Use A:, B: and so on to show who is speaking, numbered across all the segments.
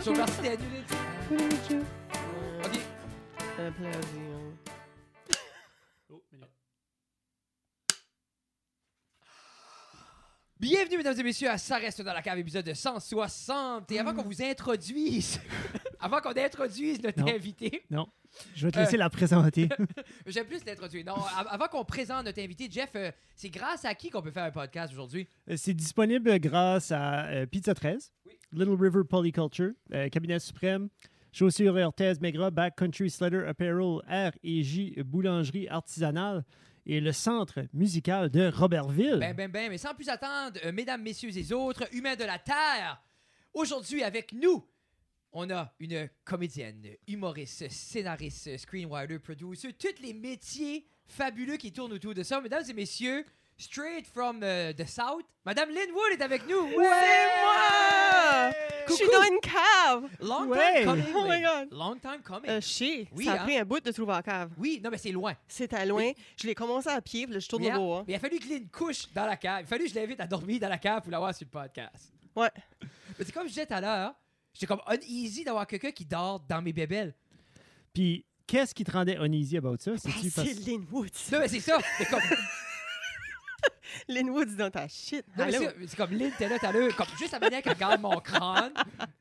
A: sont partis des nuls. Ok.
B: Oh, minute.
A: Bienvenue, mesdames et messieurs, à Ça reste dans la cave, épisode de 160. Et avant qu'on vous introduise, avant qu'on introduise notre
B: Non.
A: invité,
B: Je vais te
A: Euh.
B: laisser la présenter.
A: j'aime plus l'introduire. Non, av- avant qu'on présente notre invité, Jeff, euh, c'est grâce à qui qu'on peut faire un podcast aujourd'hui?
B: Euh, C'est disponible grâce à euh, Pizza 13,
A: Oui.
B: Little River Polyculture, euh, Cabinet Suprême, Chaussures et Orthèse Maigrat, Backcountry Slider Apparel, R et J Boulangerie Artisanale et le Centre Musical de Robertville.
A: Ben, ben, ben, mais sans plus attendre, euh, mesdames, messieurs et autres, humains de la Terre, aujourd'hui avec nous, on a une comédienne, humoriste, scénariste, screenwriter, producer, tous les métiers fabuleux qui tournent autour de ça. Mesdames et messieurs, straight from euh, the South, Madame Lynn Wood est avec nous. Ouais!
C: moi! Je suis
A: Coucou!
C: dans une cave!
A: Long time
B: Ouais!
A: coming.
C: Oh my
A: Lynn.
C: God.
A: Long time coming.
C: Euh, chier!
A: Oui,
C: ça a
A: hein?
C: pris un bout de trouver la cave.
A: oui, non, mais c'est loin.
C: C'est à loin. Je l'ai commencé à pied, puis là, je tourne
A: Mais,
C: au bois.
A: mais il a fallu que Lynn couche dans la cave. Il a fallu que je l'invite à dormir dans la cave pour l'avoir sur le podcast.
C: Ouais.
A: Mais c'est comme je disais tout à l'heure, j'étais comme uneasy d'avoir quelqu'un qui dort dans mes bébelles.
B: Puis qu'est-ce qui te rendait uneasy about ça?
C: Parce
A: Ah,
B: C'est-tu
C: que Ah, c'est
B: parce-
C: Linwood.
A: Non, mais c'est ça. C'est comme,
C: Linwood c'est dans ta shit.
A: non, mais
C: Allô?
A: c'est- c'est comme Lynn, t'es là, t'as l'heure. Comme juste la manière qu'elle regarde mon crâne.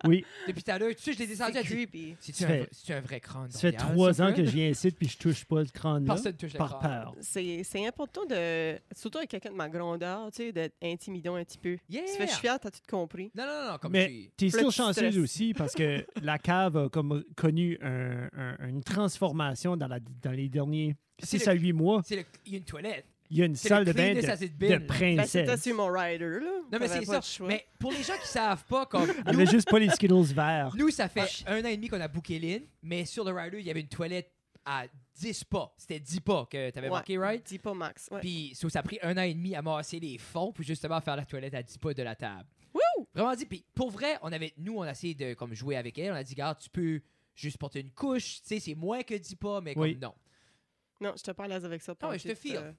B: Oui,
A: Depuis tout à l'heure, tu sais, je l'ai descendu
C: C'est
A: à dire
C: creepy.
A: C'est-tu
B: Ça
A: un,
B: fait-
A: vrai- c'est-tu un vrai crâne?
B: ça fait
A: Dorian,
B: trois
A: ça,
B: ans
A: là?
B: que je viens ici puis je touche pas le crâne là,
A: Personne touche le
B: par
A: crâne.
B: peur.
C: C'est c'est important de. Surtout avec quelqu'un de ma grandeur, tu sais, d'être intimidant un petit peu.
A: Yeah!
C: Tu fais, je suis fière, t'as tout compris.
A: Non, non, non, non, comme
B: Mais-
A: j'ai-
B: T'es
C: Puis là,
B: still
C: tu
B: chanceuse
C: stresses.
B: aussi parce que la cave a comme connu un- un- une transformation dans, la, dans les derniers
A: C'est
B: 6
A: le-
B: à 8 mois.
A: c'est le- Il y a une toilette.
B: Il y a une
A: C'est
B: salle
A: le
B: de bain
A: cleanest as
B: de,
A: it been,
B: de
A: là.
C: Ben, c'était
B: princesse.
C: sur mon rider, là.
A: Non, mais
C: T'avais pas
A: c'est ça.
C: le choix.
A: Mais pour les gens qui savent pas, comme
B: Elle avait juste pas les Skittles verts.
A: Nous, ça fait
C: Ah.
A: un an et demi qu'on a booké Lynn, mais sur le rider, il y avait une toilette à 10 pas. C'était 10 pas que t'avais
C: Ouais.
A: marqué, right?
C: Dis pas Max. Ouais.
A: Puis so, ça a pris un an et demi à masser les fonds pour justement faire la toilette à 10 pas de la table.
C: Wouh!
A: Vraiment dit, puis pour vrai, on avait, nous, on a essayé de comme, jouer avec elle. On a dit, garde, tu peux juste porter une couche. Tu sais, c'est moins que 10 pas, mais comme
B: Oui.
A: non.
C: Non, je te parle avec ça.
A: mais Ah je te
C: pantoute,
A: file.
C: euh,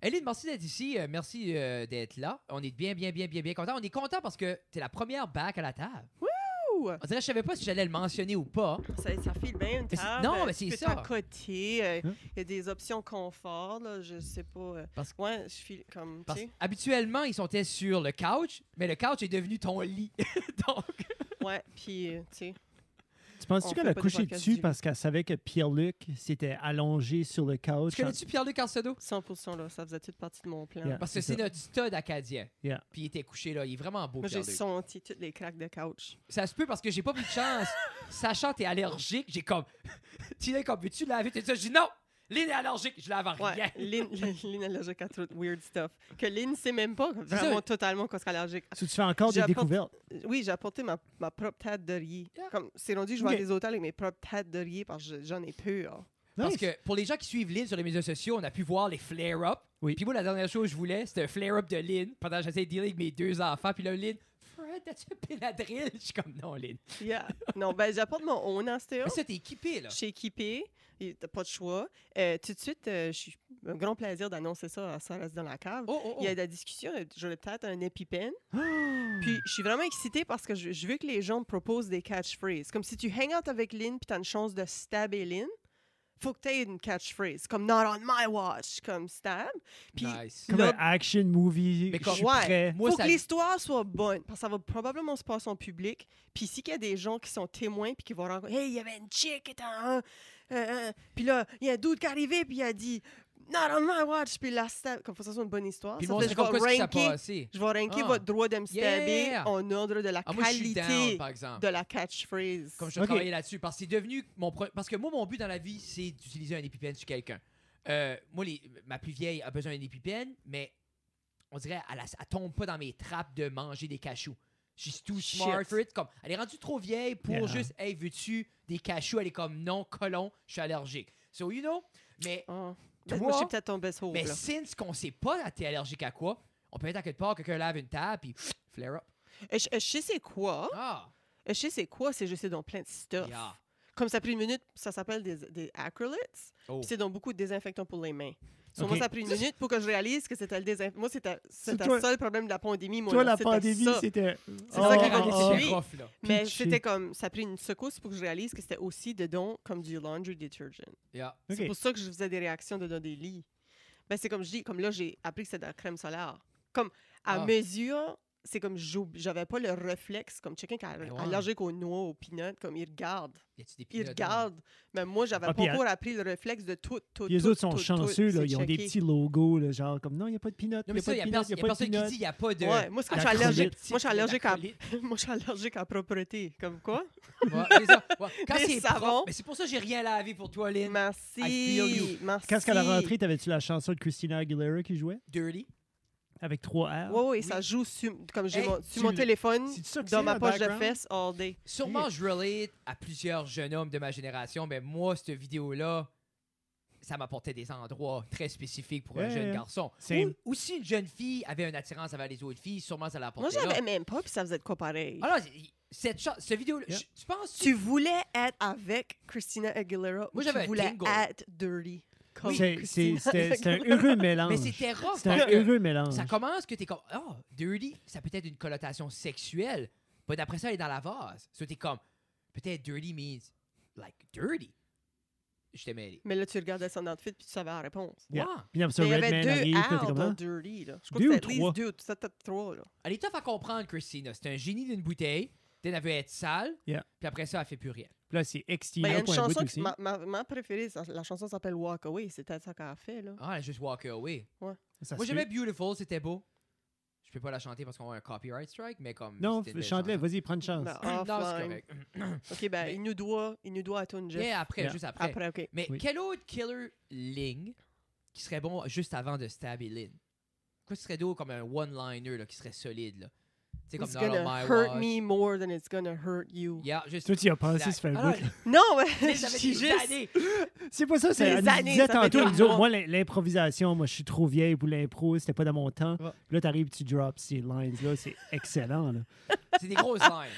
A: Hélène, merci d'être ici. Euh, merci euh, d'être là. On est bien, bien, bien, bien, bien content. On est content parce que t'es la première back à la table.
C: Wouh!
A: On dirait, je savais pas si j'allais le mentionner ou pas.
C: Ça, ça file bien une
A: Mais c'est-
C: table.
A: non,
C: euh,
A: mais
C: tu
A: c'est
C: peux
A: ça.
C: t'accoter, euh, Il
B: Hein?
C: y a des options confort, là, je sais pas. euh,
A: Parce-
C: ouais, je file comme.
A: Parce-
C: tu sais,
A: habituellement, ils sont sur le couch, mais le couch est devenu ton lit. Donc,
C: Ouais, puis, euh, tu sais.
B: Tu penses-tu
C: On
B: qu'elle
C: fait
B: a
C: pas de
B: couché
C: podcast
B: dessus
C: du-
B: parce qu'elle savait que Pierre-Luc s'était allongé sur le couch?
A: tu connais-tu Pierre-Luc Arsenault?
C: 100% là, ça faisait toute partie de mon plan.
B: Yeah.
A: Parce que
B: C'est
A: c'est
B: ça.
A: notre stud acadien.
B: Yeah.
A: Puis il était couché là, il est vraiment beau,
C: Moi, j'ai
A: Pierre-Luc.
C: senti toutes les craques de couch.
A: Ça se peut parce que j'ai pas pris de chance. Sachant que t'es allergique, j'ai comme. Tina est comme, veux-tu laver? T'es ça? Je dis non! Lynn est allergique, je lave
C: Ouais,
A: rien.
C: Lynn, Lynn allergique à tout weird stuff. Que Lynn sait même pas, comme
A: C'est ça.
C: vraiment totalement qu'on serait allergique.
B: Si tu fais encore des
C: J'apporte-
B: découvertes.
C: Oui, j'ai apporté ma, ma propre tête de riz.
A: Yeah.
C: Comme, c'est rendu, que je vais
B: Ok.
C: à des hôtels avec mes propres têtes de riz parce que je- j'en ai peur.
A: Parce
B: Nice.
A: que pour les gens qui suivent Lynn sur les médias sociaux, on a pu voir les flare-up.
B: Oui.
A: Puis moi, la dernière chose que je voulais, c'était un flare-up de Lynn pendant que j'essayais de dealer avec mes deux enfants. Puis là, Lynn, Fred, t'as-tu un pénadril? Je suis comme, non, Lynn.
C: Yeah. non, ben, j'apporte mon own en stéo.
A: Mais ça, t'es équipé, là.
C: Je suis équipée, et t'as pas de choix. Euh, tout de suite, euh, je suis un grand plaisir d'annoncer ça à Sarah dans la cave.
A: Oh, oh, oh.
C: Il y a de la discussion, euh, j'aurais peut-être un EpiPen.
B: Ah!
C: Puis je suis vraiment excitée parce que je, je veux que les gens me proposent des catchphrases. Comme si tu hang out avec Lynn puis t'as une chance de stabber Lynn, faut que t'aies une catchphrase. Comme not on my watch, comme stab. Puis
A: Nice.
B: Comme
C: là-
B: un action movie.
A: Mais
B: Je suis
C: comme- ouais.
B: prêt.
A: Moi,
C: faut
A: ça-
C: que l'histoire soit bonne parce que ça va probablement se passer en public. Puis s'il y a des gens qui sont témoins puis qui vont rencontrer, hey, il y avait une chick, qui était un- un- un. puis là, il y a un dude qui est arrivé puis il a dit not on my watch, puis là, stab. Comme faut que ça soit une bonne histoire.
A: Puis le
C: Ça
A: monde
C: fait,
A: sait
C: je vais
A: pas ce qui s'est
C: ranker-
A: passé.
C: Je vais ranker
A: Ah.
C: votre droit de me stabber
A: Yeah.
C: en ordre de la
A: Ah, moi, je suis down,
C: qualité
A: par exemple.
C: de la catchphrase.
A: Comme je
B: Ok.
A: travaillais là-dessus. Parce que c'est devenu mon pro- Parce que moi, mon but dans la vie, c'est d'utiliser un EpiPen sur quelqu'un. Euh, moi, les- ma plus vieille a besoin d'un EpiPen, mais on dirait elle, elle tombe pas dans mes trappes de manger des cachous. She's too
C: Shit.
A: smart for it. Comme, elle est rendue trop vieille pour
B: Yeah.
A: juste, hey, veux-tu des cachous? Elle est comme, non, colon, je suis allergique. So, you know, mais
C: Ah.
A: Toi-
C: Moi, je suis peut-être ton best hope,
A: Mais
C: là.
A: since qu'on sait pas t'es allergique à quoi, on peut être à quelque part, quelqu'un lave une table, puis flare up.
C: Euh, Je, euh, je sais c'est quoi.
A: Ah!
C: Euh, Je sais c'est quoi, c'est je sais dans plein de stuff.
A: Yeah.
C: Comme ça a pris une minute, ça s'appelle des, des acrylates.
A: Oh.
C: Puis c'est dans beaucoup de désinfectants pour les mains. So,
B: Ok.
C: Moi, ça a pris une minute pour que je réalise que c'était le désin... Moi, c'était c'était
B: toi-
C: le seul problème de la pandémie. Moi,
B: Toi,
C: là.
B: la
C: C'était
B: pandémie,
C: ça.
B: c'était. Oh,
C: C'est ça qui
A: Ah,
C: rendait
A: ah,
C: celui-
A: ah, prof, là.
C: Mais
B: pitché.
C: c'était comme. Ça a pris une secousse pour que je réalise que c'était aussi dedans comme du laundry detergent.
A: Yeah.
B: Ok.
C: C'est pour ça que je faisais des réactions dedans des lits. Ben, c'est comme je dis, comme là, j'ai appris que c'était de la crème solaire. Comme à
A: Ah.
C: mesure, c'est comme j'oub- j'avais pas le réflexe, comme quelqu'un qui est
A: Ben ouais.
C: allergique aux noix, aux peanuts, comme il regarde.
A: Y a-tu des
C: Il
A: pilotes, là?
C: regarde. Mais moi, j'avais
B: Ah,
C: pas
B: puis à-
C: encore appris le réflexe de tout, tout,
B: Puis les
C: tout,
B: autres sont
C: tout, tout,
B: chanceux, là,
C: c'est
B: ils ont des
C: checké.
B: petits logos, là, genre comme non, il n'y a pas de peanut, il
A: Non,
B: n'y
A: mais
B: a pas
A: ça,
B: de
A: y a,
B: peanut,
A: pers-
B: il
A: y a
B: n'y a pas de
A: personne qui
B: peanut.
A: dit y a pas de.
C: Ouais, moi, c'est quand je suis
B: d'acrylique.
C: allergique.
A: Petit,
C: Moi, je suis
A: de
C: allergique à...
A: l'acrylique.
C: Moi, je suis allergique à la propreté. Comme quoi?
A: Ouais, c'est ça. Ouais. Quand
C: Des
A: c'est propre-
C: savons.
A: Mais c'est pour ça que j'ai rien lavé pour toi, Lynn. feel
C: Merci. Merci.
B: Quand qu'à la rentrée, t'avais-tu la chanson de Christina Aguilera qui jouait
A: Dirty.
B: avec 3 R?
C: Oui, oui,
A: Oui.
C: ça joue sur, comme j'ai
A: Hey,
C: mon, sur
B: tu
C: mon
B: le-
C: téléphone,
B: C'est-tu ça que c'est,
C: dans ma
B: le
C: poche de
B: background?
C: fesses, all day.
A: Sûrement, je relate à plusieurs jeunes hommes de ma génération, mais moi, cette vidéo-là, ça m'apportait des endroits très spécifiques pour un
B: Ouais, hein.
A: jeune
B: ouais.
A: garçon.
B: Same.
A: Ou, ou si une jeune fille avait une attirance envers les autres filles, sûrement ça
C: Moi,
A: l'apportait.
C: j'avais même pas, puis ça faisait de quoi pareil.
B: Ah,
A: Alors, cette, cha- cette vidéo-là,
B: Yeah.
A: je- tu penses.
C: Tu voulais être avec Christina Aguilera
A: Moi,
C: ou
A: j'avais un
C: tu voulais
A: tingle.
C: être dirty? Comme
B: C'est- c'est-
C: Christina
B: C'était c'était un
C: Aguilera.
B: heureux mélange.
A: Mais c'était rough.
B: C'était un
A: parce que
B: heureux mélange.
A: Ça commence que t'es comme, oh, dirty, ça peut être une connotation sexuelle. Puis d'après ça, elle est dans la vase. So t'es comme, peut-être dirty means like dirty. Je t'ai mêlé.
C: Mais là, tu regardais son outfit, puis tu savais la réponse.
A: Ouais.
B: Yeah. Puis après ça,
C: Mais il y avait
B: Redman
C: deux
B: arrive, puis t'es
C: R
B: comme
C: dans
B: hein?
C: dirty, là. Je crois
B: Deux
C: que
B: ou
C: c'était at
B: trois?
C: least deux, c'était peut-être trois, là.
A: Elle est tough à comprendre, Christina. C'est un génie d'une bouteille. Then elle veut être sale.
B: Yeah.
A: Puis après ça, elle fait plus rien.
B: Puis là, c'est
C: Ben, Il y a
B: Extina
C: une
B: pour un bout
C: chanson, qui,
B: aussi.
C: ma, ma, ma préférée, ça- la chanson s'appelle Walk Away, c'était ça qu'elle a fait, là.
A: Ah, elle a juste walk away.
B: Ça
A: Moi,
B: se
A: j'aimais
B: fait.
A: Beautiful, c'était beau. Je peux pas la chanter parce qu'on a un copyright strike, mais comme.
B: Non,
A: c'était une belle
B: chante-le,
A: chanson.
B: vas-y, prends une chance.
C: Ben,
A: Non, c'est
C: offline.
A: correct.
C: OK, ben,
A: Mais-
C: il nous doit, il nous doit à Tune Jeff.
A: Mais après,
B: Yeah.
A: juste après.
C: Après, OK.
A: Mais
B: Oui.
A: quel autre killer ligne qui serait bon juste avant de stabber Lynn? Quoi ce serait d'autre comme un one-liner là, qui serait solide? Là? Tu sais, comme
C: It's
A: Not on
C: gonna
A: my
C: hurt
A: watch.
C: me more than it's gonna hurt you.
A: Yeah, juste...
B: Toi, tu y as pensé,
A: Slack.
B: ça fait un
A: Alors,
B: bout. là.
C: Non, mais
A: Lynn,
C: je
A: ça fait
C: dis
A: des
C: juste...
A: années.
B: C'est pas ça, c'est
C: Des
B: elle nous
C: années,
B: disait
C: ça fait
B: tantôt,
C: des
B: nous autres,
C: mois.
B: moi, l'im- l'improvisation, moi, je suis trop vieille pour l'impro, c'était pas dans mon temps.
A: Ouais.
B: Là, t'arrives, tu drops ces lines-là, c'est excellent, là.
A: C'est des grosses lines.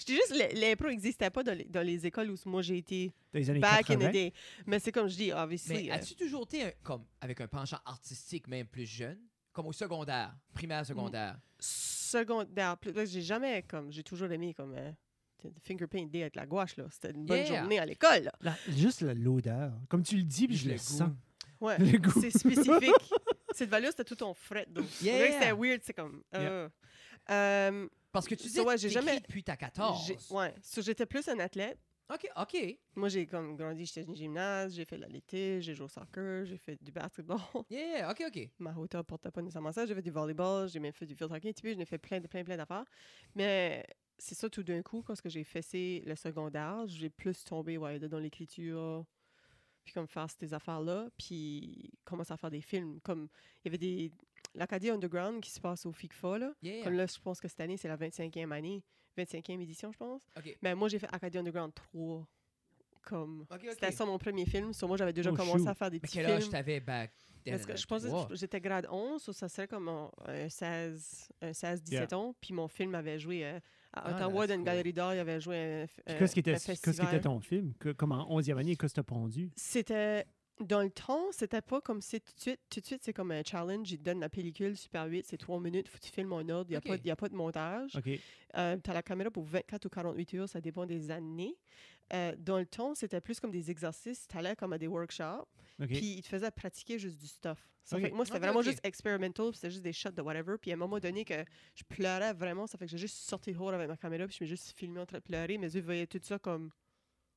C: Je dis juste, l- l'impro n'existait pas dans les, dans les écoles où moi j'ai été
B: Dans les années
C: back in
B: 80.
C: the day. Mais c'est comme je dis, obviously.
A: Mais
C: euh,
A: as-tu toujours été un- comme, avec un penchant artistique même plus jeune? Comme au secondaire, primaire, secondaire.
C: secondaire. plus- parce que J'ai jamais, comme, j'ai toujours aimé, comme, euh, the finger paint day avec la gouache, là. C'était une bonne
A: Yeah.
C: journée à l'école, là.
B: La- juste la- l'odeur. Comme tu le dis, puis je le
A: goût.
B: sens.
C: Ouais.
B: Le goût.
C: C'est spécifique. Cette valeur, c'était tout ton fret, donc. On dirait que
A: Yeah.
C: C'était weird, c'est comme. euh, euh,
A: Parce que tu
C: So,
A: dis
C: ouais,
A: que
C: j'ai
A: tu
C: jamais-
A: jamais... depuis ta 14.
C: j'ai- ouais. So, j'étais plus un athlète.
A: OK, OK.
C: Moi, j'ai comme grandi, j'étais une gymnase, j'ai fait de l'été, j'ai joué au soccer, j'ai fait du basketball.
A: Yeah, OK, OK.
C: Ma hauteur portait pas nécessairement ça. J'ai fait du volleyball, j'ai même fait du field hockey un petit peu, j'ai fait plein, de- plein, plein d'affaires. Mais c'est ça tout d'un coup, quand ce que j'ai fessé le secondaire, j'ai plus tombé ouais, dans l'écriture, puis comme faire ces affaires-là, puis commencer à faire des films. Comme il y avait des. L'Acadie Underground qui se passe au FICFA, là.
A: Yeah.
C: Comme là, je pense que cette année, c'est la 25e année, 25e édition, je pense.
A: OK,
C: Mais moi, j'ai fait Acadie Underground 3. Comme.
A: OK,
C: C'était
A: OK.
C: ça mon premier film. So, moi, j'avais déjà
B: Oh,
C: commencé
B: shoot.
C: à faire des
A: Mais
C: petits
A: quel âge
C: films.
A: t'avais back then?
C: Parce que je pensais
A: Wow.
C: que j'étais grade 11, ou ça serait comme un, un 16, un 16 17 ans. Puis mon film avait joué euh, à
A: Ah,
C: Ottawa,
A: that's
C: dans une
A: cool.
C: galerie d'art, il avait joué un, f-
A: Euh,
B: Puis
C: un-
B: Qu'est-ce
C: un
B: qui était, qu'est-ce qui
C: festival.
B: était ton film? Que- comme en 11e année, qu'est-ce que t'as pondu?
C: C'était. Dans le temps, c'était pas comme c'est tout de suite. Tout de suite, c'est comme un challenge. Ils te donnent la pellicule Super 8, c'est 3 minutes, faut que tu filmes en ordre, il n'y a,
A: Ok.
C: pas de- y a pas de montage.
B: OK.
C: Euh, tu as la caméra pour 24 ou 48 heures, ça dépend des années. Euh, dans le temps, c'était plus comme des exercices. Tu allais comme à des workshops,
B: OK.
C: puis ils te faisaient pratiquer juste du stuff. Ça
B: Ok.
C: fait que moi, c'était
A: Ok,
C: vraiment
A: ok.
C: juste experimental, puis c'était juste des shots de whatever. Puis à un moment donné, que je pleurais vraiment, ça fait que j'ai juste sorti dehors avec ma caméra, puis je me suis juste filmé en train de pleurer. Mes yeux voyaient tout ça comme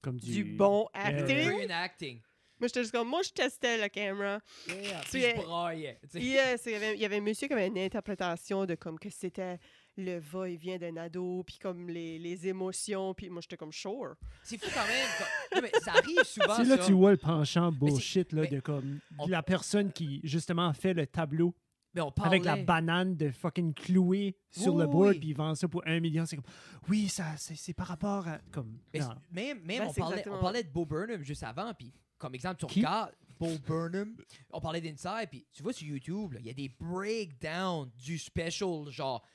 B: comme
C: du, bon
B: Eh
C: acting.
A: Brilliant acting.
C: Moi, j'étais juste comme, moi, je testais la caméra.
A: Yeah,
C: Tu
A: puis je
C: es-
A: braillais, tu sais.
C: Yes, il y avait, il y avait un monsieur qui avait une interprétation de comme que c'était le va-et-vient d'un ado, puis comme les, les émotions, puis moi, j'étais comme, sure.
A: C'est fou quand même. comme- Non, mais ça arrive souvent.
B: C'est là
A: ça.
B: tu vois le penchant
A: c'est-
B: bullshit là,
A: mais
B: de comme
A: on-
B: la personne qui justement fait le tableau
A: Mais on parlait.
B: avec la banane de fucking clouée sur le
A: Oui,
B: board
A: oui.
B: puis il vend ça pour un million. C'est comme oui, ça c'est c'est par rapport à comme
A: Mais
B: non.
A: c'est- même, même
C: Ben,
A: on,
C: c'est
A: parlait,
C: exactement-
A: on parlait de Bo Burnham juste avant. Puis, comme exemple, tu
B: Qui?
A: regardes Bo Burnham. On parlait d'Inside. Puis, tu vois sur YouTube, là, il y a des breakdowns du special, genre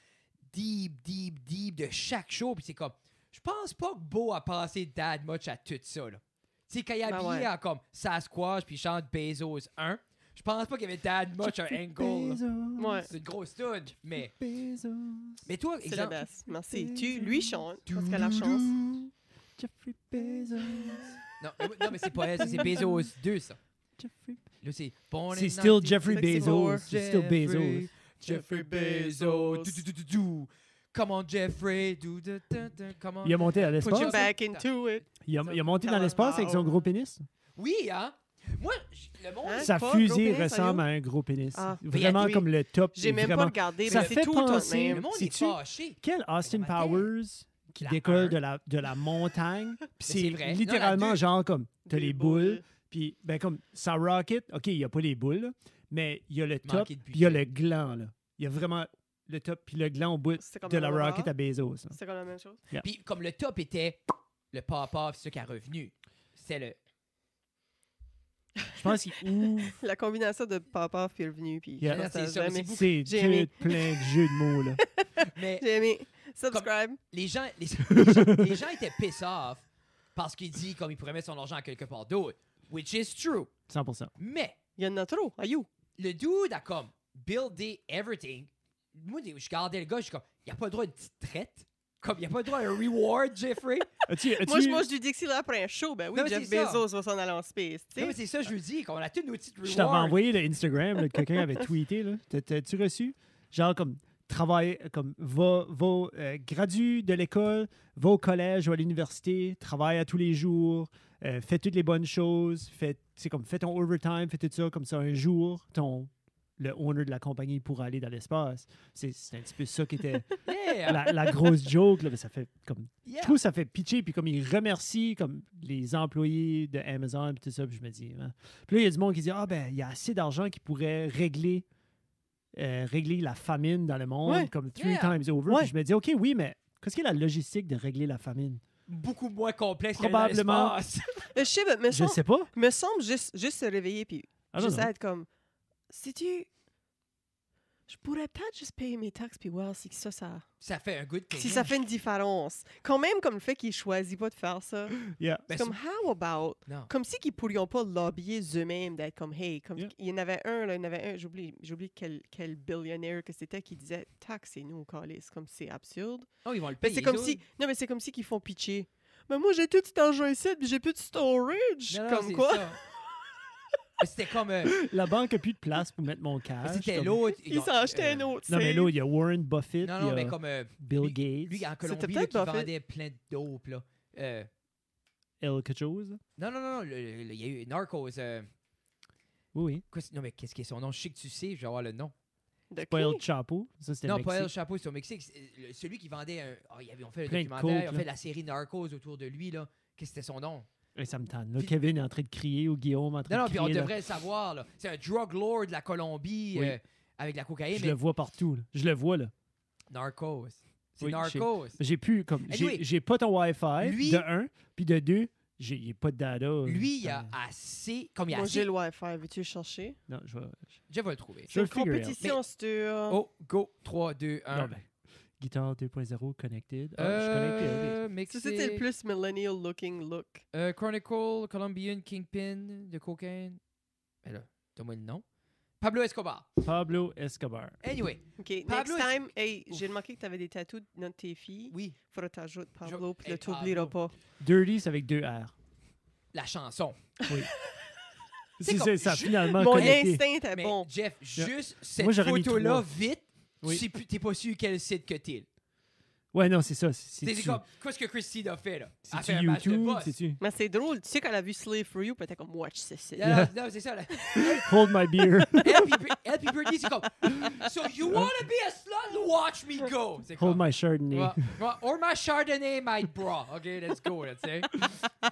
A: deep, deep, deep de chaque show. Puis, c'est comme. Je pense pas que Bo a passé that much à tout ça. là. Tu sais, quand il est
C: Ben
A: habillé
C: ouais.
A: en comme Sasquatch, puis il chante Bezos 1. Je pense pas qu'il y avait Dad Much un angle. là.
C: Ouais.
A: C'est une grosse tune, mais. Mais toi,
C: C'est la
A: exemple.
C: best. Merci. Tu lui chantes parce qu'elle a la chance.
B: Jeffrey Bezos.
A: Non, mais- non, mais c'est pas elle, ça, c'est Bezos 2, ça.
B: Jeffrey-
A: Là, c'est Born
B: C'est
A: in
B: still
A: 19-
B: Jeffrey Bezos.
A: 1964.
B: C'est still Bezos.
A: Jeffrey Bezos. Du, du, du, du, du. Come on, Jeffrey. Du, du, du, du. Come on.
B: Il a monté à
A: Put
B: l'espace.
C: You're
A: your
C: back into it.
B: Il a, il a monté dans
C: Come
B: l'espace avec son
C: out.
B: gros pénis.
A: Oui, hein? Moi, j- le monde.
C: Hein?
B: Sa
C: Pas gros
B: fusée
C: pénis,
B: ressemble
C: Mario?
B: à un gros pénis.
C: Ah.
B: Vraiment
C: Oui.
B: comme le top.
C: J'ai même
B: vraiment-
C: pas regardé,
B: Ça
C: mais c'est
B: fait
C: tout toi
B: penser-
A: Le
C: même.
A: monde est
B: C'est-tu-
A: fâché.
B: Quel Austin
A: Bon matin.
B: Powers qui
A: La un.
B: décolle de la, de la montagne. Puis
A: c'est
B: c'est
A: vrai. Non, la
B: littéralement
A: deux.
B: genre comme, t'as
C: Des
B: les boules, puis ben comme, ça rocket, OK, il n'y a pas les boules, là, mais il y a le top,
A: Manqué de
B: puis il y a
A: budget.
B: le gland, là. Il y a vraiment le top, puis le gland au bout
C: C'est comme
B: de
C: un
B: la
C: roller.
B: rocket à Bezos. là.
C: C'est comme la même chose.
A: Puis, comme le top était le pop-off, ce qui a revenu, c'est le.
B: Je pense qu'il ouvre.
C: La combinaison de papa puis revenu puis
B: Yeah.
C: je pense
A: C'est
C: que
A: ça,
C: j'ai aimé.
A: beaucoup-
B: C'est
C: J'ai aimé.
B: tout plein de jeux de mots, là.
A: Mais
C: J'ai aimé. Subscribe.
A: les gens, les, les gens, les gens étaient piss off parce qu'il dit comme il pourrait mettre son argent à quelque part d'autre. Which is true.
B: 100%.
A: Mais
C: Il y en a trop. Are you?
A: le dude a comme buildé everything. Moi, des- je gardais le gars, je suis comme, il a pas le droit à une petite traite. Comme, il a pas le droit à un reward, Jeffrey.
B: As-tu- as-tu-
C: Moi, je mange du Dixie après un show. Ben oui,
A: Non, mais
C: Jeff
A: c'est ça.
C: Bezos va s'en aller en space. tu
A: non, mais
C: sais.
A: c'est ça, je lui dis, qu'on a tous nos petites rewards.
B: Je t'avais envoyé le Instagram là, que quelqu'un avait tweeté. là. T'as- T'as-tu reçu? Genre comme travaille, comme va, va euh, gradue de l'école, va au collège ou à l'université, travaille à tous les jours, euh, fais toutes les bonnes choses, fais, c'est comme fais ton overtime, fais tout ça, comme ça un jour, ton le owner de la compagnie pourra aller dans l'espace. C'est c'est un petit peu ça qui était
A: Yeah,
B: la, la grosse joke. Là, mais ça fait comme
A: yeah.
B: je trouve que ça fait pitcher, puis comme il remercie comme les employés de Amazon, puis tout ça, puis je me dis... hein. Puis là, il y a du monde qui dit, ah ben, il y a assez d'argent qui pourrait régler, euh, régler la famine dans le monde,
C: Ouais.
B: comme three
A: Yeah.
B: times over.
C: Ouais.
B: Puis je me dis, OK, oui, mais qu'est-ce qu'il y a la logistique de régler la famine?
A: Beaucoup moins complexe que
B: Probablement.
C: Euh, Je sais, mais me
B: Je
C: semble,
B: sais pas.
C: me semble juste, juste se réveiller puis
B: I don't
C: juste
B: know.
C: être comme, sais-tu, je pourrais peut-être juste payer mes taxes puis voir si ça, ça,
A: Ça fait un good thing.
C: si ça fait une différence. Quand même, comme le fait qu'ils choisissent pas de faire ça.
B: Yeah.
A: Ben,
C: comme, how about?
A: Non.
C: Comme si qu'ils pourrions pas lobbyer eux-mêmes d'être comme, hey, comme
B: Yeah.
C: il y en avait un, là, il y en avait un, j'oublie, j'oublie quel, quel billionnaire que c'était qui disait, taxez-nous, calice, comme c'est absurde.
A: Oh, ils vont le
C: Mais ben, c'est
A: payer. les
C: comme
A: autres.
C: si, non, mais c'est comme si qu'ils font pitcher. Mais moi, j'ai tout cet argent ici, puis j'ai plus de storage.
A: Non, non,
C: comme
A: c'est
C: quoi?
A: ça. Mais C'était comme. euh,
B: La banque a plus de place pour mettre mon cash.
A: C'était
B: Ah, comme-
A: l'autre. ils
C: Ils
A: ont-
C: s'en achetaient
A: euh,
C: un autre.
B: Non, mais
C: c'est-
B: là, il y a Warren Buffett,
A: Non, non,
B: il y
A: mais
B: a
A: comme euh,
B: Bill Gates,
A: lui en Colombie, là,
C: peut-être
A: qui
C: Buffett.
A: vendait plein de dope, là. Euh,
B: El Cachos.
A: non, non, non, non, le- le- il y a eu Narcos. euh,
B: Oui, oui.
A: quoi c'est- non, mais qu'est-ce qui est son nom? Je sais que tu sais, je vais avoir le nom.
C: De
B: Pas El
C: qui?
B: Chapo. Ça, c'était le
A: Non, pas El
B: Mexique.
A: Chapeau, c'est au Mexique. C'est, euh, le- Celui qui vendait. Un... oh, il y avait, on fait le
B: Plein de
A: documentaire,
B: coke,
A: on
B: là.
A: fait la série Narcos autour de lui, là. Qu'est-ce que c'était son nom?
B: Et ça me tente. Là,
A: Puis-
B: Kevin est en train de crier ou Guillaume est en train
A: Non, non,
B: de
A: puis
B: crier.
A: on
B: là.
A: devrait le savoir, là. C'est un drug lord de la Colombie
B: Oui.
A: euh, avec de la cocaïne.
B: Je
A: mais
B: le vois partout. là. Je le vois, là.
A: Narcos. C'est
B: Oui, je sais.
A: Narcos.
B: J'ai plus comme j'ai
A: Anyway,
B: j'ai pas ton Wi-Fi
A: lui-
B: de un puis de deux, j'ai y a pas de data. euh,
A: Lui, il a
B: euh,
A: assez. Comme il a
C: Moi, j'ai
A: assez.
C: le Wi-Fi. Veux-tu le chercher?
B: non, je vais je-
A: Je vais le trouver.
B: je vais
C: C'est
B: le
C: une
B: figure out.
C: compétition sur...
A: Oh, go, 3, 2, 1.
B: Non, ben, guitare 2.0 connected. Ah,
A: Euh,
C: Ça,
A: Mexique,
C: c'était le plus millennial-looking look.
A: euh, Chronicle, Colombian, Kingpin, de cocaine. Ben là, donne-moi le nom. Pablo Escobar.
B: je suis connecté. Pablo Escobar.
A: Anyway,
C: OK, next
A: Pablo est-
C: time, hey,
A: Ouf.
C: j'ai remarqué que t'avais des tatous de notre tes filles.
A: oui,
C: Faudra t'ajouter Pablo, puis
A: Hey,
C: là, t'oublieras pas.
B: Dirty c'est avec deux R.
A: la chanson. C'est
B: C'est
A: comme-
B: ça, ça a finalement
C: Mon
B: connecté.
C: instinct est
A: Mais
C: bon.
A: Jeff, juste cette
B: Moi, j'aurais mis
A: photo-là,
B: trois.
A: vite,
B: Oui.
A: tu sais plus- t'es pas sûr quel site que t'es. là.
B: Ouais non, c'est ça, c'est
A: T'es
B: tu-
A: comme, qu'est-ce que Christine a fait, là? Elle a fait
B: c'est
A: un
B: tu
A: match de
B: YouTube,
A: boss.
B: c'est tu
C: Mais c'est drôle. Tu sais, quand elle a vu Slave for You, puis elle était comme, watch this.
A: Non, non, non, c'est ça, là.
B: Hold my beer.
A: Elle puis Br- elle puis Britney, c'est comme, so you wanna be a slut, watch me go. C'est
B: Hold
A: comme,
B: my chardonnay.
A: Ouais, ouais, or my Chardonnay, my bra. OK, let's go, là, tu sais. Ah,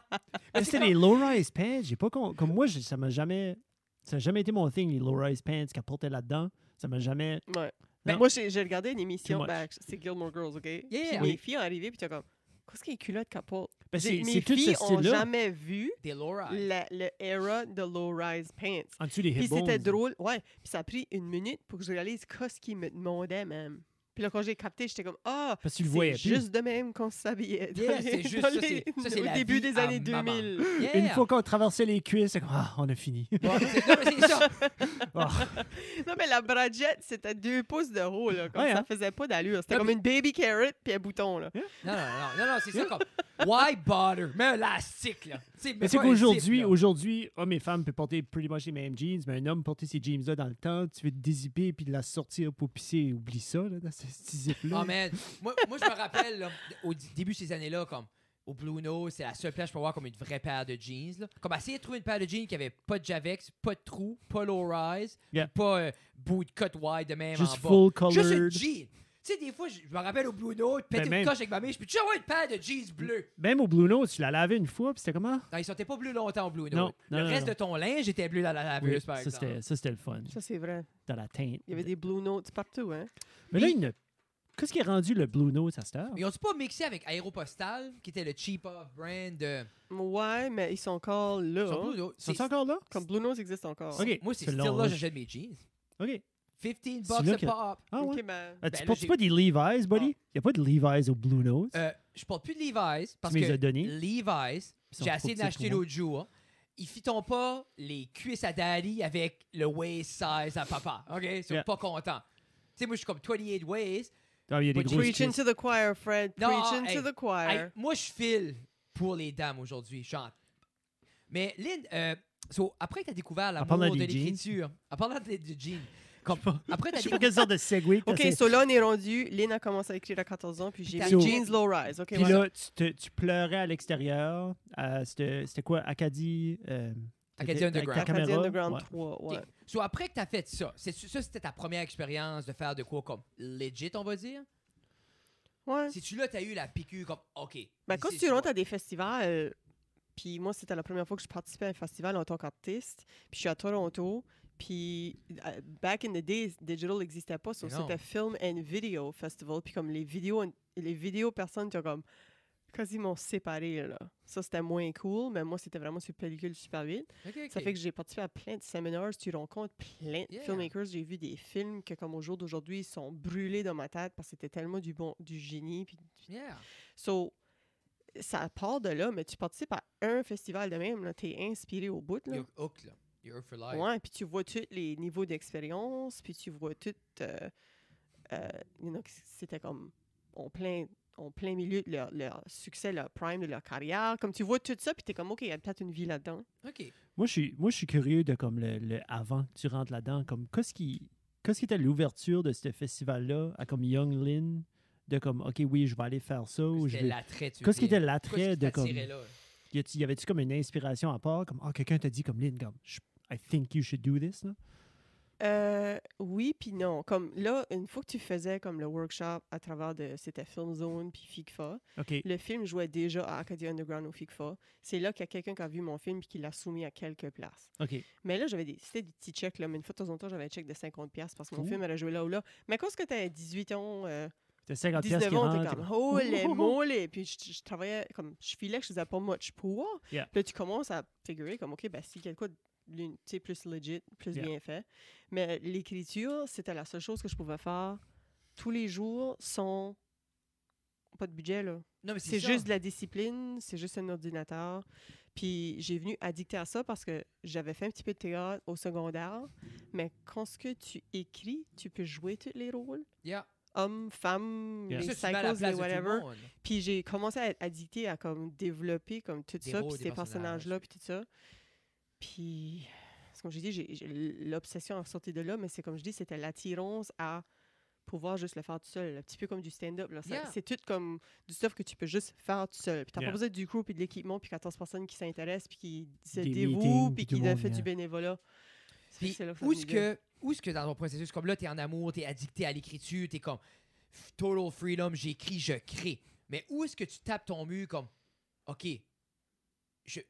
B: Mais c'est les low-rise pants, j'ai pas con- comme moi j'ai- ça m'a jamais ça a jamais été mon thing les low-rise pants qu'elle portait là-dedans, ça m'a jamais
C: Ouais.
B: Ben,
C: Moi, j'ai j'ai regardé une émission,
B: much.
C: ben, c'est Gilmore Girls, OK?
A: Yeah.
C: Puis
A: Oui.
C: les filles ont arrivé, puis t'es comme, qu'est-ce qu'il y a les culottes capote?
B: Ben, c'est
C: Mes
B: c'est tout ce
C: filles ont
B: style-là
C: jamais vu
A: T'es Laura.
C: la, le era de low-rise pants.
B: en dessous des
C: Puis
B: hip
C: c'était drôle, ouais. Puis ça a pris une minute pour que je réalise qu'est-ce qu'ils me demandaient même. Puis là, quand j'ai capté, j'étais comme, ah,
B: Parce que tu le
C: c'est
B: voyais plus.
C: juste de même qu'on s'habillait. dans
A: Yeah,
C: les-
A: c'est juste
C: dans
A: ça,
C: les-
A: c'est- ça, c'est
C: Au
A: la
C: début
A: vie
C: des
A: à
C: années
A: maman.
C: 2000.
A: Yeah.
B: Une fois qu'on traversait les cuisses, c'est comme, ah, on a fini.
A: Bon, c'est non, mais c'est ça.
B: Ah.
C: Non, mais la brajette, c'était deux pouces de haut, là. Comme
B: Ouais,
C: ça
B: hein.
C: faisait pas d'allure. C'était
B: Ah,
C: comme
B: puis-
C: une baby carrot puis un bouton, là.
A: Non, non, non, non, non, c'est ça comme. Why bother? Mets un élastique, là. T'sais, mets
B: Mais c'est
A: pas un zip,
B: qu'aujourd'hui,
A: là.
B: aujourd'hui, hommes et femmes peuvent porter pretty much les mêmes jeans, mais un homme porter ces jeans-là dans le temps, tu veux te dézipper puis de la sortir pour pisser, oublie ça, là, dans ce petit zip-là.
C: Ah,
A: Oh, man. Moi, moi, je me rappelle, là, au d- début de ces années-là, comme au Blue Nose, c'est la seule place pour voir comme une vraie paire de jeans. là. Comme essayer de trouver une paire de jeans qui avait pas de Javex, pas de trou, pas low rise,
B: Yeah.
A: puis pas euh, bootcut wide de même
B: Juste
A: en bas.
B: full
A: Juste une
B: colored.
A: jean. Tu sais, des fois, je je me rappelle au Blue Note, péter
B: Ben,
A: une
B: même-
A: coche avec ma mère, je peux toujours avoir une paire de jeans bleus.
B: Même au Blue Note, tu l'as lavé une fois, puis c'était comment?
C: Ah,
A: Non, ils sortaient pas bleus longtemps au Blue Note.
B: Non,
A: le
B: non, non,
A: reste
B: non.
A: de ton linge était bleu dans la laveuse, par
B: ça,
A: exemple.
B: c'était, ça, c'était le fun.
C: Ça, c'est vrai.
B: Dans la teinte.
C: Il y avait des blue notes partout, hein.
B: Mais là, il ne- qu'est-ce qui est rendu le Blue Note à cette heure?
A: Ils ont-tu pas mixé avec Aéropostale, qui était le cheap off-brand de.
C: Ouais, mais ils sont encore là.
A: Sur Blue
C: hein.
A: Note,
B: Sont
A: c'est-
B: ils encore là?
C: Comme blue notes existent encore.
B: Ok.
A: Moi, c'est
B: C'est
A: still
B: long,
A: là
B: hein.
A: que j'achète mes jeans.
B: OK.
A: 15
B: C'est
A: bucks
B: là
A: a
B: que-
A: pop.
B: Ah ouais?
C: Ok, ben,
B: Ah,
A: Ben
B: tu
A: là,
B: portes
A: j'ai- Ah.
B: pas des Levi's, buddy? Il n'y a pas de Levi's au Blue Note.
A: Euh, je porte plus de Levi's parce
B: me les
A: que
B: as donnés.
A: Levi's,
B: Ils sont
A: j'ai
B: trop
A: essayé
B: petits pour
A: d'acheter
B: moi.
A: l'autre jour. Ils fitont pas les cuisses à Dali avec le waist size à papa. OK? Ils sont
B: Yeah.
A: pas contents. Tu sais, moi, je suis comme 28 waist.
B: Ah, il y a des
A: but
B: grosses
C: Preach
B: cuisses.
C: into the choir, Fred.
A: Non,
C: Preach
A: hey,
C: into the
A: Hey,
C: choir.
A: moi, je file pour les dames aujourd'hui. Je chante. Mais Lynn, euh, so, après que tu as découvert
B: parlant
A: l'amour de
B: des jeans.
A: l'écriture, en parlant de- du jean, comme, après
B: Je
A: tu
B: sais pas quelle sorte de segue. t'as
C: OK,
B: fait.
C: so là, on est rendu. Lynn a commencé à écrire à 14 ans, puis j'ai
A: Puis
C: mis
B: t'as-
C: jeans low rise. OK,
B: Puis
C: voilà.
B: là, tu, te- tu pleurais à l'extérieur. à- C'était c'était quoi? Acadie... euh,
A: Acadie
B: ta- ta-
A: Underground.
B: ta caméra,
C: Acadie Underground
B: ouais.
C: 3, ouais.
A: Ok. So, après que tu as fait ça, c'est- ça, c'était ta première expérience de faire de quoi comme legit, on va dire?
C: Ouais.
A: Si tu là, t'as eu la piqûre comme OK.
C: Ben,
A: ici,
C: quand
A: c'est
C: tu rentres
A: moi.
C: à des festivals, euh, puis moi, c'était la première fois que je participais à un festival en tant qu'artiste, puis je suis à Toronto, puis euh, back in the days, digital n'existait pas, so
A: Mais non.
C: c'était Film and Video Festival, puis comme les vidéos, les vidéos personnes, tu comme quasiment séparé là. Ça, c'était moins cool, mais moi, c'était vraiment sur pellicule super vite.
A: Ok, ok.
C: Ça fait que j'ai participé à plein de séminaires, tu rencontres plein de
A: Yeah.
C: filmmakers. J'ai vu des films que, comme au jour d'aujourd'hui, ils sont brûlés dans ma tête parce que c'était tellement du bon, du génie, puis
A: Yeah.
C: So, ça part de là, mais tu participes à un festival de même, là, t'es inspiré au bout, là.
A: You're hooked, là. You're hooked for life.
C: Ouais, puis tu vois tous les niveaux d'expérience, puis tu vois tout... euh, euh, il y en a qui c'était comme en plein, en plein milieu de leur, leur succès, leur prime de leur carrière. Comme tu vois tout ça, puis t'es comme, OK, il y a peut-être une vie là-dedans.
A: OK.
B: Moi, je suis, moi, je suis curieux de comme le, le avant que tu rentres là-dedans. Comme qu'est-ce qui, qu'est-ce qui était l'ouverture de ce festival-là à comme Young Lin de comme ok oui je vais aller faire ça ou je
A: C'était
B: vais-
A: l'attrait, tu
B: Qu'est-ce qui
A: dis.
B: était
A: Qu'est-ce
B: l'attrait
A: qui
B: de comme
A: t'attirait là?
B: y, a-tu- y avait-tu comme une inspiration à part comme ah quelqu'un t'a dit comme Lin comme je- I think you should do this là.
C: Euh, oui, puis non. Comme là, une fois que tu faisais comme le workshop à travers de... C'était Film Zone, puis FICFA,
B: Ok
C: Le film jouait déjà à Acadie Underground au FICFA. C'est là qu'il y a quelqu'un qui a vu mon film et qui l'a soumis à quelques places.
B: ok
C: Mais là, j'avais des, c'était des petits chèques, là, mais une fois de temps en temps, j'avais un chèque de 50$ piastres parce que mon
B: Ouh.
C: film allait jouer là ou là. Mais quand ce que t'as 18 ans, euh,
B: t'as 50 pièces
C: 19
B: qui
C: ans,
B: rentrent.
C: t'es
B: t'es
C: comme,
B: comme,
C: oh les
B: Ouh, ouh, ouh.
C: mollets! Puis je, je travaillais, comme, je filais que je faisais pas much pour.
B: Yeah.
C: Puis là, tu commences à figurer, comme, OK, ben, si quelque chose l'une- tu sais, plus legit, plus
B: Yeah.
C: bien fait. Mais l'écriture, c'était la seule chose que je pouvais faire tous les jours sans. Pas de budget, là.
A: Non, mais
C: C'est
A: ça.
C: juste de la discipline, c'est juste un ordinateur. Puis j'ai venu addictée à ça parce que j'avais fait un petit peu de théâtre au secondaire, mais quand ce que tu écris, tu peux jouer tous les rôles,
A: Yeah.
C: hommes, femmes,
B: Yeah.
C: les
A: Ça, tu te mets à la
C: psychos, les
A: place de tout le
C: whatever.
A: monde.
C: Puis j'ai commencé à être addictée à comme développer comme tout
A: Des
C: ça,
A: rôles,
C: puis
A: des
C: ces
A: personnages.
C: personnages-là, puis tout ça. Puis, c'est comme j'ai dit, j'ai- j'ai- l'obsession est sortie de là, mais c'est comme je dis, c'était l'attirance à pouvoir juste le faire tout seul, un petit peu comme du stand-up. là. Ça-
A: Yeah.
C: C'est tout comme du stuff que tu peux juste faire tout seul. Puis t'as
B: Yeah.
C: pas besoin du crew, puis de l'équipement, puis 14 personnes qui s'intéressent, puis qui se
B: Des
C: dévouent,
B: meetings,
C: puis
B: puis tout
C: qui fait
B: le monde,
C: du
B: yeah.
C: bénévolat. Ça,
A: Puis
C: c'est là
A: où
C: ça
A: est-ce
C: me vient.
A: que, où est-ce que dans ton processus, comme là, t'es en amour, t'es addicté à l'écriture, t'es comme f- total freedom, j'écris, je crée. Mais où est-ce que tu tapes ton mur comme, OK, je,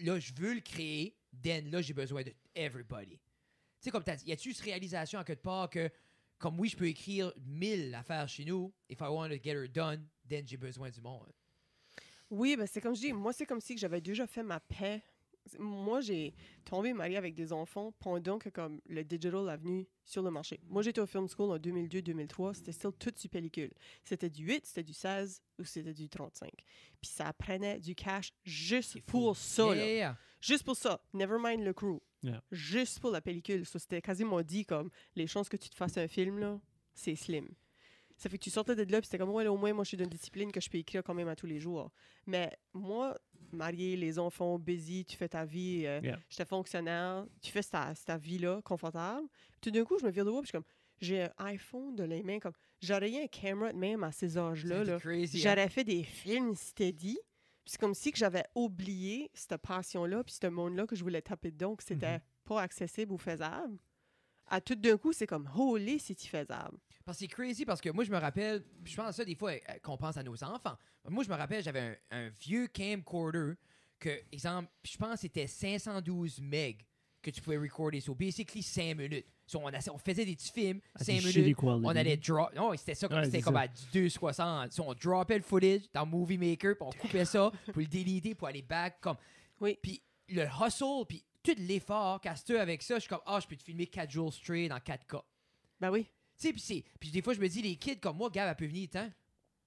A: là, je veux le créer, then là, j'ai besoin de everybody. Tu sais, comme t'as dit, y a-tu cette réalisation à quelque part que, comme oui, je peux écrire mille affaires chez nous, if I want to get her done, then j'ai besoin du monde.
C: Oui, ben c'est comme je dis, moi, c'est comme si que j'avais déjà fait ma paix C'est- Moi, j'ai tombé mariée avec des enfants pendant que comme le digital est venu sur le marché. Moi, j'étais au film school en 2002-2003. C'était still tout du pellicule. C'était du 8, c'était du 16 ou c'était du 35. Puis ça prenait du cash juste pour ça. là.
A: Yeah.
C: Juste pour ça. Never mind le crew.
B: Yeah.
C: Juste pour la pellicule. Ça, c'était quasiment dit comme les chances que tu te fasses un film, là, c'est slim. Ça fait que tu sortais de là, puis c'était comme, ouais, là, au moins, moi, je suis d'une discipline que je peux écrire quand même à tous les jours. Mais moi, marié, les enfants, busy, tu fais ta vie, euh,
B: Yeah.
C: j'étais fonctionnaire, tu fais ta, ta vie-là, confortable. Tout d'un coup, je me vire de haut, puis je suis comme, j'ai un iPhone de les mains, comme, j'aurais eu un camera de même à ces âges-là, là.
A: C'est crazy. hein.
C: J'aurais fait des films steady. Puis c'est comme si que j'avais oublié cette passion-là, puis ce monde-là que je voulais taper dedans, que c'était pas accessible ou faisable. À tout d'un coup, c'est comme holy, c'est faisable.
A: Parce que c'est crazy parce que moi, je me rappelle, je pense à ça des fois euh, qu'on pense à nos enfants. Moi, je me rappelle, j'avais un, un vieux camcorder que, exemple, je pense que c'était 512 meg que tu pouvais recorder. So, basically, 5 minutes. So, on, a- on faisait des petits films,
B: Ah,
A: 5 minutes. On allait drop. Non, c'était ça, comme-
B: Ouais,
A: c'était
B: c'est
A: comme
B: ça.
A: à du 260. So, on dropait le footage dans Movie Maker, puis on coupait ça pour le déliter, pour aller back. Comme...
C: Oui.
A: Puis le hustle, puis tout l'effort, casse-toi avec ça, je suis comme, ah, je peux te filmer 4 jours straight en 4K.
C: Ben oui.
A: Tu sais, puis c'est- puis des fois, je me dis, les kids comme moi, Gab, elle peut venir, tant.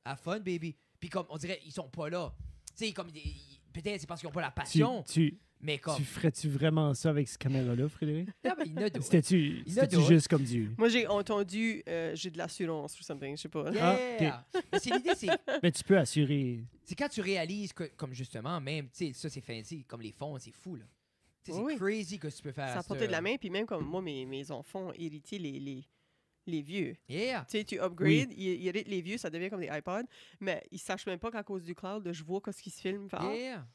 A: À fun, baby. Puis comme, on dirait, ils sont pas là. Tu sais, comme, ils- ils- peut-être c'est parce qu'ils ont pas la
B: Tu,
A: passion,
B: tu,
A: mais comme.
B: tu ferais-tu vraiment ça avec cette caméra-là, Frédéric?
A: Non, mais il y en a d'autres.
B: C'était-tu
A: Il a
B: c'était-tu
A: d'autres.
B: juste comme du...
C: Moi, j'ai entendu, euh, j'ai de l'assurance ou something, je sais pas.
A: Yeah!
B: Ah,
A: Mais c'est l'idée, c'est
B: Mais tu peux assurer...
A: c'est quand tu réalises que, comme justement, même, tu sais, ça c'est fancy, comme les fonds, c'est fou, là. Tu sais,
C: Oui,
A: c'est crazy que tu peux faire
C: Ça a
A: à cette
C: porté de la
A: heure.
C: main, puis même comme moi, mes, mes enfants héritaient les, les, les vieux.
A: Yeah!
C: Tu sais, tu upgrades, ils ils héritent les vieux, ça devient comme des iPods, mais ils sachent même pas qu'à cause du cloud, je vois qu'est-ce qui se filme. Fait, ah,
A: Yeah!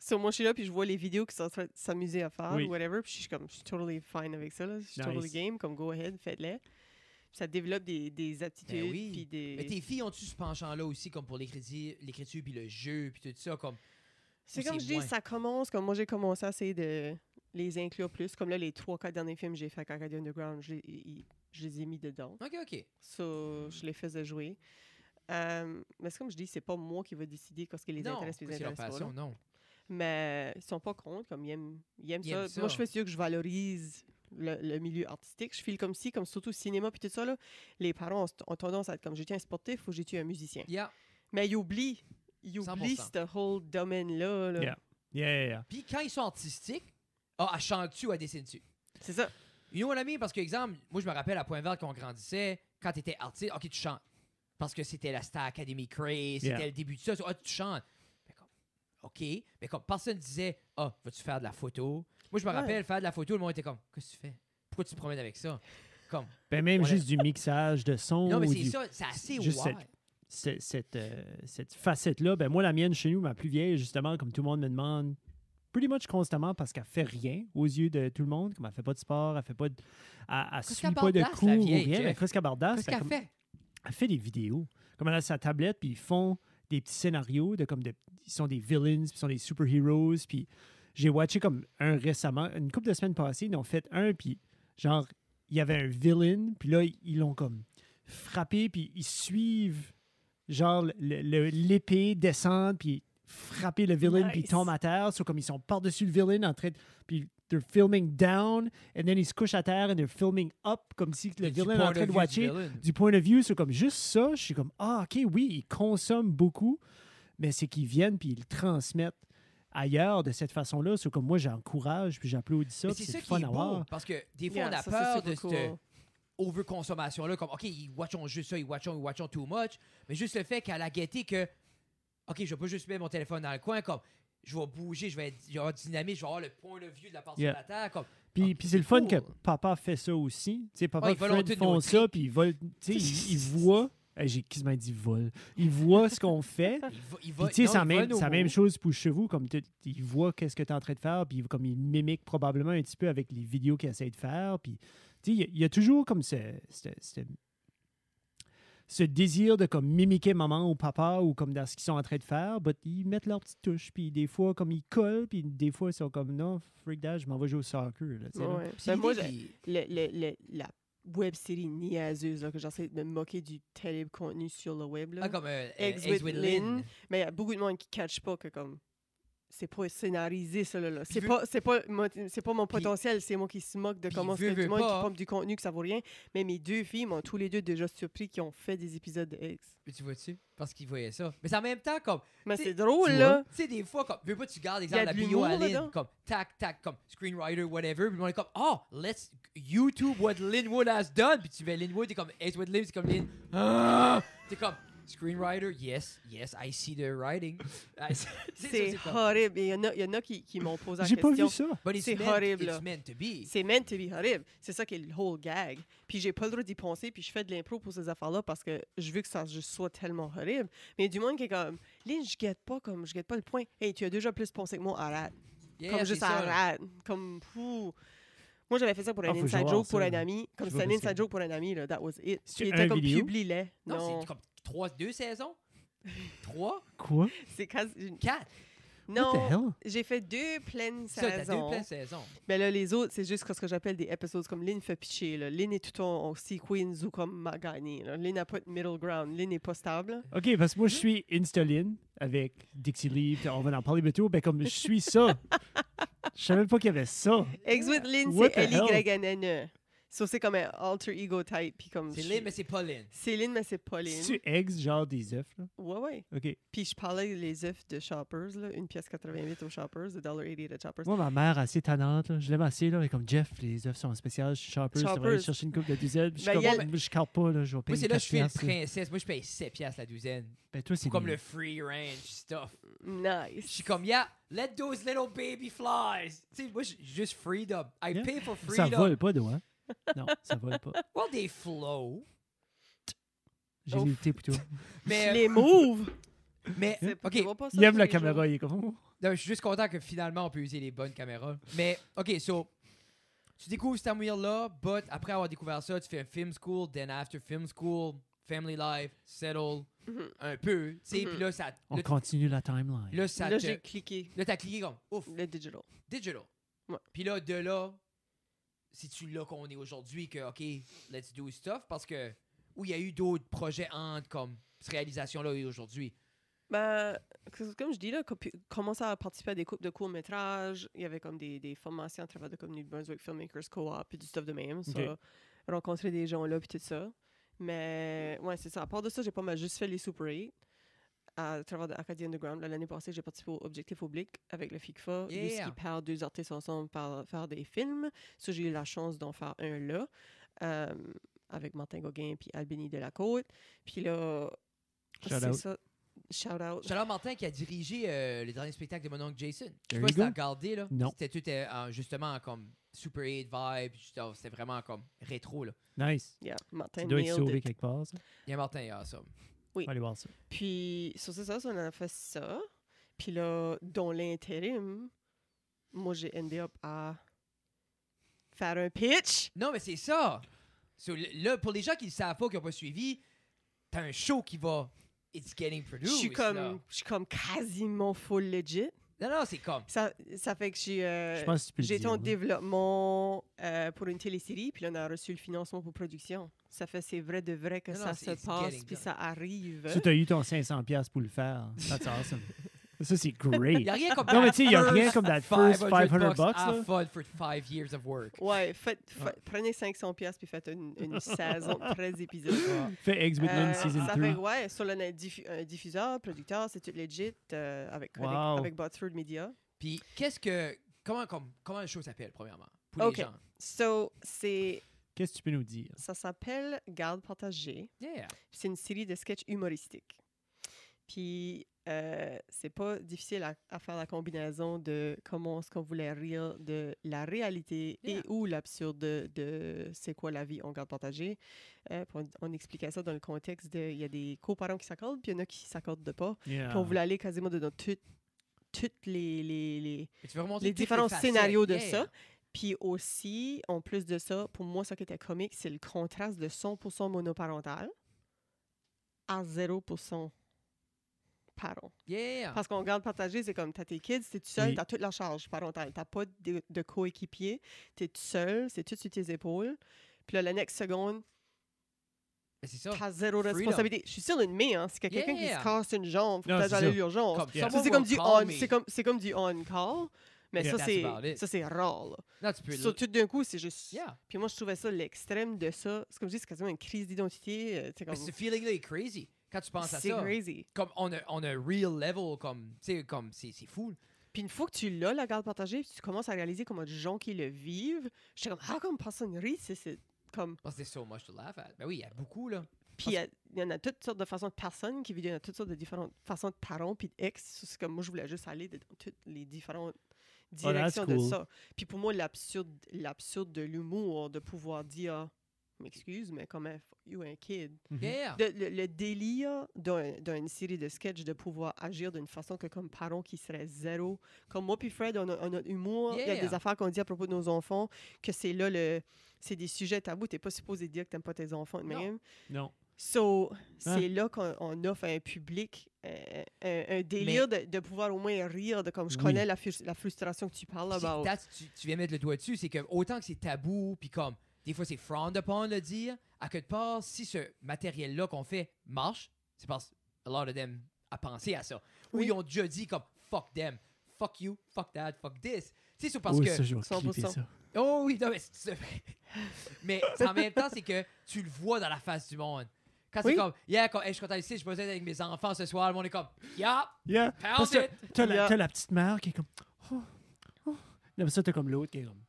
C: So, moi, je suis là, puis je vois les vidéos qu'ils sont en train de s'amuser à faire,
B: Oui.
C: ou whatever, puis je suis comme, je suis totally fine avec ça, là. Je suis totally
B: Nice.
C: game, comme go ahead, faites-les. Puis Ça développe des, des aptitudes,
A: Ben oui.
C: puis
A: Mais
C: des...
A: tes filles ont-tu ce penchant-là aussi, comme pour l'écriture, l'écriture, puis le jeu, puis tout ça, comme.
C: C'est
A: ou
C: comme
A: c'est
C: je dis,
A: moins?
C: ça commence, comme moi, j'ai commencé à essayer de les inclure plus. Comme là, les trois, quatre derniers films que j'ai fait avec Acadie Underground, je, les- ils- je les ai mis dedans.
A: Ok, ok. Hmm.
C: So, je les faisais jouer. Euh, mais c'est comme je dis, c'est pas moi qui va décider qu'est-ce qui les
A: non,
C: intéresse, les
A: c'est leur
C: intéresse pas. là.
A: passion, non.
C: mais ils sont pas contre, comme ils aiment, ils aiment
A: Ils
C: ça.
A: aiment ça.
C: Moi, je fais sûr que je valorise le, le milieu artistique. Je file comme si, comme surtout au cinéma puis tout ça, là, les parents ont, ont tendance à être comme j'ai tué un sportif ou j'ai tué un musicien.
A: Yeah.
C: Mais ils oublient, ils oublient
A: 100%.
C: ce whole domaine-là. là.
B: Yeah. Yeah, yeah, yeah.
A: Puis quand ils sont artistiques, ah, à chante-tu ou à dessine-tu?
C: C'est ça.
A: You know what I mean? Parce que, exemple, moi, je me rappelle à Pointe-Verte, quand on grandissait, quand t'étais artiste, OK, tu chantes. Parce que c'était la Star Academy Craze, c'était
B: Yeah.
A: le début de ça. Ah, tu chantes. Mais comme, OK. Mais comme personne disait, ah, vas-tu faire de la photo? Moi, je me
C: Ouais.
A: rappelle, faire de la photo, le monde était comme, qu'est-ce que tu fais? Pourquoi tu te promènes avec ça? Comme,
B: Ben même
A: On a-
B: juste du mixage de son
A: non, mais
B: ou
A: c'est
B: du-
A: ça, c'est assez
B: juste
A: wild.
B: ce- cette, euh, cette facette-là. Ben moi, la mienne chez nous, ma plus vieille, justement, comme tout le monde me demande, pretty much constamment parce qu'elle fait rien aux yeux de tout le monde, comme elle fait pas de sport, elle fait pas de, elle, elle
A: Qu'est-ce
B: suit
A: qu'elle
B: pas de
A: bardasse, la
B: cours ou
A: vieille,
B: rien,
A: Jeff?
B: mais presque abordasse.
A: Qu'est-ce qu'elle fait?
B: elle fait des vidéos. Comme elle a sa tablette, puis ils font des petits scénarios de comme de, ils sont des villains, puis ils sont des superheroes, puis j'ai watché comme un récemment, une couple de semaines passées, ils en ont fait un, puis genre il y avait un villain, puis là ils l'ont comme frappé, puis ils suivent genre le- le- l'épée descendre, puis frapper le villain, puis
C: Nice.
B: ils tombent à terre, so comme ils sont par-dessus le villain en train de, puis they're filming down, and then ils se couchent à terre, and they're filming up, comme si le
A: Du
B: villain est
A: point
B: en train de
A: vue du
B: watcher,
A: villain.
B: du point de vue, c'est comme juste ça, je suis comme ah ok oui, ils consomment beaucoup, mais c'est qu'ils viennent puis ils le transmettent ailleurs de cette façon-là, c'est comme moi j'encourage puis j'applaudis ça,
A: Mais
B: puis
A: c'est ça
B: c'est le
A: qui
B: fun
A: est
B: à
A: beau,
B: voir.
A: parce que des fois,
C: Yeah,
A: on a
C: ça, ça,
A: peur
C: c'est
A: de
C: beaucoup,
A: cette
C: ouais.
A: overconsommation-là, comme, OK, ils watchons juste ça, ils watchons, ils watchons too much, mais juste le fait qu'elle a guetté que, OK, je vais pas juste mettre mon téléphone dans le coin, comme, je vais bouger, je vais être je vais avoir dynamique, je vais avoir le point de vue de la personne
B: Yeah.
A: de la terre, comme,
B: Puis,
A: Ah,
B: puis c'est le
A: c'est
B: fun que
A: cool.
B: papa fait ça aussi. Tu sais, papa
A: Ouais,
B: et
A: ils volent
B: Fred
A: toutes nos
B: font ça, puis ils volent. Tu sais, ils, ils voient. Eh, J'ai quasiment dit vol. Ils voient ce qu'on fait.
A: il va, il
B: Puis
A: va
B: tu sais,
A: non, il
B: c'est la
A: va
B: même,
A: nos
B: c'est la même
A: mots.
B: chose pour chez vous. Comme tu- ils voient qu'est-ce que tu es en train de faire, puis comme ils mimiquent probablement un petit peu avec les vidéos qu'ils essayent de faire. Puis tu sais, il y a- il y, a toujours comme ce, ce- ce- ce désir de comme mimiquer maman ou papa ou comme dans ce qu'ils sont en train de faire, but ils mettent leur petite touche. Puis des fois, comme ils collent, puis des fois, ils sont comme non, freak dad, je m'en vais jouer au soccer. Là, tu sais, là.
C: Ouais.
A: Puis
C: Ben, moi,
A: l'idée,
C: j'ai-
A: puis-
C: le, le- le- la web série niaiseuse, là, que j'essaie de me moquer du terrible contenu sur le web. là.
A: ah, comme, euh, euh,
C: Eggs
A: Eggs
C: with
A: with Lynn.
C: Lynn. Mais il y a beaucoup de monde qui ne catch pas que comme c'est pas scénarisé, ça, là. là. C'est
A: veux-
C: pas, c'est pas, mon- c'est pas mon
A: Puis-
C: potentiel, c'est moi qui se moque de
A: Puis
C: comment
A: veux,
C: c'est
A: veux
C: du monde
A: pas.
C: qui pompe du contenu que ça vaut rien. Mais mes deux filles m'ont tous les deux déjà surpris qui ont fait des épisodes de X.
A: Mais tu vois-tu? Parce qu'ils voyaient ça. Mais c'est en même temps, comme,
C: Mais
A: Tu-
C: c'est drôle,
B: tu
C: là.
A: tu sais, des fois, comme, veux pas, tu gardes
C: y
A: l'exemple
C: a
A: de la
C: de
A: bio
C: l'humour
A: Aline,
C: là-dedans.
A: comme, tac, tac, comme, screenwriter, whatever. Puis le monde est comme, oh, let's YouTube what Linwood has done. Puis tu mets Linwood, t'es comme, it's what Lin, c'est comme Lin. Ah! T'es comme, screenwriter, yes, yes, I see the writing. I see- tu sais,
C: C'est
A: ça, comme-
C: horrible. Et Il y en a, il y en a qui, qui m'ont posé la
B: J'ai pas
C: question.
B: vu ça.
A: But it's
C: c'est
A: meant-
C: horrible,
A: It's
C: là.
A: meant to be.
C: C'est meant to be horrible. C'est ça qui est le whole gag. Puis j'ai pas le droit d'y penser, puis je fais de l'impro pour ces affaires-là parce que je veux que ça juste soit tellement horrible. Mais du monde qui est comme, Lynn, je guette pas, comme, je guette pas le point. Hey, tu as déjà plus pensé que moi, arrête.
A: Yeah,
C: comme
A: c'est
C: juste
A: ça, là.
C: arrête. Comme, fou. Moi, j'avais fait ça pour un
B: Ah, faut que je
C: inside
B: vois
C: joke
B: ça,
C: pour
B: là.
C: un ami. Comme
B: Je
C: c'était
B: vois
C: un
B: pas
C: inside
B: ça.
C: joke pour un ami, là. That was it.
B: C'est
C: Il
B: un
C: était comme,
B: vidéo?
C: publie-les.
A: Non,
C: Non.
A: c'est comme trois, deux saisons. Trois,
B: Quoi?
C: C'est quasi.
A: quatre.
B: What the
C: Non.
B: hell?
C: J'ai fait deux pleines
A: Ça, t'as deux
C: saisons.
A: pleines saisons.
C: Mais là, les autres, c'est juste ce que j'appelle des épisodes comme Lynn fait picher. Là. Lynn est tout en, en sequence ou comme Magani. Là. Lynn n'a pas de middle ground. Lynn n'est pas stable.
B: OK, parce que moi, je suis Instaline avec Dixie Lee, puis on va en parler bientôt. Ben, comme je suis ça. Je savais pas qu'il y avait ça.
C: Ex with Lynn,
B: What
C: c'est
B: the
C: Ellie
B: hell?
C: Greganane. E. So, c'est comme un alter ego type. Puis comme
A: C'est
C: je-
A: Lynn, mais c'est pas Lynn.
C: C'est Lynn, mais c'est pas Lynn.
B: Tu eggs, genre des œufs, là?
C: Ouais, ouais.
B: OK.
C: Puis je parlais des œufs de Shoppers, là, une pièce 88 aux Shoppers, de $1.80 de Shoppers.
B: Moi, ma mère, assez tannante, là. je l'aime assez, là, mais comme Jeff, les œufs sont spéciales, je suis shopper, je vais
C: Shoppers.
B: aller chercher une coupe de diesel, puis je suis
C: Ben,
B: comme,
C: y a-
B: oh, mais je carte pas, là, je vais payer
A: Moi, c'est là que je suis une
B: 4 piastres, là.
A: princesse. Moi, je paye 7 piastres la douzaine.
B: Ben, toi, c'est
A: Comme
B: des-
A: le free range stuff. Je
C: Nice.
A: suis comme, yeah, let those little baby flies. Tu sais, moi, je juste freedom. I
B: Yeah.
A: pay for freedom.
B: Ça vole pas, d'où, hein? Non, ça vole pas.
A: Well, they flow.
B: J'ai
C: Ouf.
B: évité plutôt.
A: Mais,
C: Les moves.
A: mais,
C: C'est-
A: ok,
C: tu vois pas ça
B: Il aime
C: tous
B: la
C: les jours.
B: caméra, il est comme. oh.
A: non, je suis juste content que finalement, on peut user les bonnes caméras. Mais, ok, so, tu découvres Sam Weir là, but après avoir découvert ça, tu fais un film school, then after film school, family life, settle,
C: Mhm.
A: un peu, tu sais,
C: Mhm.
A: puis là, ça,
B: On
A: là,
B: continue la timeline.
A: là, ça
C: Là,
A: te-
C: j'ai cliqué.
A: là, t'as cliqué comme, ouf,
C: Le digital.
A: digital.
C: Ouais.
A: Puis là, de là, c'est-tu là qu'on est aujourd'hui que, OK, let's do stuff? Parce que, où il y a eu d'autres projets entre comme cette réalisation-là et aujourd'hui.
C: Ben, c- comme je dis, là, copi- commencer à participer à des coupes de courts-métrages. Il y avait comme des, des formations à travers de community de Brunswick Filmmakers Co-op, puis du stuff de même. ça,
B: Ok.
C: rencontrer des gens là, puis tout ça. Mais, ouais, c'est ça. À part de ça, j'ai pas mal juste fait les Super 8 à travers de Acadie Underground. Là, L'année passée, j'ai participé au Objectif Oblique avec le FICFA,
A: Yeah.
C: qui part deux artistes ensemble par faire des films. Ça, j'ai eu la chance d'en faire un là, euh, avec Martin Gauguin puis Albini Delacôte. Puis là,
B: Shout
C: c'est
B: out.
C: ça. Shout out.
A: Chaleur Martin qui a dirigé euh, le dernier spectacle de mon oncle Jason. Je sais
B: There
A: pas
B: you
A: si t'as
B: go.
A: regardé, là.
B: Non.
A: C'était tout euh, en- justement comme Super 8 vibe. juste, oh, C'était vraiment comme rétro, là.
B: Nice.
C: Yeah, Martin
B: Tu dois être
C: nailed
B: sauvé
C: it.
B: quelque part, ça.
A: Il y a Martin, il y a ça.
B: On va aller voir ça.
C: Puis, sur c'est ça, ça, on a fait ça. Puis là, dans l'intérim, moi, j'ai endé up à faire un pitch.
A: Non, mais c'est ça. So, le- là, pour les gens qui ne savent pas, qui n'ont pas suivi, t'as un show qui va. It's getting
C: Je
A: produced.
C: suis
A: là.
C: comme, je suis comme quasiment full legit.
A: Non, non, c'est comme.
C: Ça, ça fait que j'ai, euh,
B: Je pense que tu peux le
C: j'ai été
B: dire, hein.
C: en
B: là.
C: développement euh, pour une télésérie, puis là, on a reçu le financement pour production. Ça fait, c'est vrai de vrai que
A: Non, non,
C: ça
A: c'est-
C: se
A: it's
C: passe,
A: getting
C: puis
A: done.
C: ça arrive.
B: Tu as eu ton 500$ piastres pour le faire. That's awesome. ça, c'est
A: Il
B: great.
A: n'y a rien comme
B: Non, mais tu sais, il y a rien
A: first
B: comme that first 500 bucks,
A: I
B: là.
A: fought for five years of work.
C: Ouais, faites, fa-
A: Ouais.
C: prenez 500$ piastres, puis faites une, une saison de 13 épisodes.
B: Fais Eggs with Lynn
C: Euh,
B: Season
C: ça
B: 3.
C: fait, ouais, sur le net, diffu- un diffuseur, producteur, c'est tout legit, euh, avec, chronique-
B: Wow.
C: avec Botsford Media.
A: Puis qu'est-ce que. Comment, comme, comment le show s'appelle, premièrement, pour
C: Ok.
A: les gens?
C: So, c'est,
B: Qu'est-ce que tu peux nous dire?
C: ça s'appelle Garde partagée.
A: Yeah.
C: C'est une série de sketchs humoristiques. Puis, euh, c'est pas difficile à, à faire la combinaison de comment est-ce qu'on voulait rire de la réalité
A: Yeah.
C: et ou l'absurde de, de c'est quoi la vie en garde partagée. Euh, puis on, on expliquait ça dans le contexte de, il y a des coparents qui s'accordent, puis il y en a qui s'accordent de pas.
B: Yeah.
C: Puis on voulait aller quasiment dedans toutes toutes les, les, les-
A: Et tu veux remonter
C: les
A: toutes
C: différents
A: facettes.
C: scénarios de
A: Yeah.
C: ça. Puis aussi, en plus de ça, pour moi, ça qui était comique, c'est le contraste de 100% monoparental à 0% parent.
A: Yeah.
C: Parce qu'on garde partagé, c'est comme, t'as tes kids, t'es tout seul,
B: Oui.
C: t'as toute la charge parentale. T'as pas de, de coéquipier, t'es tout seul, c'est tout sur tes épaules. Puis là, la next seconde,
A: Mais Ben, c'est ça.
C: T'as zéro
A: Oh, Freedom.
C: responsabilité. Je suis sur une main, hein. C'est que quelqu'un qui
A: Yeah.
C: se casse une jambe, faut
B: Non,
C: que
B: c'est
C: t'ailles à
B: ça.
C: l'urgence.
A: Comme
C: Ça,
B: Yeah.
C: C'est
A: someone
C: comme
A: will
C: du
A: call
C: on,
A: me.
C: c'est comme c'est comme du on call, mais
B: Yeah.
C: ça
A: That's about
C: c'est
A: it.
C: ça c'est rare. là.
A: Non, tu peux
C: Ça, tout d'un coup, c'est juste.
A: Yeah.
C: Puis moi, je trouvais ça l'extrême de ça. C'est comme je dis, c'est quasiment une crise d'identité. euh, c'est
A: Mais
C: comme-
A: ce feeling-là est crazy quand tu penses à
C: C'est
A: ça.
C: crazy.
A: Comme on a, on a real level, comme, tu sais, comme, c'est c'est fou.
C: Puis une fois que tu l'as, la garde partagée, puis tu commences à réaliser comment des gens qui le vivent, j'étais comme, ah, comme personne rit, c'est- c'est comme.
A: Parce que c'est so much to laugh at. Ben oui, il y a beaucoup, là.
C: Puis il y a- il y, en a toutes sortes de façons de personnes qui vivent, il y en a toutes sortes de différentes façons de parents, puis d'ex. C'est comme moi, je voulais juste aller dans toutes les différentes
B: Oh, that's
C: directions de
B: cool.
C: ça. Puis pour moi, l'absurde l'absurde de l'humour, de pouvoir dire, ah, m'excuse, mais comment f- you un kid?
A: Yeah.
C: De- le, le délire d'un- d'une série de sketchs de pouvoir agir d'une façon que comme parents qui serait zéro. Comme moi puis Fred, on a, on a de l'humour. Il y a
A: Yeah.
C: des affaires qu'on dit à propos de nos enfants, que c'est là le... C'est des sujets tabous. T'es pas supposé dire que t'aimes pas tes enfants de
A: Non.
C: même.
B: Non.
C: So,
B: Hein?
C: c'est là qu'on on offre à un public euh, un, un délire de, de pouvoir au moins rire de comme je
B: Oui.
C: connais la, frus- la frustration que tu parles
A: C'est-
C: là-bas.
A: that's- tu, tu viens mettre le doigt dessus, c'est que autant que c'est tabou, puis comme des fois c'est frowned upon le dire, à quelque part, si ce matériel-là qu'on fait marche, c'est parce que a lot of them a pensé à ça. Ou
C: Oui.
A: ils ont déjà dit comme fuck them, fuck you, fuck that, fuck this. Tu sais, c'est parce
B: Oui,
A: que.
B: Oh, ça, je vais
C: 100%.
B: clipper ça.
A: Oh oui, non, mais c'est ça. mais en même temps, c'est que tu le vois dans la face du monde. Quand
C: Oui.
A: c'est comme, hier, quand, hey, je suis content ici, je posais avec mes enfants ce soir, le monde est comme, yeah,
B: Yeah.
A: pound
B: Parce que
A: it.
B: t'as la,
C: Yeah.
B: t'as la petite mère qui est comme. Oh, oh. Là, mais ça, t'as comme l'autre qui est comme.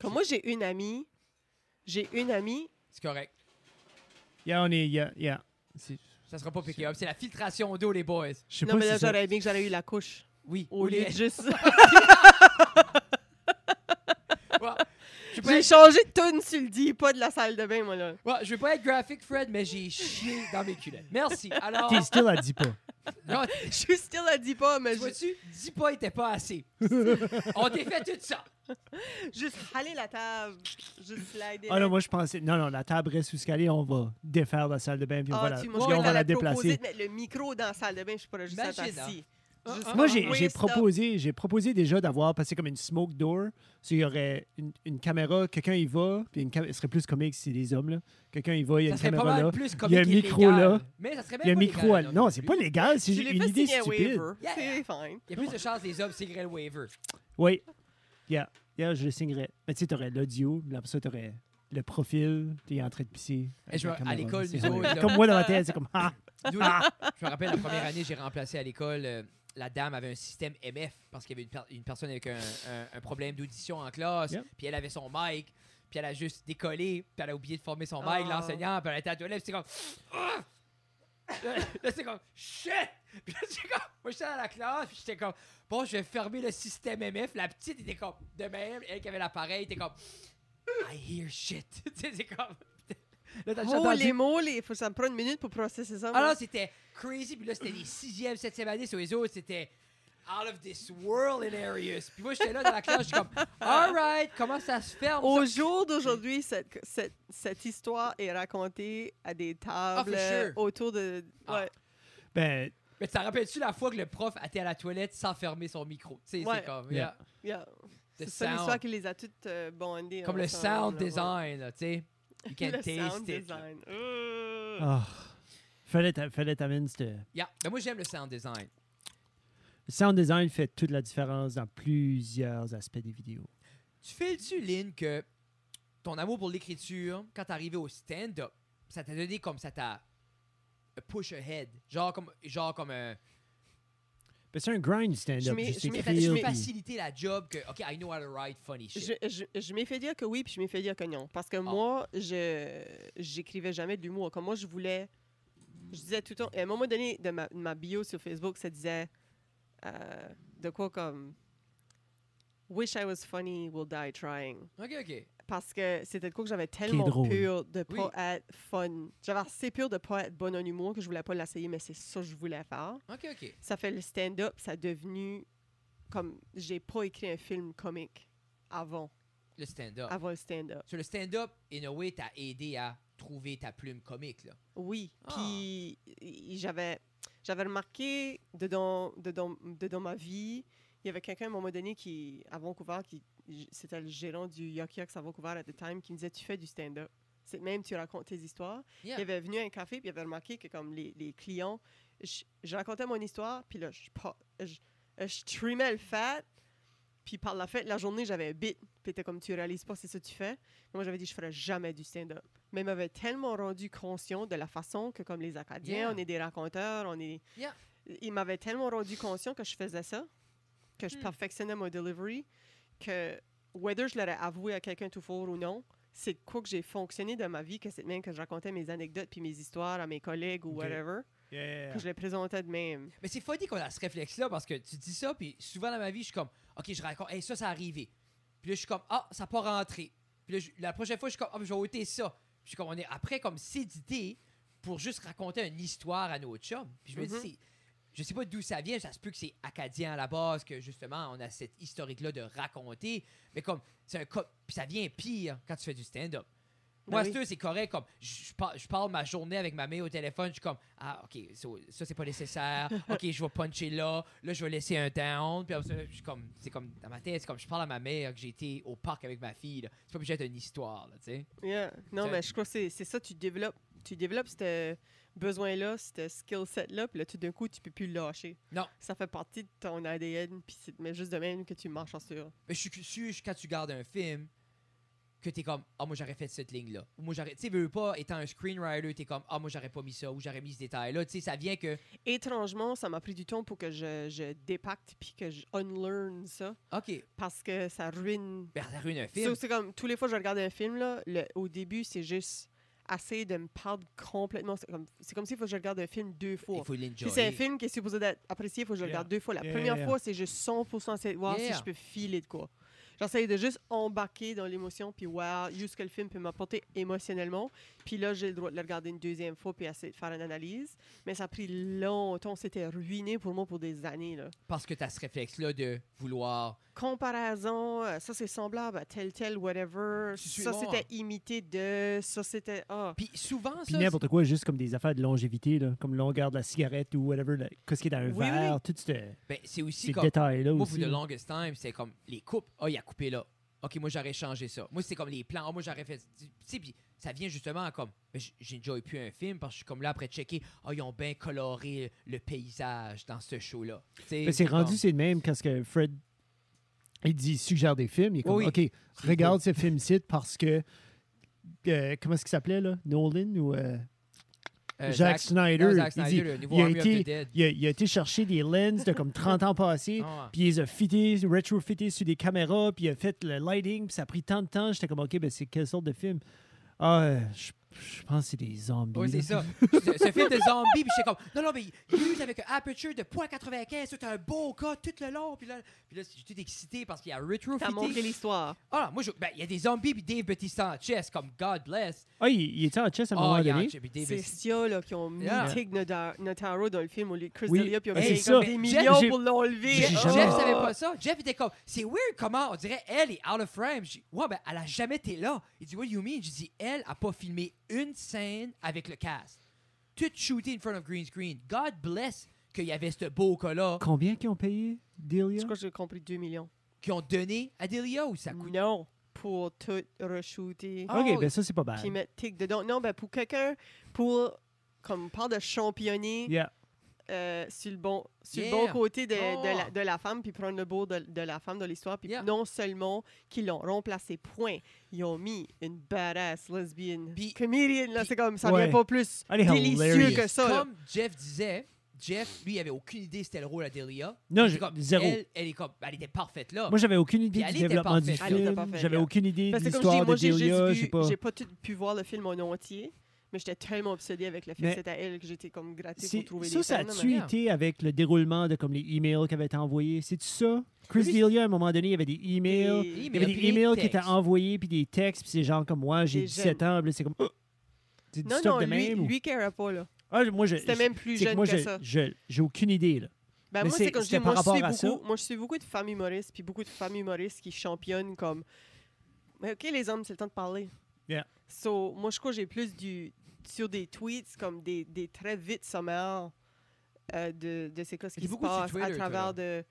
C: Comme moi, j'ai une amie, j'ai une amie,
A: C'est correct.
B: Yeah, on est. Yeah, yeah. C'est-
A: Ça sera pas piqué up. C'est la filtration d'eau, les boys.
B: Je sais
C: non
B: pas
C: mais là,
B: si ça-
C: j'aurais bien que j'aurais eu la couche
A: Oui.
C: au
A: oui,
C: lieu de
A: les-
C: juste...
A: Ouais. Je vais
C: J'ai
A: pas
C: changé de tune, tu le dis, pas de la salle de bain, moi, là.
A: être- ouais, je vais pas être graphique, Fred, mais j'ai chié dans mes culottes. Merci. Alors,
B: T'es still, elle dit pas.
A: non,
C: Je suis still à dis pas, mais
A: tu
C: je-
A: vois-tu, dis pas, il était pas assez. On t'a fait tout ça.
C: juste aller la table, juste slider.
B: Ah non, moi, je pensais. Non, non, la table reste sous escalier, on va défaire la salle de bain, puis on
C: Ah,
B: va la,
C: tu m'as-
B: puis
C: je
B: on va la
C: t'aurais proposé
B: déplacer.
C: de mettre le micro dans la salle de bain, je pourrais juste être
A: Imagine,
C: assis.
A: hein.
C: Juste
A: Ah, ah,
B: Moi,
A: ah,
B: j'ai
C: oui,
B: j'ai
C: stop.
B: proposé, j'ai proposé déjà d'avoir passé comme une smoke door. Il y aurait une, une caméra, quelqu'un y va, puis une cam- ce serait plus comique si c'est des hommes, là. Quelqu'un y va, il y a
A: Ça
B: une
A: serait pas
B: caméra
A: mal
B: là.
A: plus
B: il y a
A: comique
B: un
A: et
B: micro,
A: légal,
B: là.
A: Mais ça serait même
B: Il y a un
A: pas
B: micro
A: légal,
B: à-
A: non,
B: Non,
A: non
B: c'est
A: plus.
B: pas légal, c'est
C: Je l'ai
B: une
C: fait
B: idée
C: signer un
B: stupide.
C: waiver.
A: Yeah.
C: C'est fine.
A: Il y a plus de chances des hommes s'écrire le waiver.
B: Oui. Yeah. Yeah, je le signerais. Mais tu sais, t'aurais l'audio, puis après ça, t'aurais le profil, puis il est en train de pisser. avec
A: je
B: la
A: vois, à
B: caméra.
A: l'école,
B: C'est
A: nous autres,
B: vrai.
A: là.
B: Comme moi, dans ma tête, c'est comme, ah,
A: Nous, là, je me rappelle, la première année, j'ai remplacé à l'école, euh, la dame avait un système MF parce qu'il y avait une, per- une personne avec un, un- un problème d'audition en classe,
B: Yep.
A: puis elle avait son mic, puis elle a juste décollé, puis elle a oublié de former son
C: Ah.
A: mic, l'enseignant, puis elle était à la toilette, puis c'est comme. Ah! Là, là, c'est comme shit! Puis là, c'est comme. Moi, j'étais dans la classe, puis j'étais comme. Bon, je vais fermer le système MF. La petite était comme. De même, elle qui avait l'appareil, était comme. I hear shit. tu sais, c'est comme. Là, t'as déjà
C: Oh,
A: entendu
C: les mots, les... Faut, ça me prend une minute pour processer ça. moi.
A: alors Ah c'était crazy. Puis là, c'était les sixièmes, septièmes années. Sur les autres, c'était out of this world hilarious. Puis moi, j'étais là dans la classe, je suis comme, all right, comment ça se ferme?
C: Au
A: ça?
C: jour d'aujourd'hui, cette, cette, cette histoire est racontée à des tables
A: Ah, for sure.
C: autour de.
A: Ah.
C: Ouais.
B: ben,
A: Mais tu te rappelles-tu la fois que le prof était à la toilette sans fermer son micro? Tu sais,
C: Ouais.
A: c'est comme,
B: Yeah.
A: yeah.
C: yeah.
A: The
C: C'est ça
A: sound.
C: l'histoire qui les a toutes euh, bondées.
A: comme le
C: ensemble,
A: sound
C: là, ouais.
A: design, là, tu sais. You can
C: Le
A: taste
C: sound
A: it. là.
C: design. Euh.
B: ah. Fallait t'a- fallait t'amener cette-
A: Yeah. Mais moi, j'aime le sound design.
B: Le sound design fait toute la différence dans plusieurs aspects des vidéos.
A: Tu fais-tu, Lynn, que ton amour pour l'écriture, quand t'es arrivé au stand-up, ça t'a donné comme ça t'a a push ahead? Genre comme, genre comme euh, un.
B: Ben, c'est un grind
C: Je
B: stand-up.
C: mets-
B: juste
C: je mets-
A: Mais fait- je
B: écrire,
A: vais
B: puis-
A: faciliter la job que, OK, I know how to write funny shit.
C: Je, je, je m'ai fait dire que oui, puis je m'ai fait dire que non. Parce que moi, je j'écrivais jamais de l'humour. Comme moi, je voulais. Je disais tout le temps. À un moment donné, de ma, de ma bio sur Facebook, ça disait euh, de quoi comme. Wish I was funny, will die trying.
A: OK, OK.
C: Parce que c'était de quoi que j'avais tellement
B: drôle.
C: pur de
A: Oui.
C: pas être fun. J'avais assez pur de pas être bonne en humour que je voulais pas l'essayer, mais c'est ça que je voulais faire.
A: OK, OK.
C: Ça fait le stand-up, ça a devenu comme. J'ai pas écrit un film comique avant,
A: Le stand-up.
C: avant le stand-up.
A: Sur le stand-up, in a way, t'as aidé à trouver ta plume comique, là.
C: Oui,
A: Ah.
C: puis i- j'avais j'avais remarqué dedans, dedans, dedans ma vie, il y avait quelqu'un à un moment donné qui, à Vancouver, qui j- c'était le gérant du Yuck Yucks à Vancouver at the time, qui me disait Tu fais du stand-up. c'est même tu racontes tes histoires.
A: Yeah.
C: Il avait venu à un café, puis il avait remarqué que comme les, les clients, je, je racontais mon histoire, puis là, je, pa- je, je trimais le fat, puis par la fin de la journée, j'avais un bit. Puis t'es comme, tu réalises pas, c'est ça que tu fais. Moi, j'avais dit, je ferais jamais du stand-up. Mais il m'avait tellement rendu conscient de la façon que, comme les Acadiens,
A: Yeah.
C: on est des raconteurs, on est...
A: Yeah.
C: Il m'avait tellement rendu conscient que je faisais ça, que je
A: Hmm.
C: perfectionnais mon delivery, que, whether je l'aurais avoué à quelqu'un tout fort ou non, c'est de quoi que j'ai fonctionné dans ma vie, que c'est de même que je racontais mes anecdotes puis mes histoires à mes collègues ou
B: Ok.
C: whatever,
B: Yeah.
C: que je les présentais de même.
A: Mais c'est funny qu'on a ce réflexe-là parce que tu dis ça, puis souvent dans ma vie, je suis comme, OK, je raconte, hey, ça, ça arrivé. Puis là, je suis comme, ah, ça n'a pas rentré. Puis là, je- la prochaine fois, je suis comme, ah, je vais ôter ça. Puis je suis comme, on est après comme sédité pour juste raconter une histoire à nos chums. Puis je me
C: Mhm.
A: dis, c'est- je sais pas d'où ça vient, ça se peut que c'est acadien à la base, que justement, on a cette historique-là de raconter, mais comme, c'est un co- puis ça vient pire quand tu fais du stand-up.
C: Ben
A: Moi,
C: oui.
A: c'est sûr, c'est correct. Comme je, je par- je parle ma journée avec ma mère au téléphone, je suis comme ah ok, so- ça c'est pas nécessaire. ok, je vais puncher là, là je vais laisser un down. Puis après ça, je suis comme c'est comme dans ma tête, c'est comme je parle à ma mère que j'ai été au parc avec ma fille. là. C'est pas obligé d'être une histoire, là, tu sais.
C: Yeah. Non,
A: C'est-
C: mais je crois que c'est- c'est ça, tu développes, tu développes ce besoin-là, ce skill set-là, puis là, tout d'un coup, tu peux plus le lâcher.
A: Non.
C: Ça fait partie de ton ADN, puis c'est mais juste de même que tu marches en sur.
A: Mais je suis sûr que quand tu gardes un film que t'es comme ah moi j'aurais fait cette ligne là ou moi j'aurais tu sais veux veux pas étant un screenwriter t'es comme ah moi j'aurais pas mis ça ou j'aurais mis ce détail là tu sais ça vient que
C: Étrangement, ça m'a pris du temps pour que je, je dépacte puis que je unlearn ça,
A: ok
C: parce que ça ruine
A: ben ça ruine un
C: So,
A: film
C: C'est comme, tous les fois que je regarde un film, là, le- au début, c'est juste assez de me perdre complètement. C'est comme, c'est comme si faut que je regarde un film deux
A: il
C: fois.
A: faut
C: Si c'est un
A: l'enjoyer
C: film qui est supposé être apprécié, il faut que je le
B: Yeah.
C: regarde deux fois. La
B: Yeah,
C: première
B: yeah, yeah.
C: fois, c'est juste 100% essayer de voir
A: Yeah.
C: si je peux filer de quoi. J'essaie de juste embarquer dans l'émotion, puis voir juste ce que le film peut m'apporter émotionnellement. Puis là, j'ai le droit de le regarder une deuxième fois, puis essayer de faire une analyse. Mais ça a pris longtemps. C'était ruiné pour moi pour des années. Là
A: parce que t'as ce réflexe là de vouloir
C: comparaison, euh, ça c'est semblable à tel tel whatever,
A: Tu suis
C: ça
A: bon, hein.
C: c'était imité de, ça c'était ah.
A: Puis souvent,
B: Puis
A: ça,
B: n'importe quoi, juste comme des affaires de longévité, là, comme longueur de la cigarette ou whatever, là, qu'est-ce qui est dans un
C: Oui, oui,
B: verre, tous ces
A: c'est- ben, c'est aussi
B: ces
A: comme.
B: détails-là
A: Moi, pour
B: aussi.
A: The
B: là.
A: Longest Time, c'est comme les coupes. Ah, il a coupé là. Ok, moi, j'aurais changé ça. Moi, c'est comme les plans. Ah, moi, j'aurais fait. Tu sais, puis ça vient justement à comme. ben, j- J'ai déjà pu un film parce que je suis comme là après checker. Ah, ils ont bien coloré le paysage dans ce show-là. Tu sais,
B: Mais c'est
A: comme-
B: rendu, c'est le même quand ce que Fred il dit, il suggère des films. Il est comme,
A: Oui,
B: OK, regarde ce film-ci parce que. euh, comment est-ce qu'il s'appelait, là Nolan ou euh,
A: Euh,
B: Jack
A: Zack-
B: Snyder
A: non, Zack
B: Il dit-
A: Snyder, le nouveau
B: il a
A: Army
B: été-
A: of the Dead.
B: il a, il a été chercher des lenses de comme 30 ans passés,
A: Ah,
B: puis il les a fités, retrofittés sur des caméras, puis il a fait le lighting, puis ça a pris tant de temps. J'étais comme, OK, ben c'est quelle sorte de film Ah, euh, je, je pense que c'est des zombies.
A: Oui,
B: là.
A: c'est ça. ce, ce film de zombie, puis j'étais comme, non, non, mais il use avec un aperture de 0.95, c'est un beau gars tout le long. Puis là, puis là j'étais tout excité parce qu'il a
C: T'as montré
A: retrofité.
C: l'histoire.
A: Ah, moi, je- ben, il y a des zombies puis Dave Bautista en chess, comme God bless.
B: Ah, il, il était en chess à un
A: Ah,
B: moment
A: il y a un
B: donné.
A: chess, puis Dave
C: C'est
A: Bautista-
C: ça là qui ont mis
A: Yeah.
C: Tig Nota- Notaro dans le film au lieu de Chris
B: Oui,
C: D'Elia puis ils ont
B: ben,
C: payé
B: c'est
C: comme
B: ça.
C: des
A: Jeff-
C: millions
B: j'ai-
C: pour l'enlever.
B: j'ai
C: Ah!
B: jamais-
A: Jeff savait pas ça. Jeff était comme, c'est weird comment on dirait elle est out of frame. J'ai dit, ouais, ben, elle a jamais été là. Il dit, what do you mean? J'ai dit, elle a pas filmé une scène avec le cast. Tout shooté in front of green screen. God bless qu'il y avait ce beau cas-là
B: Combien qu'ils ont payé, Delia
C: Je crois que j'ai compris 2 millions.
A: qu'ils ont donné à Delia ou
B: Ah,
A: ça coûte.
C: Non, pour tout re-shooter.
A: Ah,
B: OK,
A: oh,
B: ben ça, c'est pas mal.
C: Puis mettre Tig dedans. Non, ben pour quelqu'un, pour comme on parle de championner
B: Yeah.
C: euh, sur le bon, sur
A: Yeah.
C: le bon côté de,
A: Oh.
C: de la, de la femme, puis prendre le beau de, de la femme dans l'histoire. Puis
A: Yeah.
C: non seulement qu'ils l'ont remplacé, point, ils ont mis une badass lesbienne
A: Puis-
C: comédienne. Là,
A: puis-
C: c'est comme, ça
B: Ouais.
C: vient pas plus
B: Elle est
C: délicieux
B: hilarious.
C: que ça. là.
A: Comme Jeff disait, Jeff, lui, il avait aucune idée c'était le rôle à Delia.
B: Non,
A: Il
B: j'ai-
A: est comme,
B: zéro.
A: Elle, elle est comme, elle était parfaite là.
B: Moi, j'avais aucune
A: Puis
B: idée du
A: elle était
B: développement du
A: parfaite. Elle
C: était
B: film.
C: parfaite,
B: J'avais
C: yeah.
B: aucune idée de
C: Parce que comme je dis,
B: l'histoire
C: moi,
B: de
C: j'ai
B: Delia. Je
C: juste
B: sais
C: vu,
B: pas.
C: j'ai pas tout pu voir le film en entier, mais j'étais tellement obsédée avec le film.
B: Mais-
C: C'était elle que j'étais comme grattée
B: C'est-
C: pour trouver
B: Ça,
C: des
B: ça
C: fans,
B: a-tu
A: manière?
B: été avec le déroulement de comme les emails qui avaient été envoyés? C'est-tu ça? Chris
A: Lui-
B: Delia, à un moment donné, il y avait des
C: mais- Et-
B: emails.
A: Il
B: Il y avait
A: puis
B: des
A: les
B: emails qui
A: textes.
B: étaient envoyés, puis des textes, puis c'est genre comme moi, j'ai
C: Des
B: 17 ans, puis là, c'est comme. Oh! C'est du
C: Non,
B: stuff
C: non,
B: de
C: lui,
B: même? ou-
C: lui qui era pas, là.
B: Ah, moi, je.
C: C'était
B: je-
C: même plus
B: c'est que
C: jeune
B: moi,
C: que
B: je-
C: ça.
B: je- J'ai aucune idée, là.
C: Ben,
B: Mais
C: moi,
B: c'est-
C: c'est comme je
B: c'était
C: dis, moi,
B: par
C: je suis
B: rapport à
C: beaucoup,
B: ça.
C: moi, je suis beaucoup de femmes humoristes, puis beaucoup de femmes humoristes qui championne comme. Mais OK, les hommes, c'est le temps de parler.
B: Yeah.
C: So, moi, je crois que j'ai plus du. Sur des tweets, comme des, des très vite sommaires euh, de, de ces choses
A: T'es
C: qui se
A: beaucoup sur
C: passent à
A: Twitter, toi,
C: travers
A: là.
C: de.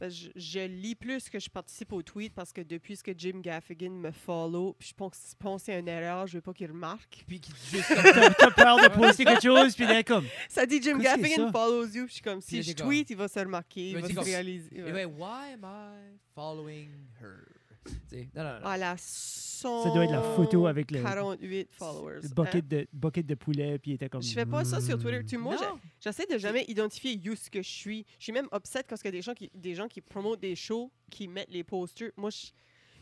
C: Ben, Je, je lis plus que je participe aux tweets parce que depuis ce que Jim Gaffigan me follow, puis je pense, je pense que c'est une erreur, je veux pas qu'il remarque.
A: Puis qui dit juste comme
B: T'as t'as peur de poster quelque chose, puis là, comme.
C: Ça dit Jim
B: Qu'est-ce que c'est
C: Gaffigan
B: ça?
C: follows you, puis je suis comme
A: là,
C: si je
A: t'es comme-
C: tweet, il va se remarquer,
A: Il
C: il
A: va
C: va
A: dire
C: se
A: comme-
C: réaliser.
A: Eh
C: ouais.
A: ben, why am I following her? Tu sais, non, non, non.
C: À la
B: Ça doit être la photo avec le-
C: 48 followers.
B: Le
C: hein.
B: bucket, de, bucket de poulet, puis il était comme.
C: Je fais pas ça sur Twitter.
B: hmm.
C: Tu moi,
A: Non.
C: je- j'essaie de jamais identifier you ce que je suis. Je suis même upset quand il y a des gens qui des gens qui promotent des shows, qui mettent les posters. Moi, je,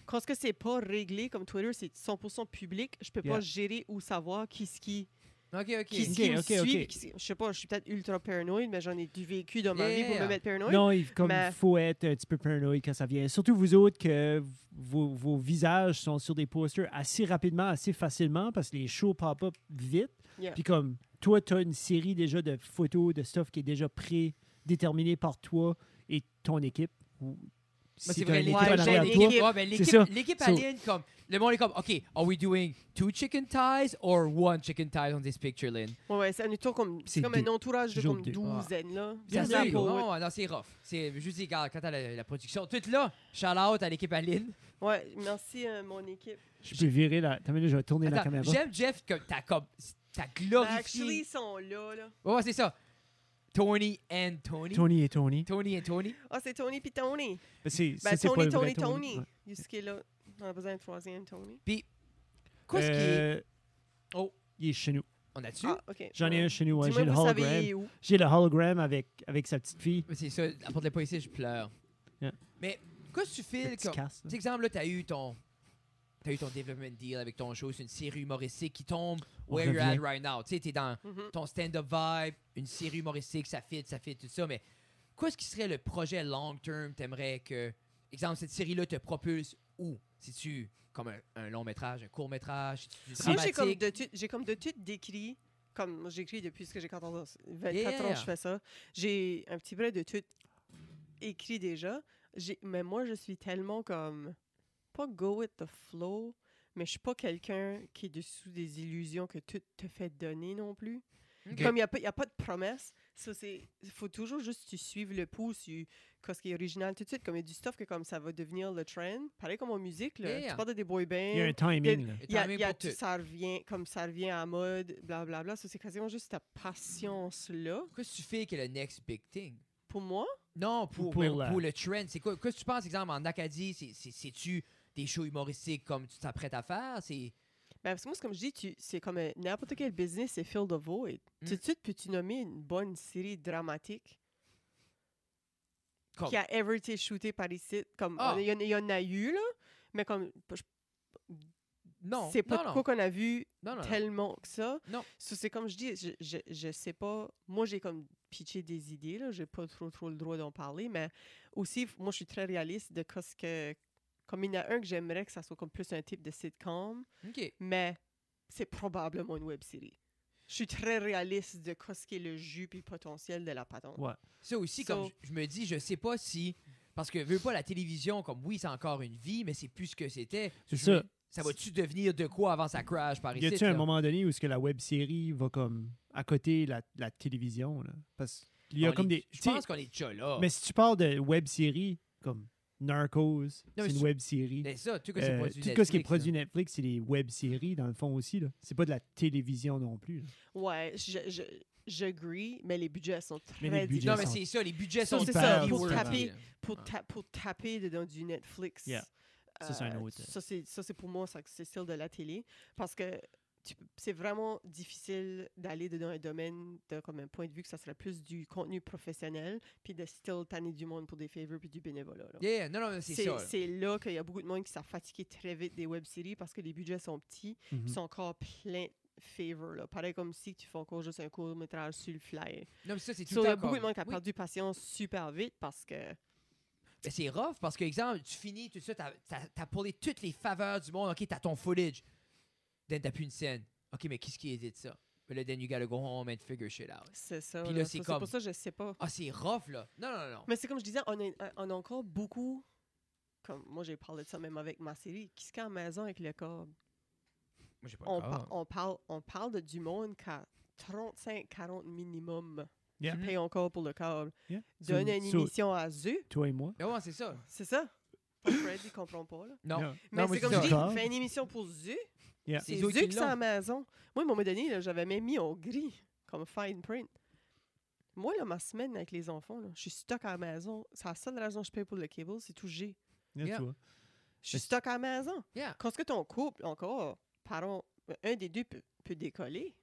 C: quand ce que c'est pas réglé comme Twitter, c'est 100% public, je peux
B: Yeah.
C: pas gérer ou savoir qui ce qui
A: OK, OK.
C: qui, ce
B: Ok,
C: qui me
B: ok,
C: suit,
B: ok.
C: puis qui ce- je sais pas, je suis peut-être ultra paranoïde, mais j'en ai du vécu dans ma vie pour
A: Yeah.
C: me mettre paranoïde.
B: Non, il comme,
C: mais-
B: faut être un petit peu paranoïde quand ça vient. Surtout vous autres, que vos, vos visages sont sur des posters assez rapidement, assez facilement, parce que les shows pop-up vite.
C: Yeah.
B: Puis comme, toi, tu as une série déjà de photos, de stuff qui est déjà prédéterminé par toi et ton équipe. Ou,
A: Moi,
B: si
A: c'est
B: t'as
A: vrai,
B: une
A: l'équipe,
B: équipe en
C: j'ai une
B: arrière de
A: l'équipe,
B: toi,
C: équipe.
A: ouais, ben, l'équipe-
B: ça.
A: l'équipe
B: So-
A: aligne comme. Le monde est comme, OK, are we doing two chicken thighs or one chicken thighs on this picture, Lynn?
C: Ouais, ouais, c'est un tour comme c'est
B: C'est
C: comme
B: deux.
C: un entourage de
B: Jour
C: comme
B: deux.
C: douzaine là.
B: Ah. Bien
C: Ça,
A: Ça se
B: sûr.
C: c'est
A: dit,
C: pas-
A: non, non, non, c'est rough. C'est juste, regarde, quand t'as la, la production, toute là, shout out à l'équipe Aline.
C: Ouais, merci euh, mon équipe.
B: Je peux virer la. Attends, une minute, je vais tourner la
A: Attends,
B: caméra.
A: J'aime Jeff que t'as comme. T'as
C: Ben,
A: glorifié.
C: Actually, ils sont là là.
A: Ouais, ouais, c'est ça. Tony and Tony. Tony,
B: Tony et Tony.
A: and Tony.
C: Ah, c'est Tony puis Tony.
B: Ben, c'est-
C: Ben,
B: ça, c'est pas
C: Tony,
B: le
C: Tony,
B: vrai
C: Tony.
B: Ouais.
C: Yusuke, là, on a besoin d'un troisième Tony.
A: Quoi ce qui est.
B: Euh,
A: Oh.
B: Il est chez nous.
A: On a dessus?
C: Ah, OK.
B: J'en ai un chez nous. ouais,
C: Dis-moi,
B: J'ai le
C: vous savez,
B: hologram.
C: il est où?
B: J'ai le hologram avec, avec sa petite fille.
A: C'est ça, apporte-le pas ici, je pleure.
B: Yeah.
A: Mais, quoi que tu
B: Le
A: files
B: petit
A: comme.
B: casse, là.
A: Tu sais, exemple, là, t'as eu ton. T'as eu ton development deal avec ton show, c'est une série humoristique qui tombe
B: On
A: where you're at
B: revient.
A: right now. Tu sais, t'es dans
C: Mhm.
A: ton stand-up vibe, une série humoristique, ça fit, ça fit, tout ça. Mais quoi ce qui serait le projet long term t'aimerais que, exemple, cette série-là te propulse où Si tu comme un, un long métrage, un court métrage, si tu du
C: Moi, j'ai
A: dramatique,
C: comme, de tout- j'ai comme de tout décrit, comme moi, j'écris depuis ce que j'ai 14 ans, 24 ans,
A: Yeah.
C: je fais ça. J'ai un petit peu de tout écrit déjà. J'ai- Mais moi, je suis tellement comme, pas go with the flow, mais je suis pas quelqu'un qui est dessous des illusions que tout te fait donner non plus.
A: Ok.
C: Comme il n'y a, pas- y a pas de promesse, ça c'est. Il faut toujours juste tu suives le pouce, tu ce qui est original tout de suite. Comme il y a du stuff que comme ça va devenir le trend. Pareil comme en musique, là.
A: Yeah.
C: Tu parles de des boy bands.
B: Il y a un timing. là.
A: Et
C: Il y a-
A: timing
C: il y a
A: pour
C: tout-
A: tout.
C: ça revient comme ça revient à mode, blablabla. Ça, c'est quasiment juste ta patience là.
A: Quoi que tu fais que le next big thing
C: Pour moi,
A: Non, pour,
B: pour
A: mais
B: la-
A: pour le trend. C'est quoi Qu'est-ce que tu penses, exemple, en Acadie c'est- c'est- C'est-tu des shows humoristiques comme tu t'apprêtes à faire C'est.
C: ben, parce que moi, c'est comme je dis, tu, c'est comme un- n'importe quel business, c'est fill the void.
A: Mm.
C: Tout de suite, peux-tu nommer une bonne série dramatique
A: Comme.
C: qui a ever été shootée par ici? Comme,
A: Ah.
C: on- il y en a- il y, en a eu, là, mais comme, je-
A: Non,
C: c'est pas
A: non,
C: de
A: non,
C: quoi qu'on a vu
A: non, non, non.
C: tellement que ça.
A: Non.
C: So, c'est comme je dis, je, je, je sais pas. Moi, j'ai comme pitché des idées, là. J'ai pas trop, trop le droit d'en parler, mais aussi, f- moi, je suis très réaliste de ce que. Comme il y en a un que j'aimerais que ça soit comme plus un type de sitcom,
A: Ok.
C: mais c'est probablement une web série. Je suis très réaliste de ce qui est le jus puis le potentiel de la patente.
B: Ouais.
A: Ça aussi,
C: So-
A: comme je je me dis, je sais pas si. Parce que, veux pas, la télévision, comme oui, c'est encore une vie, mais c'est plus ce que c'était.
B: C'est
A: Je
B: ça.
A: me- Ça va-tu devenir de quoi avant ça crash par
B: Y
A: ici?
B: a-tu un
A: là?
B: moment donné où est-ce que la web série va comme à côté la, la télévision là? Parce qu'il y a
A: On
B: comme
A: est-
B: des.
A: Je
B: tu sais,
A: pense qu'on est déjà là.
B: Mais si tu parles de web série comme Narcos, c'est
A: mais
B: une
A: c'est-
B: web série.
A: Mais ça, tout ce
B: Euh,
A: produit
B: tout ce qui est
A: Netflix,
B: produit
A: là.
B: Netflix, c'est des web séries dans le fond aussi. là. C'est pas de la télévision non plus. là.
C: Ouais, je, je, j'agree, mais les budgets sont
B: Mais
C: très
B: les budgets
C: différents.
A: Non, mais c'est ça, les budgets
C: Ça,
A: sont
B: c'est
A: hyper
B: ça, pour
A: wordy,
C: taper-
A: là.
C: pour,
A: Ouais.
C: ta- pour taper dedans du Netflix.
B: Ah. Yeah. Ça, c'est un
C: euh,
B: autre, euh.
C: Ça, c'est, ça, c'est pour moi, ça, c'est style de la télé. Parce que tu peux- c'est vraiment difficile d'aller dedans un domaine de, comme un point de vue que ça serait plus du contenu professionnel, puis de style tanner du monde pour des faveurs puis du bénévolat. là.
A: Yeah, non, non, mais c'est ça. là.
C: c'est là qu'il y a beaucoup de monde qui s'est fatigué très vite des web-séries parce que les budgets sont petits
B: Mhm.
A: Mm-hmm.
C: puis sont encore plein de favors. là. Pareil comme si tu fais encore juste un court-métrage sur le fly.
A: Non, mais ça, c'est tout
C: So,
A: le
C: Il y
A: temps
C: a beaucoup de
A: comme-
C: monde qui a
A: Oui.
C: perdu patience super vite parce que...
A: Mais c'est rough parce que, exemple, tu finis tout ça, t'as t'as- t'as pour les- toutes les faveurs du monde. OK, t'as ton footage. Then t'as plus une scène. OK, mais qu'est-ce qui édite ça? Mais là, then you gotta go home and figure shit out.
C: C'est ça.
A: Puis
C: là.
A: là,
C: Ça,
A: c'est
C: c'est
A: comme-
C: pour ça que je sais pas.
A: Ah, c'est rough, là. Non, non, non. non.
C: Mais c'est comme je disais, on a, euh, on a encore beaucoup. Comme moi, j'ai parlé de ça même avec ma série. Qui se fait en maison avec le câble?
A: Moi, j'ai pas
C: On,
A: le
C: par-
A: corps.
C: on parle, on parle de du monde qui a 35-40 minimum
B: Yeah.
C: qui payent encore pour le câble.
B: Yeah.
C: Donne
B: So-
C: une
B: so-
C: émission à eux,
B: Toi et moi.
A: Ben ouais, c'est ça.
C: c'est ça? Fred, il comprend pas, là.
A: Non.
B: Yeah.
C: Mais
A: Non, moi,
C: c'est comme
A: c'est
C: je dis,
B: ça.
C: il fait une émission pour Zu.
B: Yeah.
A: C'est
C: C'est
A: eux
C: Zu
A: qui
C: qui sont à
A: l'ont.
C: la maison. Moi, à un moment donné, là, j'avais même mis en gris, comme fine print. Moi, là, ma semaine avec les enfants, là, je suis stock à la maison. C'est la seule raison que je paye pour le cable, c'est tout G.
B: Yeah,
A: Yeah.
B: tu vois.
C: Je suis
B: Mais-
C: stock à la maison.
A: Yeah.
C: Quand ce que ton couple, encore, parents, un des deux peut, peut décoller.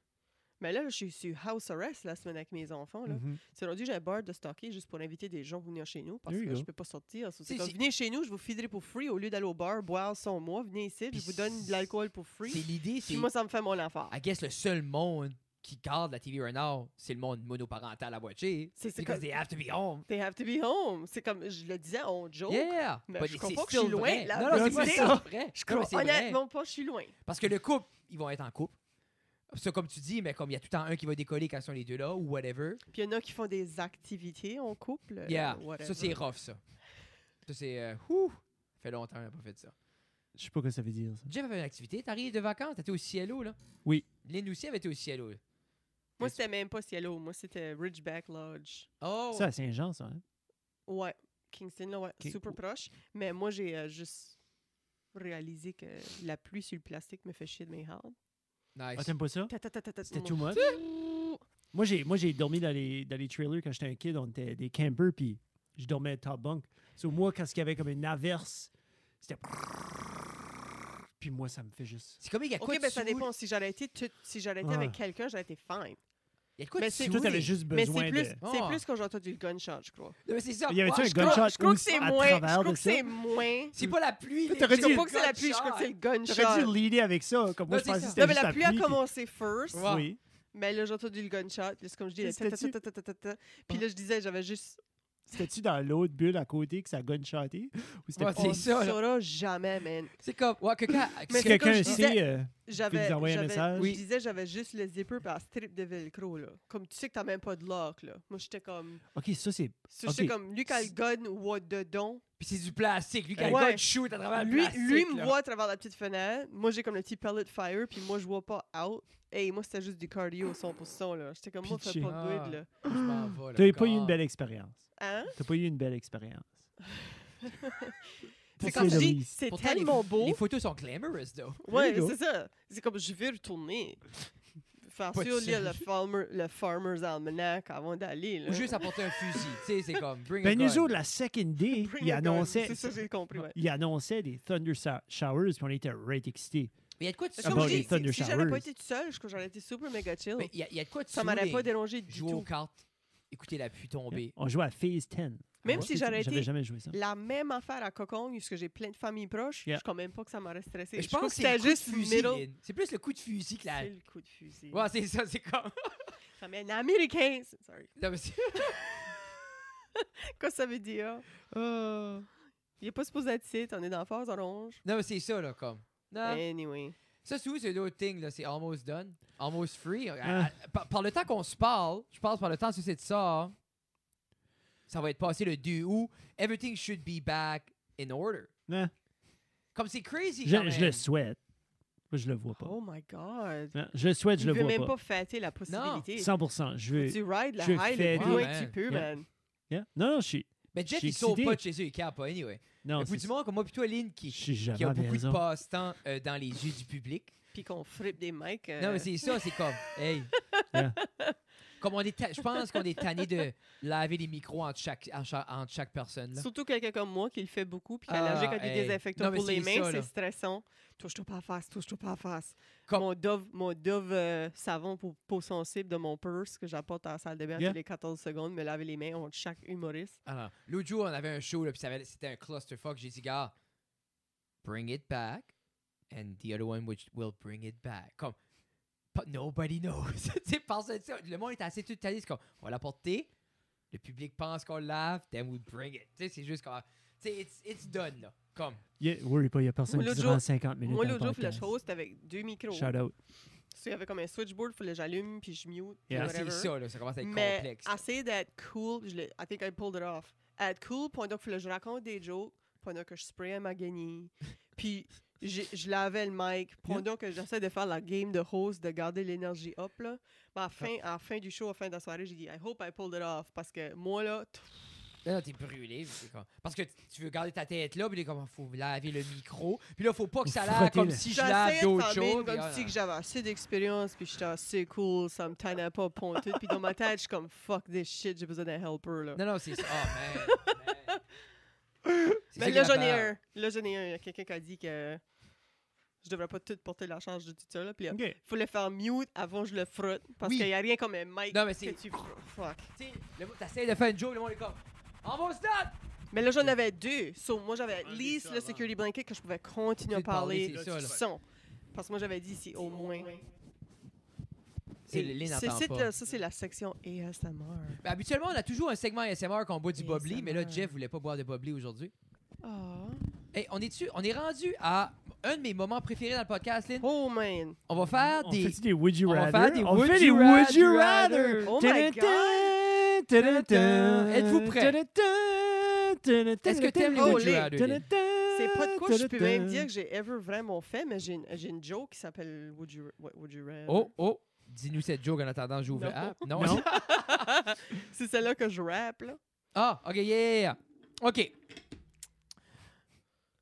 C: Mais là, je suis sur house arrest la semaine avec mes enfants.
A: Mm.
C: Là.
B: Mhm.
C: C'est rendu, j'ai un bar de stocker juste pour inviter des gens à venir chez nous parce
B: There you
C: que
B: go.
C: je peux pas sortir. So,
A: Si,
C: C'est comme,
A: si.
C: venez chez nous, je vous feederai pour free au lieu d'aller au bar, boire sans moi. Venez ici,
A: Puis
C: je vous donne de l'alcool pour
A: C'est
C: free.
A: l'idée, c'est.
C: Puis moi, ça me fait mon affaire.
A: I guess le seul monde qui garde la TV Renard, c'est le monde monoparental à moitié.
C: C'est- c'est
A: Because
C: comme-
A: they have to be home.
C: They have to be home. C'est comme, je le disais, on joke.
A: Yeah!
C: Oh, Mais
A: But
C: je
A: it's
C: comprends que
A: still
C: je suis loin
A: vrai.
C: de la
A: Non, non, c'est
B: vérité.
A: pas ça. Vrai.
C: Je
A: Non, mais
C: crois,
A: c'est vrai.
C: honnêtement, pas, je suis loin.
A: Parce que le couple, ils vont être en couple. Ça, comme tu dis, mais comme il y a tout le temps un qui va décoller quand ils sont les deux là, ou whatever.
C: Puis il y en a qui font des activités en couple. euh,
A: Yeah.
C: whatever.
A: ça, c'est rough, ça. Ça, c'est. euh, ouh, fait longtemps qu'on n'a pas fait ça.
B: Je sais pas ce que ça veut dire. Ça.
A: Jeff avait une activité. T'arrives de vacances, t'étais au Cielo, là.
B: Oui.
A: Lynn aussi avait été au Cielo. là.
C: Moi, c'était même pas Cielo. Moi, c'était Ridgeback Lodge.
A: Oh!
B: Ça, à Saint-Jean, ça. hein?
C: Ouais, Kingston, là, ouais,
B: Ki-
C: super proche. Mais moi, j'ai euh, juste réalisé que la pluie sur le plastique me fait chier de mes hardes.
A: nice.
B: Ah, t'aimes pas ça?
C: Ta- ta- ta- ta- ta-
B: C'était
C: mon-
B: too much? Moi, j'ai, moi, j'ai dormi dans les, dans les trailers quand j'étais un kid. On était des campers, puis je dormais top bunk. So, moi, quand il y avait comme une averse, c'était... Puis moi, ça me fait juste...
A: C'est comme il y a quoi
C: Ok,
A: de
C: ben ça
A: saoul-
C: dépend. Si j'aurais été, tout- si j'aurais été
B: Ouais.
C: avec quelqu'un, j'aurais été fine.
A: Il y a de quoi de
C: Mais c'est-
A: saoul-
B: Toi,
C: Oui.
B: t'avais juste
C: Mais
B: besoin
C: c'est plus,
B: de...
A: Ah.
C: c'est plus quand j'ai entendu le gunshot, je crois.
A: Non, mais c'est ça.
B: Y avait-tu
A: Ouais,
B: un
A: je
B: gun-
A: crois-
B: Gunshot
C: je crois
B: ou
C: que c'est
B: à
C: moins. Je
B: travers
C: crois
B: de
C: que
B: ça?
C: c'est moins.
A: C'est pas la pluie. mais
B: t'aurais
A: c'est
B: dit-
A: le
C: Je crois que c'est la pluie, je
A: gunshot.
C: crois que c'est le
B: J'aurais
C: gunshot.
B: dû leader avec ça. Comme moi,
A: Non,
B: je
A: c'est ça.
B: pensais que
C: Non,
B: c'était
C: mais
B: juste
C: la pluie a
B: puis-
C: commencé first.
A: Ouais.
B: Oui.
C: Mais là, j'ai entendu le gunshot. Puis c'est comme je dis, la ta- ta-
B: C'était-tu-
C: ta- ta- ta- ta- ta. Puis là, je disais, j'avais juste.
B: C'était-tu dans l'autre bulle à côté que ça gunshoté? Ou c'était
A: Ouais,
B: pas-
A: C'est
C: On
A: ça, là.
C: saura jamais, man.
A: C'est comme. Ouais, que quand-
B: Si
C: Mais
A: que-
C: c'est comme
B: quelqu'un
C: je
B: sait...
C: disais-
B: euh,
C: J'avais,
B: nous envoyer un
C: j'avais-
B: message?
A: Oui.
C: Je disais, j'avais juste le zipper par strip de velcro, là. Comme tu sais que t'as même pas de lock, là. Moi, j'étais comme.
B: OK, ça, c'est...
C: ça, J'étais
B: Ok.
C: comme, lui, quand il gunne, what dedans.
A: Puis c'est du plastique. Lui, quand
C: Ouais.
A: le gun shoot à travers le
C: Lui,
A: plastique.
C: lui me
A: là.
C: voit à travers la petite fenêtre. Moi, j'ai comme le petit pellet fire, puis moi, je vois pas out. Et moi, c'était juste du cardio au 100%, là. J'étais comme, moi, fais
B: Pitché.
C: pas de
A: Ah.
C: weed, là.
A: Je m'en vais, là,
B: T'as pas eu
A: encore.
B: une belle expérience.
C: Hein?
B: T'as pas eu une belle expérience.
C: C'est
B: Pour
C: comme je
B: Cédric.
C: dis, c'est
A: Pourtant, les-
C: tellement beau.
A: Les photos sont glamorous, though.
C: Ouais,
B: There you go.
C: c'est ça. C'est comme je vais retourner. Faire
A: Pas de
C: sûr lire le,
A: sérieux.
C: farmer, le Farmer's Almanac avant d'aller. là.
A: Ou juste apporter un fusil. Tu sais, c'est comme. Bring a
B: Ben,
A: gun.
B: nous autres, la second day,
C: Bring
B: il
C: a gun.
B: annonçait...
C: C'est ça, j'ai compris. Ouais.
B: Il annonçait des thunder sho- showers, puis on était right excités.
A: Mais il y a de quoi de
C: C'est
B: Ah
C: Comme
B: bon,
C: je
A: saoul-
B: les
C: dis,
B: Thunder
C: si, si j'avais
B: Showers.
C: pas été toute seule, je crois que j'aurais été super méga chill.
A: Mais il y a- il y a de quoi de
C: ça m'aurait
A: saouler.
C: pas dérangé du
A: Jouer aux
C: tout.
A: cartes, écouter la pluie tomber.
B: On jouait à Phase 10.
C: Même
B: Ouais.
C: si j'aurais été-
B: J'avais jamais joué ça.
C: La même affaire à Cocon, puisque j'ai plein de familles proches,
B: Yeah.
C: je crois même pas que ça m'aurait stressé.
A: Mais
C: crois que
A: c'est le
C: c'était
A: coup de
C: juste
A: fusil.
C: middle.
A: Lynn. C'est plus le coup de fusil que la.
C: C'est le coup de fusil.
A: Ouais, c'est ça, c'est comme.
C: Ça met un américain. c'est- Sorry.
A: Non, mais c'est-
C: Qu'est-ce que ça veut dire?
B: Oh.
C: Il est pas supposé être ici, on est dans la phase orange.
A: Non, mais c'est ça, là, comme. Non.
B: Eh.
C: Anyway.
A: Ça, c'est où, c'est l'autre thing, là? C'est almost done, almost free. À-
B: Ah.
A: à- par, par le temps qu'on se parle, je pense par le temps que c'est sort, ça va être passé le 2 août. Everything should be back in order.
B: Non,
A: Comme c'est crazy, quand
B: Hein? je, je
A: même.
B: le souhaite. Moi, je le vois pas.
C: Oh my God.
B: Non, je le souhaite, je
C: Il
B: le
C: veut
B: vois
C: même
B: pas.
C: pas fêter la possibilité.
B: 100 Je veux.
C: Tu rides la
B: je
C: high
B: fais
C: le plus loin
A: des-
C: que tu peux,
B: Yeah.
C: man.
B: Yeah. Non, non, je suis.
A: Mais Jeff,
B: J'ai
A: il sort
B: excité.
A: pas de chez eux, il capte pas, anyway.
B: Non,
A: Mais faut
B: c'est-
A: du monde comme moi, plutôt Aline,
B: je
A: qui,
B: suis
A: qui
B: jamais
A: a
B: à
A: beaucoup de
B: raison.
A: passe-temps euh, dans les yeux du public.
C: Puis qu'on frippe des mics. euh,
A: Non, mais c'est ça, c'est comme, hey.
B: Yeah.
A: Comme on est, ta- je pense qu'on est tanné de laver les micros entre chaque, en cha- entre chaque personne. Là.
C: Surtout quelqu'un comme moi qui le fait beaucoup, puis qui est
A: Ah,
C: allergique à du
A: hey. Non,
C: désinfectant
A: mais
C: pour les
A: c'est
C: mains,
A: ça, là.
C: c'est stressant. Touche-toi pas à la face, touche-toi pas à la face.
A: Comme-
C: Mon Dove, mon Dove euh, savon pour peau sensible de mon purse que j'apporte à la salle de bain à
B: Yeah.
C: tous les 14 secondes, me laver les mains entre chaque humoriste.
A: Ah non. L'autre jour, on avait un show, là, puis ça avait- c'était un clusterfuck. J'ai dit, gars, bring it back, and the other one which will bring it back. Comme, pas- nobody knows. tu sais, pense à ça. Le monde est assez tout tanné. C'est comme, on va l'apporter, le public pense qu'on le lave, then we bring it. Tu sais, c'est juste comme, tu sais, it's, it's done, là. Comme,
B: Yeah, worry pas, il n'y a personne
C: Moi,
B: qui
C: l'autre
B: durant
C: jour-
B: 50 minutes.
C: Moi,
B: dans
C: l'autre jour, le
B: podcast.
C: show, c'était avec deux micros.
B: Shout out.
C: Il y avait comme un switchboard, il fallait que j'allume, puis je mute. puis
B: Yeah.
A: là, c'est
C: whatever.
A: ça, là. Ça commence à être
C: Mais
A: complexe.
C: essayer d'être cool, je l'ai- I think I pulled it off. Être cool pendant que je raconte des jokes, pendant que je spray un magané. Puis j'ai- je lavais le mic. Pendant que j'essaie de faire la game de rose, de garder l'énergie up, là. Mais à la fin, à la fin du show, à la fin de la soirée, j'ai dit, I hope I pulled it off. Parce que moi, là, t-
A: Là, t'es brûlé. c'est comme- Parce que t- tu veux garder ta tête là, puis là, comme faut laver le micro. Puis là, faut pas que
B: Faut
A: ça lave
B: frotter
A: comme
B: le-
A: si je lave
C: j'essayais de
A: d'autres
C: faire mine
A: choses.
C: comme si que j'avais assez d'expérience, puis j'étais assez cool, ça me tannait pas pontu. Puis dans ma tête, je suis comme, fuck this shit, j'ai besoin d'un helper, là.
A: Non, non, c'est ça. Oh, man. man. C'est ça
C: Mais Ben,
A: qui
C: là,
A: est la
C: j'en ai
A: peur.
C: un. Là, j'en ai un. Il y a quelqu'un qui a dit que je devrais pas tout porter la charge de tout ça, là. Puis il
B: OK.
C: faut le faire mute avant que je le frotte, parce
A: Oui.
C: qu'il y a rien comme un mic
A: Non, mais
C: que
A: c'est-
C: tu... Fuck.
A: Tu sais, le monde- t'essayes de faire une joke, le monde est comme. On va au stade!
C: Mais là, j'en avais deux. So, moi, j'avais at
D: Un des
C: least
D: ça
C: le
D: avant.
C: security blanket que je pouvais continuer à
A: Continue de parler,
C: parler
A: c'est ça,
C: du
A: là.
C: son. Parce que moi, j'avais dit, c'est au moins...
A: C'est
C: Et
A: les
C: ce
A: n'entend
C: site,
A: pas.
C: là, ça, c'est la section ASMR.
A: Ben, habituellement, on a toujours un segment ASMR qu'on boit du
C: Et
A: bubbly, mais là,
C: ASMR.
A: Jeff voulait pas boire de bubbly aujourd'hui.
C: Ah.
A: Hey, on est on est rendu à un de mes moments préférés dans le podcast, Lynn.
C: Oh, man.
A: On va faire
B: On
A: des.
B: fait des Would You
A: on va
B: Rather?
A: faire des
B: On
A: Oh, Would
B: fait des
A: You
B: Would You
A: Rather.
B: Rather!
C: Oh my God.
A: Êtes-vous prêts? Est-ce
B: Est-ce
A: que t'aimes les
C: Oh,
A: Would You
C: les-
A: Rather, Lynn?
C: C'est pas de quoi je peux même dire que j'ai ever vraiment fait, mais j'ai une, j'ai une joke qui s'appelle Would You, Ra- Would you Rather.
A: Oh, oh, dis-nous cette joke en attendant, j'ouvre
C: Euh, Non.
A: le app. Non.
B: Non?
C: C'est celle-là que je rappe, là.
A: Ah, OK, yeah, yeah, yeah. OK.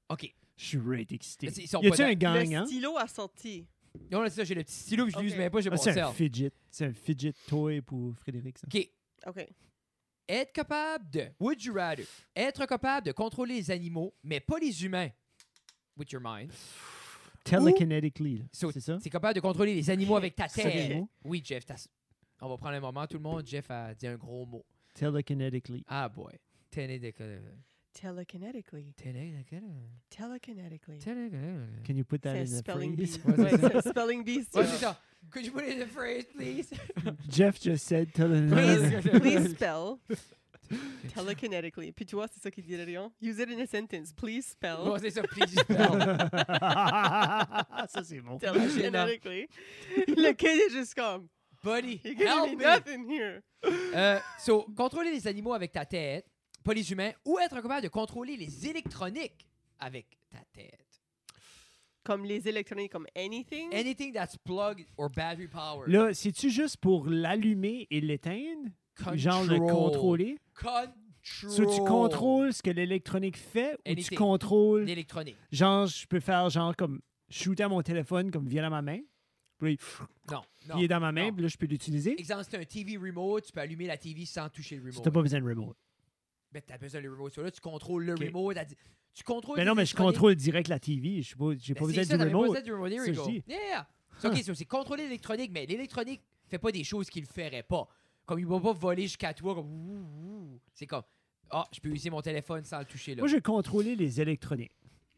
A: OK.
B: Je suis right excité.
A: Ils sont
B: Y a-tu
A: pas
B: un
C: le
B: gagnant?
C: stylo a sorti.
A: Non, là, c'est ça, j'ai le petit stylo, puis je
C: OK.
A: l'use même pas, j'ai
B: Ah,
A: mon
B: c'est un
A: self.
B: fidget. C'est un fidget toy pour Frédéric, ça.
A: OK.
C: OK.
A: Être capable de... Would you rather? Être capable de contrôler les animaux, mais pas les humains. With your mind.
B: Hein? Telekinetically, là.
A: So,
B: c'est ça?
A: C'est capable de contrôler les animaux avec ta
B: C'est ça les
A: tête.
B: mots?
A: Oui, Jeff, t'as- On va prendre un moment, tout le monde. Jeff a dit un gros mot.
B: Telekinetically.
A: Ah, boy. Télé de...
C: Telekinetically.
A: Télé de...
C: Telekinetically.
A: Télé de...
B: Can you put that
C: C'est un
B: in a
C: spelling
B: phrase?
C: bee.
A: Ouais, c'est
C: Ouais,
A: ça.
C: c'est un spelling bee.
A: Ouais,
C: ça.
A: c'est ça. Could you put it in a phrase, please?
B: Jeff just said telekinetically.
C: Please, please spell telekinetically. Puis tu vois, c'est ça qu'il dit Rion. Use it in a sentence. Please
A: Bon,
C: spell
A: c'est ça, please spell.
B: ça, c'est bon.
C: telekinetically. Le kid est juste comme,
A: Buddy,
C: you're giving
A: help
C: me
A: me.
C: nothing here.
A: Euh, so, contrôler les animaux avec ta tête, pas les humains, ou être capable de contrôler les électroniques avec ta tête.
C: Comme les électroniques, comme anything.
A: Anything that's plugged or battery powered.
B: Là, c'est-tu juste pour l'allumer et l'éteindre?
A: Control.
B: Genre le contrôler?
A: Control.
B: Soit tu contrôles ce que l'électronique fait ou tu
A: Anything.
B: contrôles
A: L'électronique.
B: Genre, je peux faire genre comme shooter à mon téléphone comme via dans ma main. Puis là,
A: Non,
B: il-
A: non.
B: il est dans ma main,
A: non.
B: puis là, je peux l'utiliser.
A: Exemple, c'est un TV remote, tu peux allumer la TV sans toucher le
B: Si
A: remote.
B: t'as pas besoin de remote.
A: Mais t'as besoin du remote. So, là, tu contrôles le
B: Ok.
A: remote. à di- Tu contrôles
B: Mais Ben non, mais je
A: l'électronique.
B: contrôle direct la TV. Je sais pas- J'ai pas
A: Ben, c'est
B: besoin
A: ça,
B: du
A: t'avais pas
B: remote.
A: besoin du remote. There
B: C'est
A: you
B: ça que
A: go.
B: je dis. Ah.
A: Yeah. C'est OK, so c'est contrôler l'électronique, mais l'électronique fait pas des choses qu'il ferait pas. Comme il va pas voler jusqu'à toi, comme ouh, ouh. C'est comme Ah, je peux utiliser mon téléphone sans le toucher là.
B: Moi, je vais contrôler les électroniques.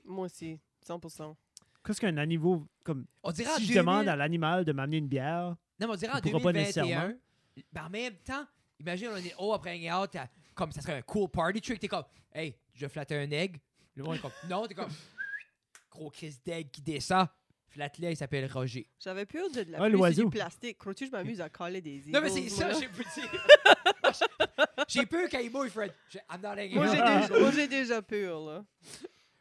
C: Moi aussi, 100%.
B: Qu'est-ce qu'un animal. Comme,
A: on dirait en
B: si
A: 2000
B: je demande à l'animal de m'amener une bière,
A: Non, mais on dirait en
B: il pourra pas
A: 2021.
B: nécessairement.
A: ben, en même temps, imagine on est haut après un hangout, t'as- comme ça serait un cool party trick, t'es comme hey, je flatte un egg. Le monde est comme non, t'es comme gros crise d'aigle qui descend. Flatte-le, il s'appelle Roger.
C: J'avais peur de la
B: Ah,
C: pluie, c'est
B: l'oiseau.
C: du plastique. Crois-tu que je m'amuse à coller des
A: Non, mais c'est
C: eagles,
A: ça,
C: moi?
A: j'ai vous dit. J'ai peur quand il mouille, Fred. Je- I'm not hanging
C: Moi,
A: out.
C: j'ai déjà, moi, j'ai déjà peur, là.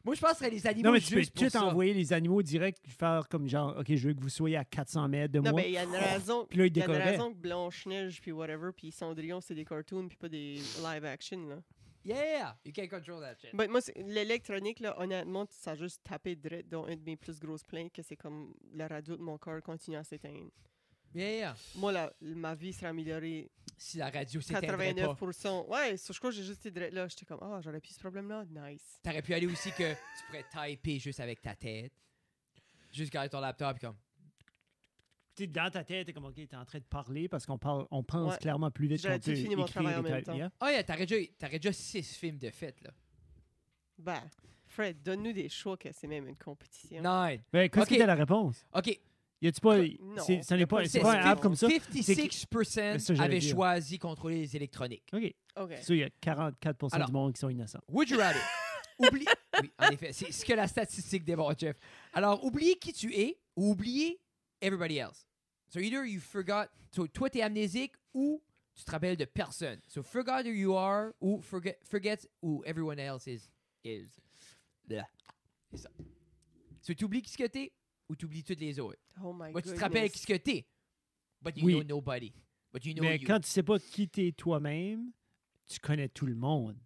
A: Moi, je pense que ce serait les animaux
B: non, mais tu peux
A: juste pour
B: tout
A: ça.
B: envoyer les animaux direct, faire comme genre, OK, je veux que vous soyez à 400 mètres de
C: Non,
B: moi.
C: mais il y
A: Oh.
C: a une raison.
B: Puis là, il
C: Il y a une
B: décollerait.
C: raison que Blanche-Neige, puis whatever, puis Cendrillon, c'est des cartoons, puis pas des live action, là.
A: Yeah! You can't control that shit.
C: Ben, moi, c'est- l'électronique, là, honnêtement, ça a juste tapé direct dans une de mes plus grosses plaintes, que c'est comme la radio de mon corps continue à s'éteindre.
A: Yeah, yeah.
C: Moi, la, ma vie serait améliorée
A: Si la radio s'éteindrait pas,
C: 89%. Ouais, so, je crois que j'ai juste été direct là. J'étais comme, ah, j'aurais pu ce problème-là. Nice.
A: t'aurais pu aller aussi que tu pourrais typer juste avec ta tête. Juste garder ton laptop puis comme...
B: T'es dans ta tête, t'es comme, OK, t'es en train de parler parce qu'on parle, on pense
C: Ouais.
B: clairement plus vite
C: J'aurais
B: qu'on
C: dû
B: peut
C: finir mon
B: écrire
C: travail en
B: et
C: même
B: type,
C: temps.
B: yeah.
A: Oh yeah, t'aurais déjà, t'aurais déjà six films de fête, là.
C: Ben, Fred, donne-nous des choix que c'est même une compétition.
A: Nine.
B: Ben, qu'est-ce
A: Ok.
B: que t'as la réponse?
A: OK.
B: Y a-tu pas.
C: Non,
B: c'est- ça n'est
C: y a pas
B: pas,
C: de
B: c'est pas
C: session.
B: un app comme ça. C'est que-
A: 56%
B: C'est ça que j'allais
A: avaient
B: dire.
A: choisi contrôler les électroniques.
B: OK.
C: OK.
B: Ça, il y a 44
A: Alors.
B: du monde qui sont innocents.
A: Would you rather? Oublie. Oui, en effet, c'est ce que la statistique démontre, Jeff. Alors, oubliez qui tu es ou oubliez everybody else. So either you forgot, so toi t'es amnésique ou tu te rappelles de personne. So forgot who you are ou forget, forget who everyone else is. is. Blah. C'est ça. So, tu oublies qui ce que t'es ou tu oublies toutes les autres.
C: Oh my
A: Moi,
C: god.
A: tu te rappelles qui ce que t'es. But you
B: Oui.
A: know nobody. But you know
B: Mais
A: you.
B: quand tu sais pas qui t'es toi-même, tu connais tout le monde.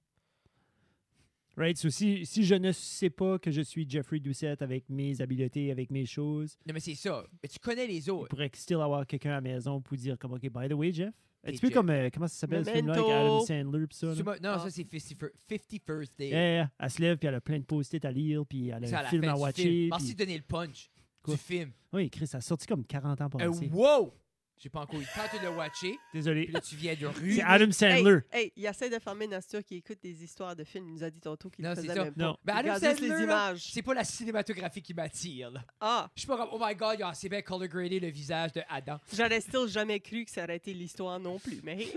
B: Right? So, si, si je ne sais pas que je suis Jeffrey Doucette avec mes habiletés, avec mes choses,
A: Non, mais c'est ça. Mais tu connais les
B: il
A: autres.
B: pourrait still avoir quelqu'un à la maison pour dire comme, OK, by the way, Jeff. Un
A: Hey,
B: petit peu
A: Jeff.
B: comme, euh, comment ça s'appelle ce film-là avec
C: Memento.
B: Adam Sandler pis ça? là?
A: Tu m'as- non,
C: Ah.
A: ça, c'est 50 fir- 50 First Day.
B: Yeah, yeah. Elle se lève puis elle a plein de post-it à lire puis elle
A: C'est
B: a
A: à
B: un
A: la
B: film
A: fin
B: à
A: du
B: watcher.
A: film.
B: puis-
A: Merci de donner le punch
B: Quoi?
A: du film.
B: Oui, Chris, ça a sorti comme 40 ans
A: Euh,
B: passé.
A: wow! J'ai pas encore eu le temps de le watcher.
B: Désolé.
A: Puis là, tu viens de rue.
B: C'est Adam Sandler.
C: Hey, hey, il essaie de fermer Nastur qui écoute des histoires de films. Il nous a dit tantôt qu'il
A: Non,
C: ne
A: c'est
C: faisait
A: ça.
C: même pas.
B: Non.
A: Mais
C: Il
A: Adam
C: regarde juste
A: Sandler,
C: les
A: là,
C: images.
A: c'est pas la cinématographie qui m'attire. là.
C: Ah,
A: Je suis pas comme, oh my god, ah, c'est bien color gradé le visage de Adam.
C: j'aurais still jamais cru que ça aurait été l'histoire non plus. Mais hey,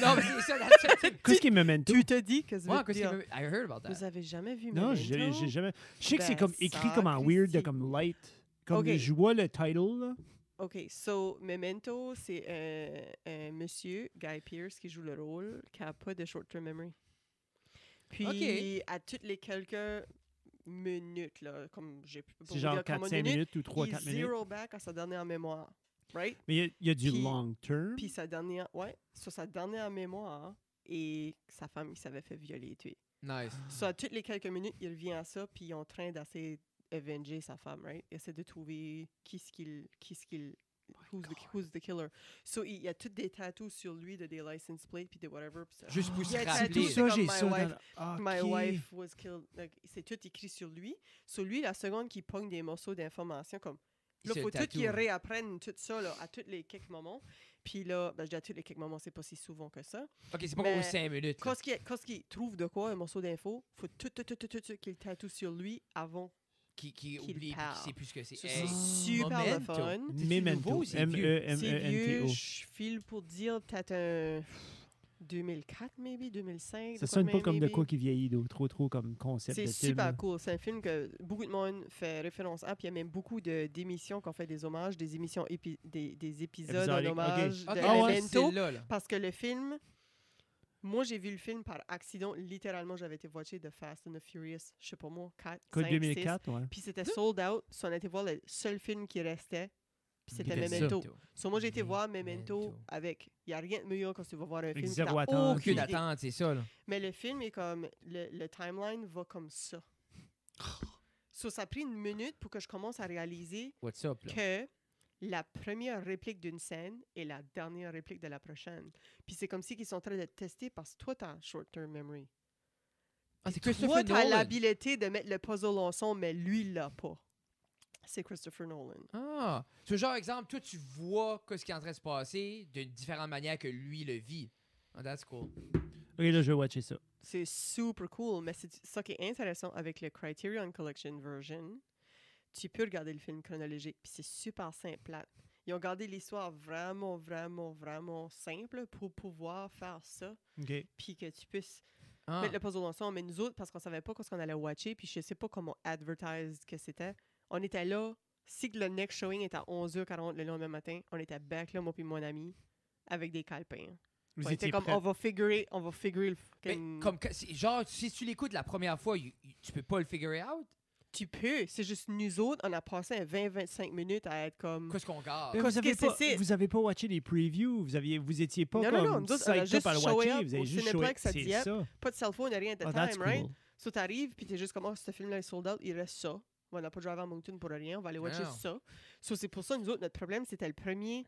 A: Non, mais c'est ça, la
B: Qu'est-ce qui est Memento?
C: tu te dis que ça
A: Moi,
C: veut
A: qu'est-ce
C: dire.
A: que- I heard about that.
C: Vous avez jamais vu
B: Non,
C: Memento?
B: j'ai j'ai jamais. Je sais que c'est
C: Ben,
B: comme écrit
C: ça,
B: comme en weird, de
C: Christy.
B: comme light. Comme
C: Ok.
B: je vois le title. là.
C: OK, so Memento, c'est euh, un monsieur, Guy Pearce, qui joue le rôle, qui n'a pas de short-term memory. Puis,
A: Ok.
C: à toutes les quelques minutes, là, comme j'ai pas
B: C'est genre 4-5 minutes ou
C: il
B: 3-4 minutes.
C: zero back à sa dernière mémoire, right?
B: Mais il y a- il y, a du
C: Puis-
B: long term.
C: Puis sa dernière, ouais, sur sa dernière mémoire, hein, et sa femme, il s'avait fait violer et tuer.
A: Nice.
C: So, à toutes les quelques minutes, il revient à ça, puis il est en train d'essayer d'avenger sa femme, right? Il essaie de trouver qui ce qu'il... Qui ce qu'il
A: Oh
C: who's, the, who's the killer. So, il y a toutes des tattoos sur lui de des license plates, puis des whatever. puis ça-
A: Juste pour se
C: Yeah, c'est
B: C'est tout
A: rappeler.
C: tout,
B: ça,
C: c'est
B: j'ai
C: comme
B: ça.
C: My
B: dans
C: Wife-
B: la-
C: My
B: Ok.
C: wife was killed. Like, c'est tout écrit sur lui. Sur lui, la seconde qui pogne des morceaux d'informations, comme
A: Il
C: là,
A: se
C: faut tout
A: tatoue.
C: qu'il réapprenne tout ça là, à tous les quelques moments. Puis là, ben, je dis à tous les quelques moments, c'est pas si souvent que ça.
A: Ok, c'est pas comme
C: Mais-
A: 5 minutes. là.
C: Quand il, quand il trouve de quoi un morceau d'info, faut tout, tout, tout, tout, tout, tout qu'il tatoue sur lui avant.
A: Qui, qui
C: qu'il
A: oublie, puis
C: parle.
A: qui sait plus ce que c'est.
C: Ça,
A: Hey,
C: c'est super le
A: Memento.
C: fun.
A: C'est-tu nouveau
B: Memento.
A: ou c'est vieux?
C: C'est vieux,
B: M-E-M-E-N-T-O.
C: je file pour dire peut-être un 2004, maybe, 2005.
B: Ça
C: de quoi
B: sonne pas
C: même,
B: comme de
C: maybe.
B: quoi qui vieillit, d'eau. trop trop comme concept de
C: C'est
B: film.
C: super
B: là.
C: cool. C'est un film que beaucoup de monde fait référence à. Puis il y a même beaucoup de- d'émissions qui ont fait des hommages, des émissions, épi- des, des épisodes en
B: Épisodiques, ok.
C: hommage
A: Ok,
C: de
B: Ah ouais,
C: Memento.
A: c'est là, là.
C: Parce que le film, moi j'ai vu le film par accident. Littéralement, j'avais été watcher The Fast and the Furious, je sais pas moi, 4,
B: Quoi,
C: 5, 2004.
B: 2004, ouais.
C: Puis c'était sold out. So on a été voir le seul film qui restait. Puis c'était
B: C'était ça.
C: Memento. So moi j'ai été voir
A: Memento.
C: Memento, avec. Il n'y a rien de meilleur quand tu vas voir un film.
B: zéro
C: t'as
B: attente,
A: Aucune
C: idée.
A: attente, c'est ça, là.
C: Mais le film est comme. Le, le timeline va comme ça. So, ça a pris une minute pour que je commence à réaliser
A: What's up, là?
C: que la première réplique d'une scène est la dernière réplique de la prochaine. Puis c'est comme si ils sont en train de te tester parce que toi, t'as short-term memory.
A: Ah, c'est
C: Toi,
A: Christopher
C: t'as
A: Nolan.
C: l'habilité de mettre le puzzle en son, mais lui, il l'a pas. C'est Christopher Nolan.
A: Ah! Ce genre, exemple, toi, tu vois ce qui est en train de se passer d'une différente manière que lui le vit. Ah, that's cool.
B: Ok, là, je vais watcher ça.
C: C'est super cool, mais c'est ça qui est intéressant avec le Criterion Collection version. Tu peux regarder le film chronologique, puis c'est super simple. plate. Ils ont gardé l'histoire vraiment, vraiment, vraiment simple pour pouvoir faire ça,
B: Ok.
C: puis que tu puisses
A: Ah.
C: mettre le puzzle ensemble. Mais nous autres, parce qu'on savait pas ce qu'on allait watcher, puis je sais pas comment advertise que c'était, on était là. Si que le next showing était à 11h40 le lendemain matin, on était back là, moi puis mon ami, avec des calepins.
B: Vous
C: On était
B: étiez
C: comme,
B: prêts.
C: on va figurer, on va figurer le
A: Mais
C: fucking-
A: comme que- c'est- genre, si tu l'écoutes la première fois, you- you- tu peux pas le figure out.
C: Tu peux. C'est juste nous autres, on a passé 20-25 minutes à être comme.
A: Qu'est-ce qu'on garde?
B: Mais
C: Parce
B: vous avez
C: Mm. que c'est-
B: pas,
C: c'est-
B: vous avez pas watché les previews, vous aviez, vous étiez pas
C: Non, non,
B: comme
C: non, nous autres, on a
B: psyched up
C: juste
B: à le
C: showé
B: watcher,
C: up
B: vous avez
C: au
B: juste showé up,
C: Cinéplex à
B: c'est
C: Dieppe.
B: ça.
C: Pas de cell phone, rien de
B: Oh,
C: time,
B: that's
C: right?
B: cool.
C: So t'arrives, puis t'es juste comme, oh, ce film-là est sold out, il reste ça. On n'a pas drivé à Moncton pour rien, on va aller watcher
A: Non.
C: ça. So c'est pour ça, nous autres, notre problème, c'était le premier.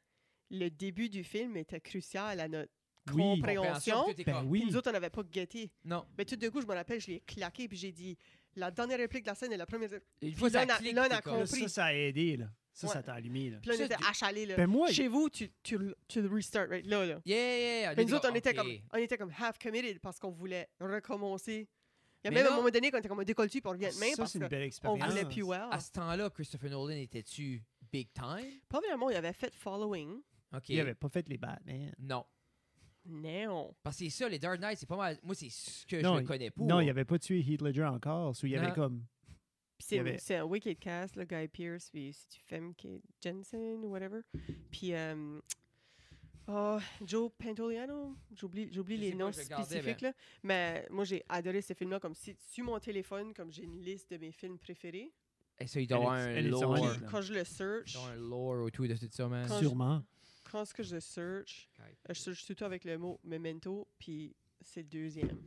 C: Le début du film était crucial à notre.
B: Oui,
C: compréhension.
A: puis tout est
B: ben
A: comme-
C: Puis
B: oui.
C: Nous autres, on n'avait pas guetté.
A: Non.
C: Mais tout d'un coup, je me rappelle, je l'ai claqué, puis j'ai dit, la dernière réplique de la scène est la première.
A: Une fois,
C: là,
A: ça
C: on a-
A: clique.
C: là, on
A: t'es
C: a
A: comme-
B: Là, ça,
C: compris.
B: ça a aidé, là. Ça,
C: Ouais.
B: ça t'a allumé, là.
C: Puis là, on
A: Ça,
C: était
A: du-
C: achalés, là.
B: Ben moi,
C: Chez vous, tu, tu, le- tu le restart, right? Là, là.
A: Yeah, yeah, yeah.
C: Mais
A: Là,
C: nous
A: t'es
C: autres, on était,
A: OK.
C: comme, on était comme half committed parce qu'on voulait recommencer. Il y a
A: Mais
C: même
A: là-
C: un moment donné qu'on était comme on décolle dessus puis on revient de même
B: ça,
C: parce
B: c'est une belle
C: qu'on
B: expérience. Ah,
C: voulait plus well.
A: À ce temps-là, Christopher Nolan était-tu big time?
C: Pas vraiment, il avait fait Following.
A: OK.
B: Il avait pas fait les Batman.
A: Non.
C: Non.
A: Parce que c'est ça, les Dark Knight, c'est pas mal. Moi, c'est ce que
B: Non,
A: je le
B: il-
A: connais pour.
B: Non, il avait pas tué Heath Ledger encore. so il y
A: Non.
B: avait comme...
C: Puis c'est
B: Il y avait-
C: c'est un wicked cast, le Guy Pierce, puis c'est du Femke Jensen ou whatever. Puis euh, oh, Joe Pantoliano, j'oublie j'oublie
A: Je
C: les
A: sais pas,
C: noms
A: je regardais,
C: spécifiques. Là. Mais moi, j'ai adoré ce film-là. Comme si sur mon téléphone, comme j'ai une liste de mes films préférés,
A: Et ça, il doit
B: Elle
A: avoir
B: est-
A: un
B: elle est
A: lore.
B: sur
C: Puis
B: Ouais.
C: quand je le
A: Il
C: search,
A: doit avoir un lore autour de tout ça, man.
C: Quand-
B: Sûrement.
C: quand ce que je search,
A: Ok.
C: euh, je search surtout avec le mot memento, puis c'est le deuxième.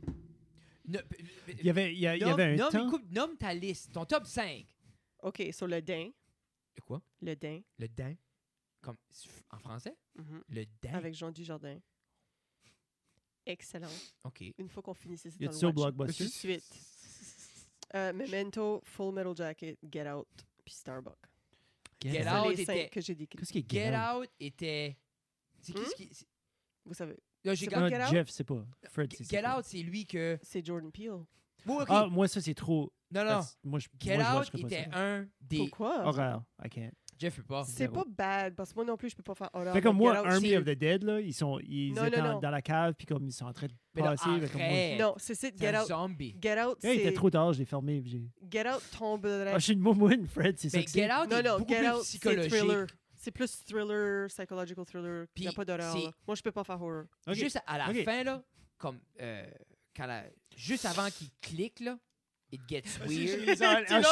A: Ne- p- p-
B: Il y avait, il y a- il y
A: nomme-
B: avait un
A: nomme,
B: temps.
A: écoute, nomme ta liste, ton top 5.
C: OK, sur le dain.
A: Quoi?
C: Le dain.
A: Le din. Comme, en français?
C: mhm,
A: Le din.
C: Avec Jean Dujardin. Excellent.
A: OK.
C: Une fois qu'on finit, c'est dans
B: Il y
C: le
B: a-tu au
C: watch.
B: blockbuster?
C: Tout de suite. Euh, Memento, Full Metal Jacket, Get Out, puis Starbuck.
A: Get
C: C'est
A: Out
C: les cinq
A: était-
C: que j'ai décrits.
B: Qu'est-ce qui est
A: Get
B: Get Out?
A: Out était... C'est qui
C: Hmm?
A: ce qui... c'est-
C: Vous savez,
A: Là, j'ai
C: C'est
A: comme-
C: pas
B: Non,
C: Get Out?
B: Jeff, c'est pas. Fred, c'est
A: Get Out, c'est lui que...
C: c'est Jordan Peele.
A: Bon, OK.
B: Ah, moi, ça, c'est trop.
A: non, non.
B: Moi, je,
A: Get
B: moi, je
A: Out
B: watcherais pas
A: était
B: ça.
A: un des...
C: Pourquoi?
B: Horreur. I can't.
A: Jeff peut pas.
C: C'est
B: Zéro.
C: pas bad, parce que moi non plus, je peux pas faire horreur.
B: Fait comme
C: mais Get
B: moi,
C: Out,
B: Army
C: c'est-
B: of the Dead, là, ils sont ils
C: Non,
B: étaient
C: non,
B: en-
C: non.
B: dans la cave, puis comme ils sont en train de
A: Mais là,
B: passer. fait comme moi, je-
A: arrête.
C: Non, c'est c'est
A: C'est
C: Get
A: un
C: Out.
A: zombie.
C: Get Out,
B: Hey, il était
C: c'est...
B: trop tard, je l'ai fermé. puis j'ai-
C: Get Out tomberait...
B: Ah, je suis une moumoune, Fred, c'est ça
A: Mais
B: que c'est.
A: Get Out
C: non,
A: est
C: non,
A: beaucoup
C: Get
A: plus
C: Out, c'est
A: psychologique.
C: thriller. C'est plus thriller, psychological thriller. Il n'y a
A: Puis
C: pas d'horreur.
A: c'est-
C: là. Moi, je peux pas faire horreur.
B: Ok.
A: Juste à la
B: Ok.
A: fin, là, comme... euh, quand la- Juste avant qu'il clique, là, it gets weird.
B: Ah,
C: Tu
B: je suis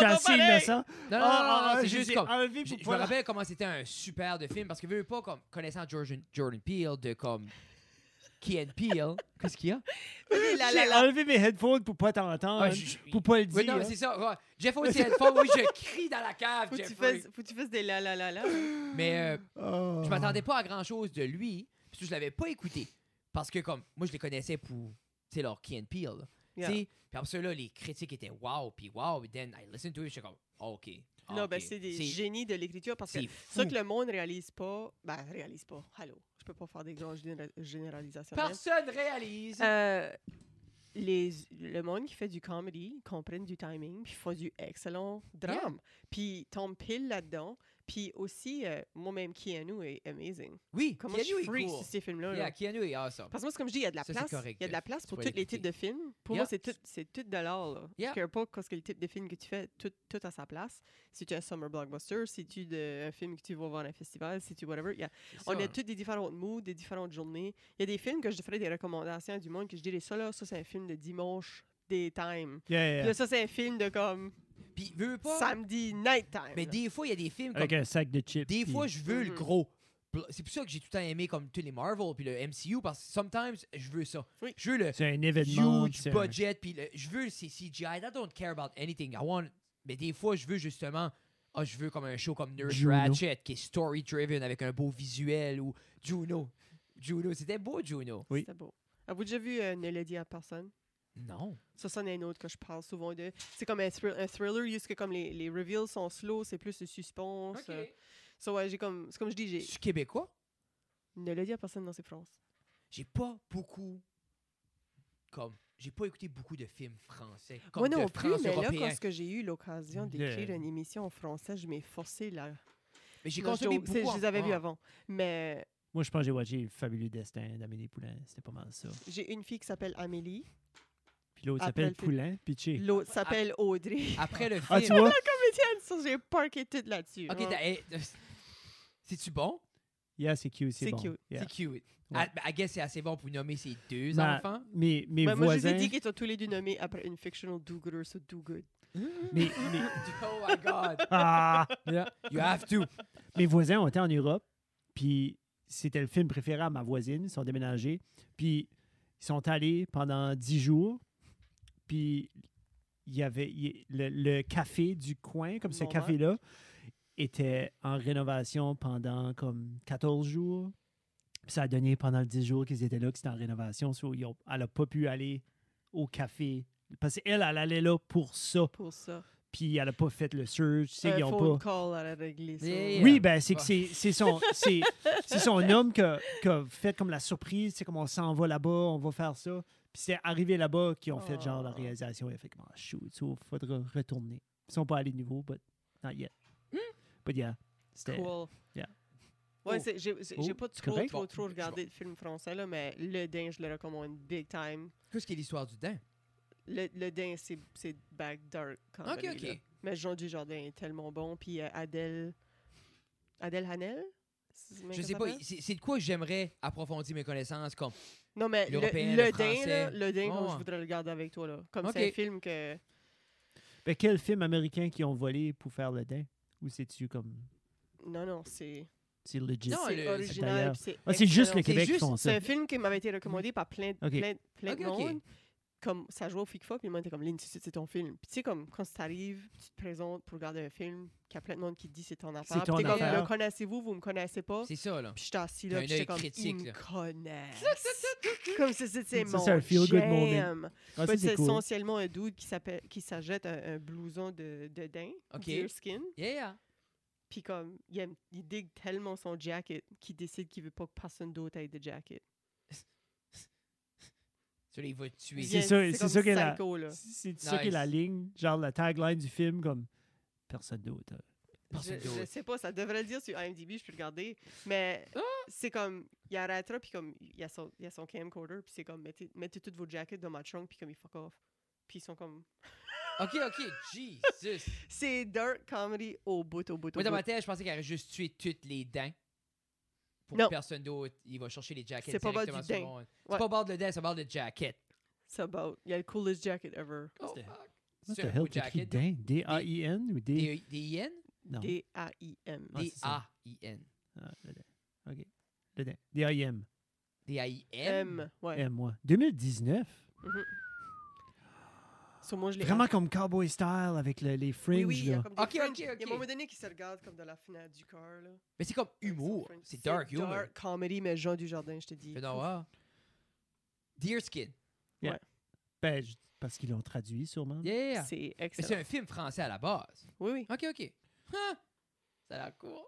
C: l'entends
B: assez
C: pareil.
B: innocent.
A: Non, non, non, non, non,
B: Ah, ah,
A: c'est
B: je
A: juste
B: les ai
A: comme...
B: enlevés
A: Je,
B: pour
A: je me
B: pouvoir-
A: rappelle comment c'était un super de film parce que veux veux pas comme connaissant Jordan, Jordan Peele de comme Key and Peele. Qu'est-ce qu'il y a
C: Vas-y, la, la,
B: J'ai
C: la.
B: enlevé mes headphones pour pas t'entendre,
A: Ah, je- je-
B: pour pas le
A: Ouais, non,
B: dire.
A: mais c'est ça. ouais. Jeff aussi headphone, oui, je crie dans la cave,
C: Faut que tu
A: Jeffrey.
C: fasses- faut que tu fasses des la la la la.
A: Mais euh,
B: Oh.
A: je m'attendais pas à grand chose de lui, parce que je l'avais pas écouté parce que comme moi je les connaissais pour tu sais leur Key and Peele. là. Tu
C: Yeah.
A: sais, puis après ça là les critiques étaient wow puis wow, and then I listened to it, j'étais comme Ah, OK. ah,
C: Non, ben
A: OK.
C: c'est des génies de l'écriture parce que
A: c'est
C: ça
A: fou.
C: que le monde réalise pas, ben réalise pas. Allô, je peux pas faire des grandes géné- généralisations. même.
A: Personne réalise.
C: Euh, les, le monde qui fait du comedy comprennent du timing, puis font du excellent drame, puis tombe pile là-dedans, puis aussi euh, moi-même Keanu est amazing.
A: oui,
C: Comment
A: Keanu
C: je
A: est
C: freak
A: cool.
C: sur ces films-là. là.
A: Yeah, Keanu est awesome.
C: Parce que moi, c'est comme je dis, il y a de la
A: Ça, c'est
C: place.
A: correct,
C: Il y a de la
A: Jeff.
C: place
A: Tu
C: pour
A: vas
C: tous les
A: l'écouter.
C: types de films. Pour
A: Yeah.
C: moi, c'est tout, c'est tout de l'art. Là.
A: Yeah.
C: Je care pas qu'est-ce que le type de film que tu fais, tout, tout à sa place. Si tu as un summer blockbuster, si tu de, un film que tu vas voir à un festival, si tu whatever. il y a-
A: C'est
C: on
A: ça.
C: a tous des différentes moods, des différentes journées. Il y a des films que je te ferais des recommandations à du monde que je dirais ça là, ça c'est un film de dimanche daytime.
B: Yeah, yeah,
C: Puis
B: yeah.
C: là, ça c'est un film de comme
A: Puis veux veux pas
C: samedi night time.
A: Mais des fois, il y a des films comme.
B: Avec un sac de chips.
A: Des
B: puis-
A: fois, je veux le
C: Mhm.
A: gros. Pl- C'est pour ça que j'ai tout le temps aimé comme tous les Marvel puis le MCU parce que sometimes je veux ça.
C: Oui.
A: Je veux le
B: c'est un événement.
A: huge
B: c'est un-
A: budget puis le- je veux ces CGI. I don't care about anything. I want. Mais des fois, je veux justement. Ah, je veux comme un show comme Nurse
B: Juno.
A: Ratched qui est story driven avec un beau visuel ou Juno. Juno, c'était beau Juno.
B: oui.
C: C'était beau. Avez-vous déjà vu euh, Ne le dit à personne?
A: Non.
C: Ça, c'en est un autre que je parle souvent de. C'est comme un, thrill- un thriller, juste que comme les, les reveals sont slow, c'est plus le suspense. euh. So, ouais, j'ai comme, c'est comme je dis,
A: Je
C: j'ai.
A: suis québécois.
C: Ne le dis à personne dans ces France.
A: J'ai pas beaucoup. Comme. J'ai pas écouté beaucoup de films français. Comme
C: Moi non
A: de
C: plus,
A: France
C: mais là,
A: européen.
C: quand ce que j'ai eu l'occasion
B: De-
C: d'écrire une émission en français, je m'ai forcé là.
A: Mais j'ai
C: Non, je
A: consommé
C: joke, c'est-
A: beaucoup.
C: Je les avais
A: en-
C: vus avant. Mais euh,
B: Moi, je pense que j'ai watché Le Fabuleux Destin d'Amélie Poulain. C'était pas mal ça.
C: j'ai une fille qui s'appelle Amélie,
B: Puis l'autre
C: Après
B: s'appelle
C: le-
B: Poulain. Puis Chick.
C: l'autre s'appelle Audrey.
A: Après le film.
B: Ah, tu vois,
C: Mais tiens, ça, j'ai parké tout là-dessus.
A: Ok,
C: Ouais.
A: t'as- eh, euh, c'est-tu bon?
B: yeah, c'est cute. C'est
C: C'est
B: bon.
C: cute.
B: Yeah.
A: C'est cute. Ah, ben, I guess c'est assez bon pour nommer ses deux
B: Ma-
A: enfants.
B: Mes, mes
C: Ben, moi, je vous ai
B: voisins.
C: dit qu'ils sont tous les deux nommés après une fictional do gooder, so do good.
B: mes- mes-
A: Oh my god.
B: Ah!
A: You have to.
B: mes voisins ont été en Europe, puis c'était le film préféré à ma voisine. Ils sont déménagés, puis ils sont allés pendant dix jours, puis il y avait il- le, le café du coin, comme ce
C: Mon
B: café-là, était en rénovation pendant comme 14 jours. Puis ça a donné pendant le 10 jours qu'ils étaient là que c'était en rénovation. so ils ont- elle n'a pas pu aller au café. Parce qu'elle, elle allait là pour ça.
C: Pour ça.
B: Puis elle n'a pas fait le search. Tu sais,
C: Un
B: ils ont pas...
C: phone call à la régler. ça.
A: Yeah.
B: Oui, ben c'est que
A: Ouais.
B: c'est c'est son, c'est c'est son homme qui a, qui a fait comme la surprise, c'est comme on s'en va là-bas, on va faire ça. Puis c'est arrivé là-bas qu'ils ont fait genre la
C: Oh.
B: réalisation, effectivement, shoot, so, faudra retourner. Ils sont pas allés de nouveau, but not yet. But yeah, c'était...
C: Cool.
B: Yeah.
C: Ouais,
A: Oh.
C: c'est- j'ai j'ai-
B: Oh,
C: j'ai pas
B: c'est
C: trop,
B: correct.
A: Bon,
C: trop, trop
A: je
C: regardé de films français, là, mais Le Dain, je le recommande big time.
A: Qu'est-ce qui est l'histoire du dent?
C: Le, le Dain, c'est c'est back dark quand
A: Ok, ok.
C: Mais Jean Dujardin est tellement bon. Puis euh, Adèle. Adèle Hanel C'est ce mec
A: Je
C: que
A: sais
C: ça
A: pas,
C: s'appelle?
A: c'est c'est de quoi j'aimerais approfondir mes connaissances comme.
C: Non, mais le,
A: l'européen,
C: le
A: le
C: Dain, là,
A: français.
C: le Dain,
A: Ouais,
C: comme
A: ouais.
C: je voudrais le regarder avec toi. là. Comme
A: Ok.
C: c'est un film que.
B: Ben, Mais quel film américain qui ont volé pour faire le din? Ou c'est-tu comme.
C: Non, non, c'est
B: C'est legit.
A: Non,
C: c'est
A: le-
C: original.
B: d'ailleurs.
C: puis C'est
B: Ah, c'est juste le
C: excellent.
B: Québec qui
A: juste-
B: font
C: C'est
B: ça.
C: un film qui m'avait été recommandé par plein,
B: Ok.
C: plein, plein de
A: Ok, ok.
C: monde. Comme ça jouait au FICFA, puis le monde était comme, Lynn, tu sais, c'est ton film. Puis tu sais, comme quand tu arrives, tu te présentes pour regarder un film, qu'il y a plein de monde qui te dit c'est ton affaire.
B: ton
C: puis t'es comme,
A: affaire.
C: le connaissez-vous, vous me connaissez pas.
A: C'est ça, là.
C: Puis j'étais assis
A: T'as
C: là,
A: un
C: puis j'étais
A: œil
C: comme,
A: critique,
C: ils
A: là.
C: me connaissent. comme ça, c'est c'est
B: Ça,
C: mon
B: c'est un feel good moment.
C: jam.
B: Ah, ça,
C: Puis c'est
B: c'est cool.
C: essentiellement un dude qui s'appelle qui s'ajette un, un blouson de, de daim,
A: Ok.
C: deerskin.
A: Yeah.
C: Puis comme, il, aime- il digue tellement son jacket qu'il décide qu'il veut pas que personne d'autre ait de jacket.
A: Tu les vas tuer.
B: C'est
C: Bien,
B: ça- c'est
C: comme
B: ça qu'elle a-
C: psycho, là.
B: C'est ça qui est
A: Nice.
B: la ligne, genre la tagline du film, comme personne d'autre. hein.
A: Personne
C: Je, je
A: d'autre.
C: sais pas, ça devrait le dire sur IMDb, je peux regarder. Mais
A: Ah!
C: c'est comme, il arrêtera, puis comme, il y a son, il y a son camcorder, puis c'est comme, mettez, mettez toutes vos jackets dans ma trunk, puis comme, ils fuck off. Puis ils sont comme,
A: Ok, ok, Jesus.
C: c'est dark comedy au bout, au bout, au
A: Moi, dans ma
C: bout.
A: tête, je pensais qu'elle aurait juste tué toutes les dents. Pour
C: Non.
A: personne d'autre, il va chercher les jackets
C: C'est pas bord
A: directement
C: du
A: sur le
C: dent.
A: monde. C'est
C: Ouais.
A: pas au bord de dent, c'est au bord de jacket.
C: C'est about, il y a le coolest jacket ever.
A: Oh,
B: the-
A: fuck.
B: What the
A: C'est un
B: hell,
A: beau
B: t'as écrit
A: jacket.
B: DIN? D-A-I-N ou D?
A: Des des hyènes?
B: Non.
C: D-A-I-M.
B: Ouais,
A: Des
B: c'est ça.
A: A-I-N.
B: Ah, le DIN. OK. Le DIN. D-I-M.
A: Des A-I-M?
C: M, ouais.
B: M, moi. 2019.
C: Mhm. So, moi, je l'ai
B: Vraiment comme Cowboy Style avec le- les fringes,
C: Oui, oui, il y a
B: là.
C: comme des
A: Ok, ok,
C: fringes. Il y a
A: ok.
C: un moment donné qui se regarde comme dans la finale du cœur. là.
A: Mais c'est comme
C: Avec son
A: humour.
C: fringe.
A: C'est dark humor.
C: Dark comedy, mais Jean Dujardin, je te dis.
A: Je dois voir. Deerskin.
B: Ben, je- parce qu'ils l'ont traduit, sûrement.
A: Yeah.
C: C'est
A: Mais c'est
C: excellent.
A: un film français à la base.
C: Oui, oui.
A: Ok, ok. Huh. Ça a l'air cool.
C: Non,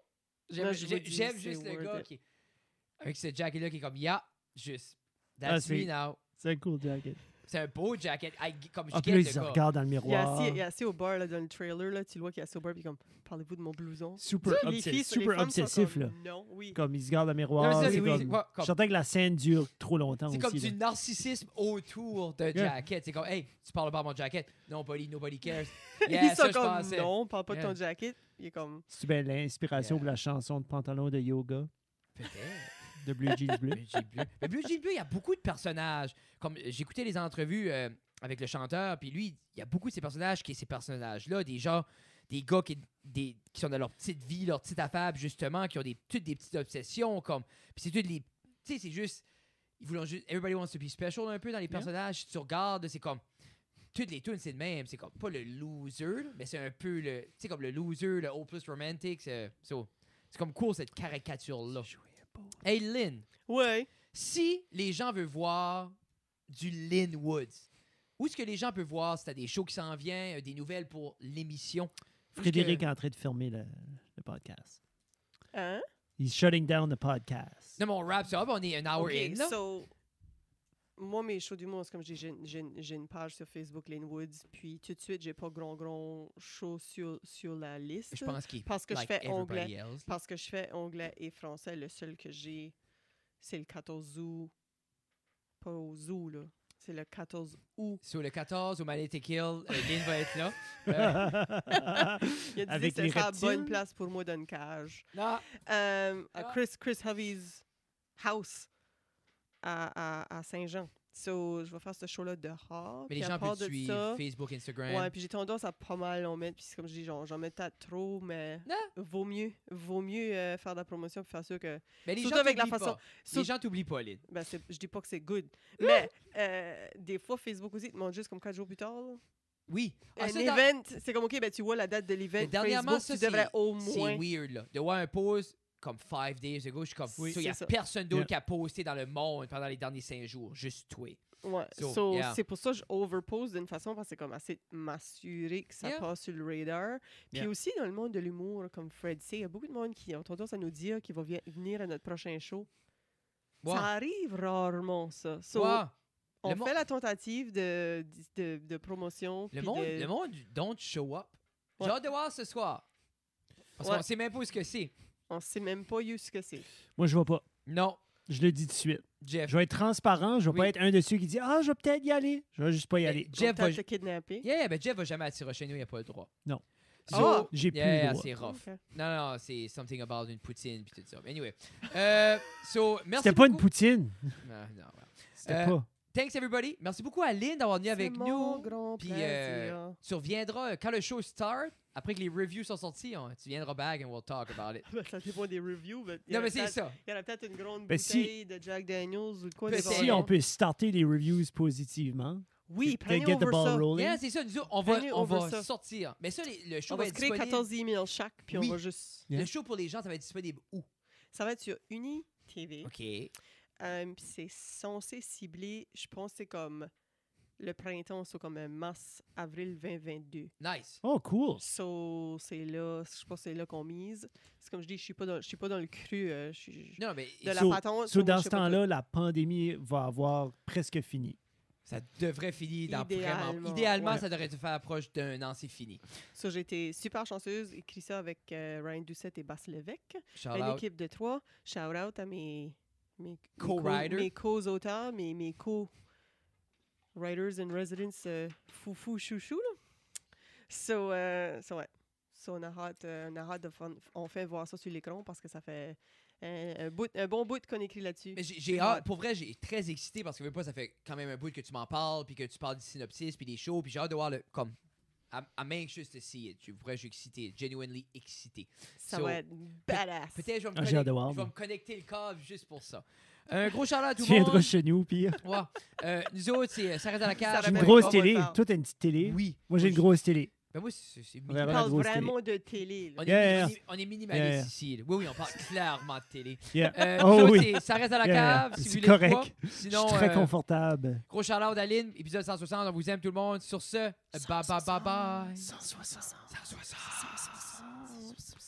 A: J'aime
C: je vous
A: j'ai-
C: dis,
A: j'aime
C: c'est
A: juste le
C: worth
A: gars
C: it.
A: qui. Avec ce jacket-là qui est comme, yeah, juste. That's
B: Ah, c'est-
A: me now.
B: C'est un cool jacket.
A: C'est un beau jacket. I- comme je
B: Ah,
A: get
B: puis là,
A: le
B: ils se
A: gars.
B: regardent dans le
C: Il est,
B: miroir.
C: assis, il est assis au bar là, dans le trailer. Là, tu le vois qu'il est assis au bar puis comme parlez-vous de mon blouson.
B: Super,
C: Les
B: obsé-
C: filles, sur les
B: super
C: femmes, sont
B: obsessif,
C: comme,
B: là.
C: Non, oui.
B: Comme ils se regardent dans le
A: Non,
B: miroir.
A: mais ça,
B: c'est
A: c'est-
B: comme-
A: c'est quoi,
B: Je
A: comme-
B: suis certain que la scène dure trop longtemps
A: C'est
B: aussi.
A: comme
B: là.
A: du narcissisme autour de
B: Yeah.
A: jacket. C'est comme, hey, tu parles pas de mon jacket. Nobody, nobody cares.
C: Ils
A: Yeah, ça,
C: sont
A: je
C: comme
A: pensais.
C: non, parle pas de ton
A: Yeah.
C: jacket. Il est comme
B: C'est bien l'inspiration
A: Yeah.
B: pour la chanson de pantalon de yoga
A: Peut-être.
B: de Blue Jeans Bleu.
A: Blue Jean Bleu. Mais Blue Jean Bleu, il y a beaucoup de personnages. Comme euh, j'écoutais les entrevues euh, avec le chanteur, puis lui, il y a beaucoup de ces personnages qui ces personnages-là, des gens, des gars qui, des, qui sont dans leur petite vie, leur petite affaire, puis justement, qui ont des, toutes des petites obsessions, comme. Puis c'est toutes les. Tu sais, c'est juste. Ils voulaient juste. Everybody wants to be special un peu dans les personnages. Si tu regardes, c'est comme. Toutes les tunes, c'est le même. C'est comme pas le loser, là, mais c'est un peu le. Tu sais, comme le loser, le hopeless romantic. C'est so, c'est comme cool cette caricature-là. Hey Lynn,
C: ouais.
A: si les gens veulent voir du Lynn Woods, où est-ce que les gens peuvent voir si t'as des shows qui s'en viennent, euh, des nouvelles pour l'émission? Où est-ce
B: Frédéric
A: que-
B: est en train de fermer le, le podcast.
C: Hein?
B: He's shutting down the podcast.
A: Non, mon rap, c'est up, on est un hour
C: Ok,
A: in, là.
C: so, moi, mes shows du monde, c'est comme j'ai- j'ai j'ai une- j'ai une page sur Facebook, Lynn Woods, puis tout de suite, j'ai pas grand, grand show sur, sur la liste.
A: je pense qu'il
C: parce que je
A: like
C: fais
A: everybody
C: anglais.
A: else.
C: Parce que je fais anglais et français. Le seul que j'ai, c'est le 14 août. Pas au zoo, là. C'est le 14 août.
A: Sur le 14, au Manette Kill, euh, Lynn va être là. Euh,
C: Il a dit
B: Avec
C: que
B: les
C: c'était la bonne
B: reptiles?
C: place pour moi dans une cage.
A: non,
C: Euh, à
A: Ah.
C: Chris, Chris Hovey's house à, à, à Saint-Jean. So, je vais faire ce show-là dehors.
A: mais les
C: puis à
A: gens
C: part
A: peuvent
C: de
A: te suivre
C: ça-
A: Facebook, Instagram.
C: Ouais, puis j'ai tendance à pas mal en mettre. Puis c'est comme je dis, genre, j'en mets peut-être trop, mais
A: Non.
C: vaut mieux, vaut mieux euh, faire de la promotion pour faire sûr que.
A: mais les
C: surtout
A: gens
C: avec la
A: t'oublient
C: façon-
A: pas. Les
C: surtout-
A: gens t'oublient pas, Lynn.
C: Ben, c'est- je dis pas que c'est good, mais euh, des fois, Facebook aussi, ils te montre juste comme quatre jours plus tard. là.
A: Oui. Ah,
C: Un
A: ça, dans-
C: event, c'est comme, OK, ben, tu vois la date de l'event.
A: Mais dernièrement,
C: Facebook,
A: ça,
C: tu devrais au moins.
A: C'est weird, là. De voir un post comme five days ago, je suis comme,
C: Oui,
A: il n'y a
C: c'est ça.
A: personne d'autre
B: Yeah.
A: qui a posté dans le monde pendant les derniers cinq jours, juste toi.
C: Ouais.
A: So,
C: So,
A: yeah.
C: C'est pour ça que je overpose d'une façon parce que c'est comme assez de m'assurer que ça
A: Yeah.
C: passe sur le radar. Puis
B: Yeah.
C: aussi dans le monde de l'humour, comme Fred sait, il y a beaucoup de monde qui ont tendance à nous dire qu'ils vont vi- venir à notre prochain show.
A: Wow.
C: Ça arrive rarement, ça. So,
A: Wow.
C: On
A: Le
C: fait
A: mo-
C: la tentative de, de, de promotion.
A: Le
C: puis
A: monde,
C: de-
A: le monde don't show up. J'ai
C: Ouais.
A: hâte de voir ce soir. Parce
C: Ouais.
A: qu'on sait même pas où ce que c'est.
C: On sait même pas eu ce que c'est.
B: Moi, je vois pas.
A: Non,
B: Je le dis tout de suite.
A: Jeff.
B: Je vais être transparent. Je vais pas
A: Oui.
B: être un de ceux qui dit Ah, je vais peut-être y aller. Je vais juste pas y
A: Eh,
B: aller.
A: Jeff
C: On tente
A: va-
C: de kidnapper.
A: Yeah, ben Jeff va jamais attirer chez nous, il a pas le droit.
B: Non.
C: Ah!
B: J'ai plus le
A: yeah,
B: droit.
A: c'est rough.
C: Ok.
A: Non, non, non, c'est something about une poutine puis tout ça. Mais Anyway. Euh, so, merci
B: C'était pas une
A: beaucoup. Ah,
B: poutine.
A: Non, non, voilà.
B: C'était
A: Euh,
B: pas.
A: Thanks, everybody. Merci beaucoup à Lynn d'avoir venu avec
C: mon
A: nous.
C: grand
A: Puis, euh,
C: plaisir.
A: tu reviendras euh, quand le show start. Après que les reviews sont sortis, on- tu viendras back and we'll talk about it.
C: Ben, ça dépend des reviews. mais il y
A: non,
C: aurait
A: mais c'est
C: peut-être-
A: ça.
C: Il y aurait peut-être une grande
B: Ben, si-
C: bouteille de Jack Daniels ou de quoi.
A: Ben,
C: des
A: si
B: Si
C: bonbons.
B: on peut starter les reviews positivement,
C: Oui,
B: peut
C: prenez
B: get the
C: over
B: ball
C: ça.
B: rolling.
A: Yeah, c'est ça. Nous, autres, on va,
C: Prenez
A: on
C: over
A: va
C: ça.
A: sortir. Mais ça, les- le show
C: On
A: va
C: va se
A: être
C: créer
A: disponible.
C: 14 emails chaque, puis
A: Oui.
C: on va juste...
A: Le show pour les gens, ça va être disponible où?
C: Ça va être sur Uni TV.
A: OK.
C: Euh, puis c'est censé cibler, je pense, que c'est comme le printemps, c'est comme euh, mars, avril 2022.
A: Nice.
B: Oh, cool.
C: So, c'est là, je pense que c'est là qu'on mise. C'est comme je dis, je suis pas dans, je suis pas dans le cru. euh, je suis- je-
A: Non, mais
C: de la
B: So-
C: patente.
B: So,
C: so, moi,
B: dans
C: je
B: ce
C: sais pas
B: temps-là, la pandémie va avoir presque fini.
A: ça devrait finir dans
C: Idéalement,
A: vraiment... Idéalement,
C: ouais.
A: ça devrait te faire proche d'un an, c'est fini.
C: So, j'ai été super chanceuse, écrit ça avec euh, Ryan Doucette et Basse Lévesque.
A: Shout
C: Une
A: out.
C: équipe Ben, de trois. Shout out à mes, mes
A: Co-writers.
C: mes co-auteurs, mes, mes co-writers in residence euh, foufou chouchou. Là. So, euh, so, ouais. So, on a hâte, euh, on a hâte de fun- enfin voir ça sur l'écran parce que ça fait euh, un, un bout- un bon bout qu'on écrit là-dessus.
A: Mais j'ai- j'ai hâte, pour vrai, j'ai très excité parce que veux pas, ça fait quand même un bout que tu m'en parles, puis que tu parles du synopsis, puis des shows, puis j'ai hâte de voir le. Comme. I'm, I'm anxious to see it. Je- Pour vrai, je suis excité, genuinely excité.
C: Ça
A: so,
C: va être badass.
A: Peut-être je vais me
B: Ah, j'ai hâte de
A: connecter,
B: voir,
A: je vais
B: moi.
A: me connecter le câble juste pour ça. Un gros shout out à tout
B: Tu
A: le
B: viendras
A: monde.
B: chez nous, puis
A: Ouais. Euh, nous autres, c'est euh, ça reste dans la cage.
B: j'ai une
C: ben,
B: grosse
C: on va
B: télé.
C: le faire.
B: Toi, t'as une petite télé.
A: Oui.
B: Moi, j'ai une grosse télé.
A: Ben moi, c'est c'est
C: on
B: On verra.
A: minimal.
B: la
C: parle
B: grosse
C: vraiment de télé. là.
A: On est,
B: Yeah.
A: on est- on est minimaliste
B: Yeah.
A: ici. là. Oui, oui, on parle clairement de télé.
B: Yeah.
A: Euh,
B: Oh
A: nous autres,
B: oui.
A: c'est ça reste dans la
B: Yeah.
A: cave. si vous
B: C'est
A: voulez le voir.
B: correct. Je
A: Sinon,
B: suis très
A: euh,
B: confortable.
A: gros shout-out d'Aline, épisode 160. On vous aime tout le euh, monde. Sur ce, bye bye bye bye.
B: 160.
A: 160.
B: 160.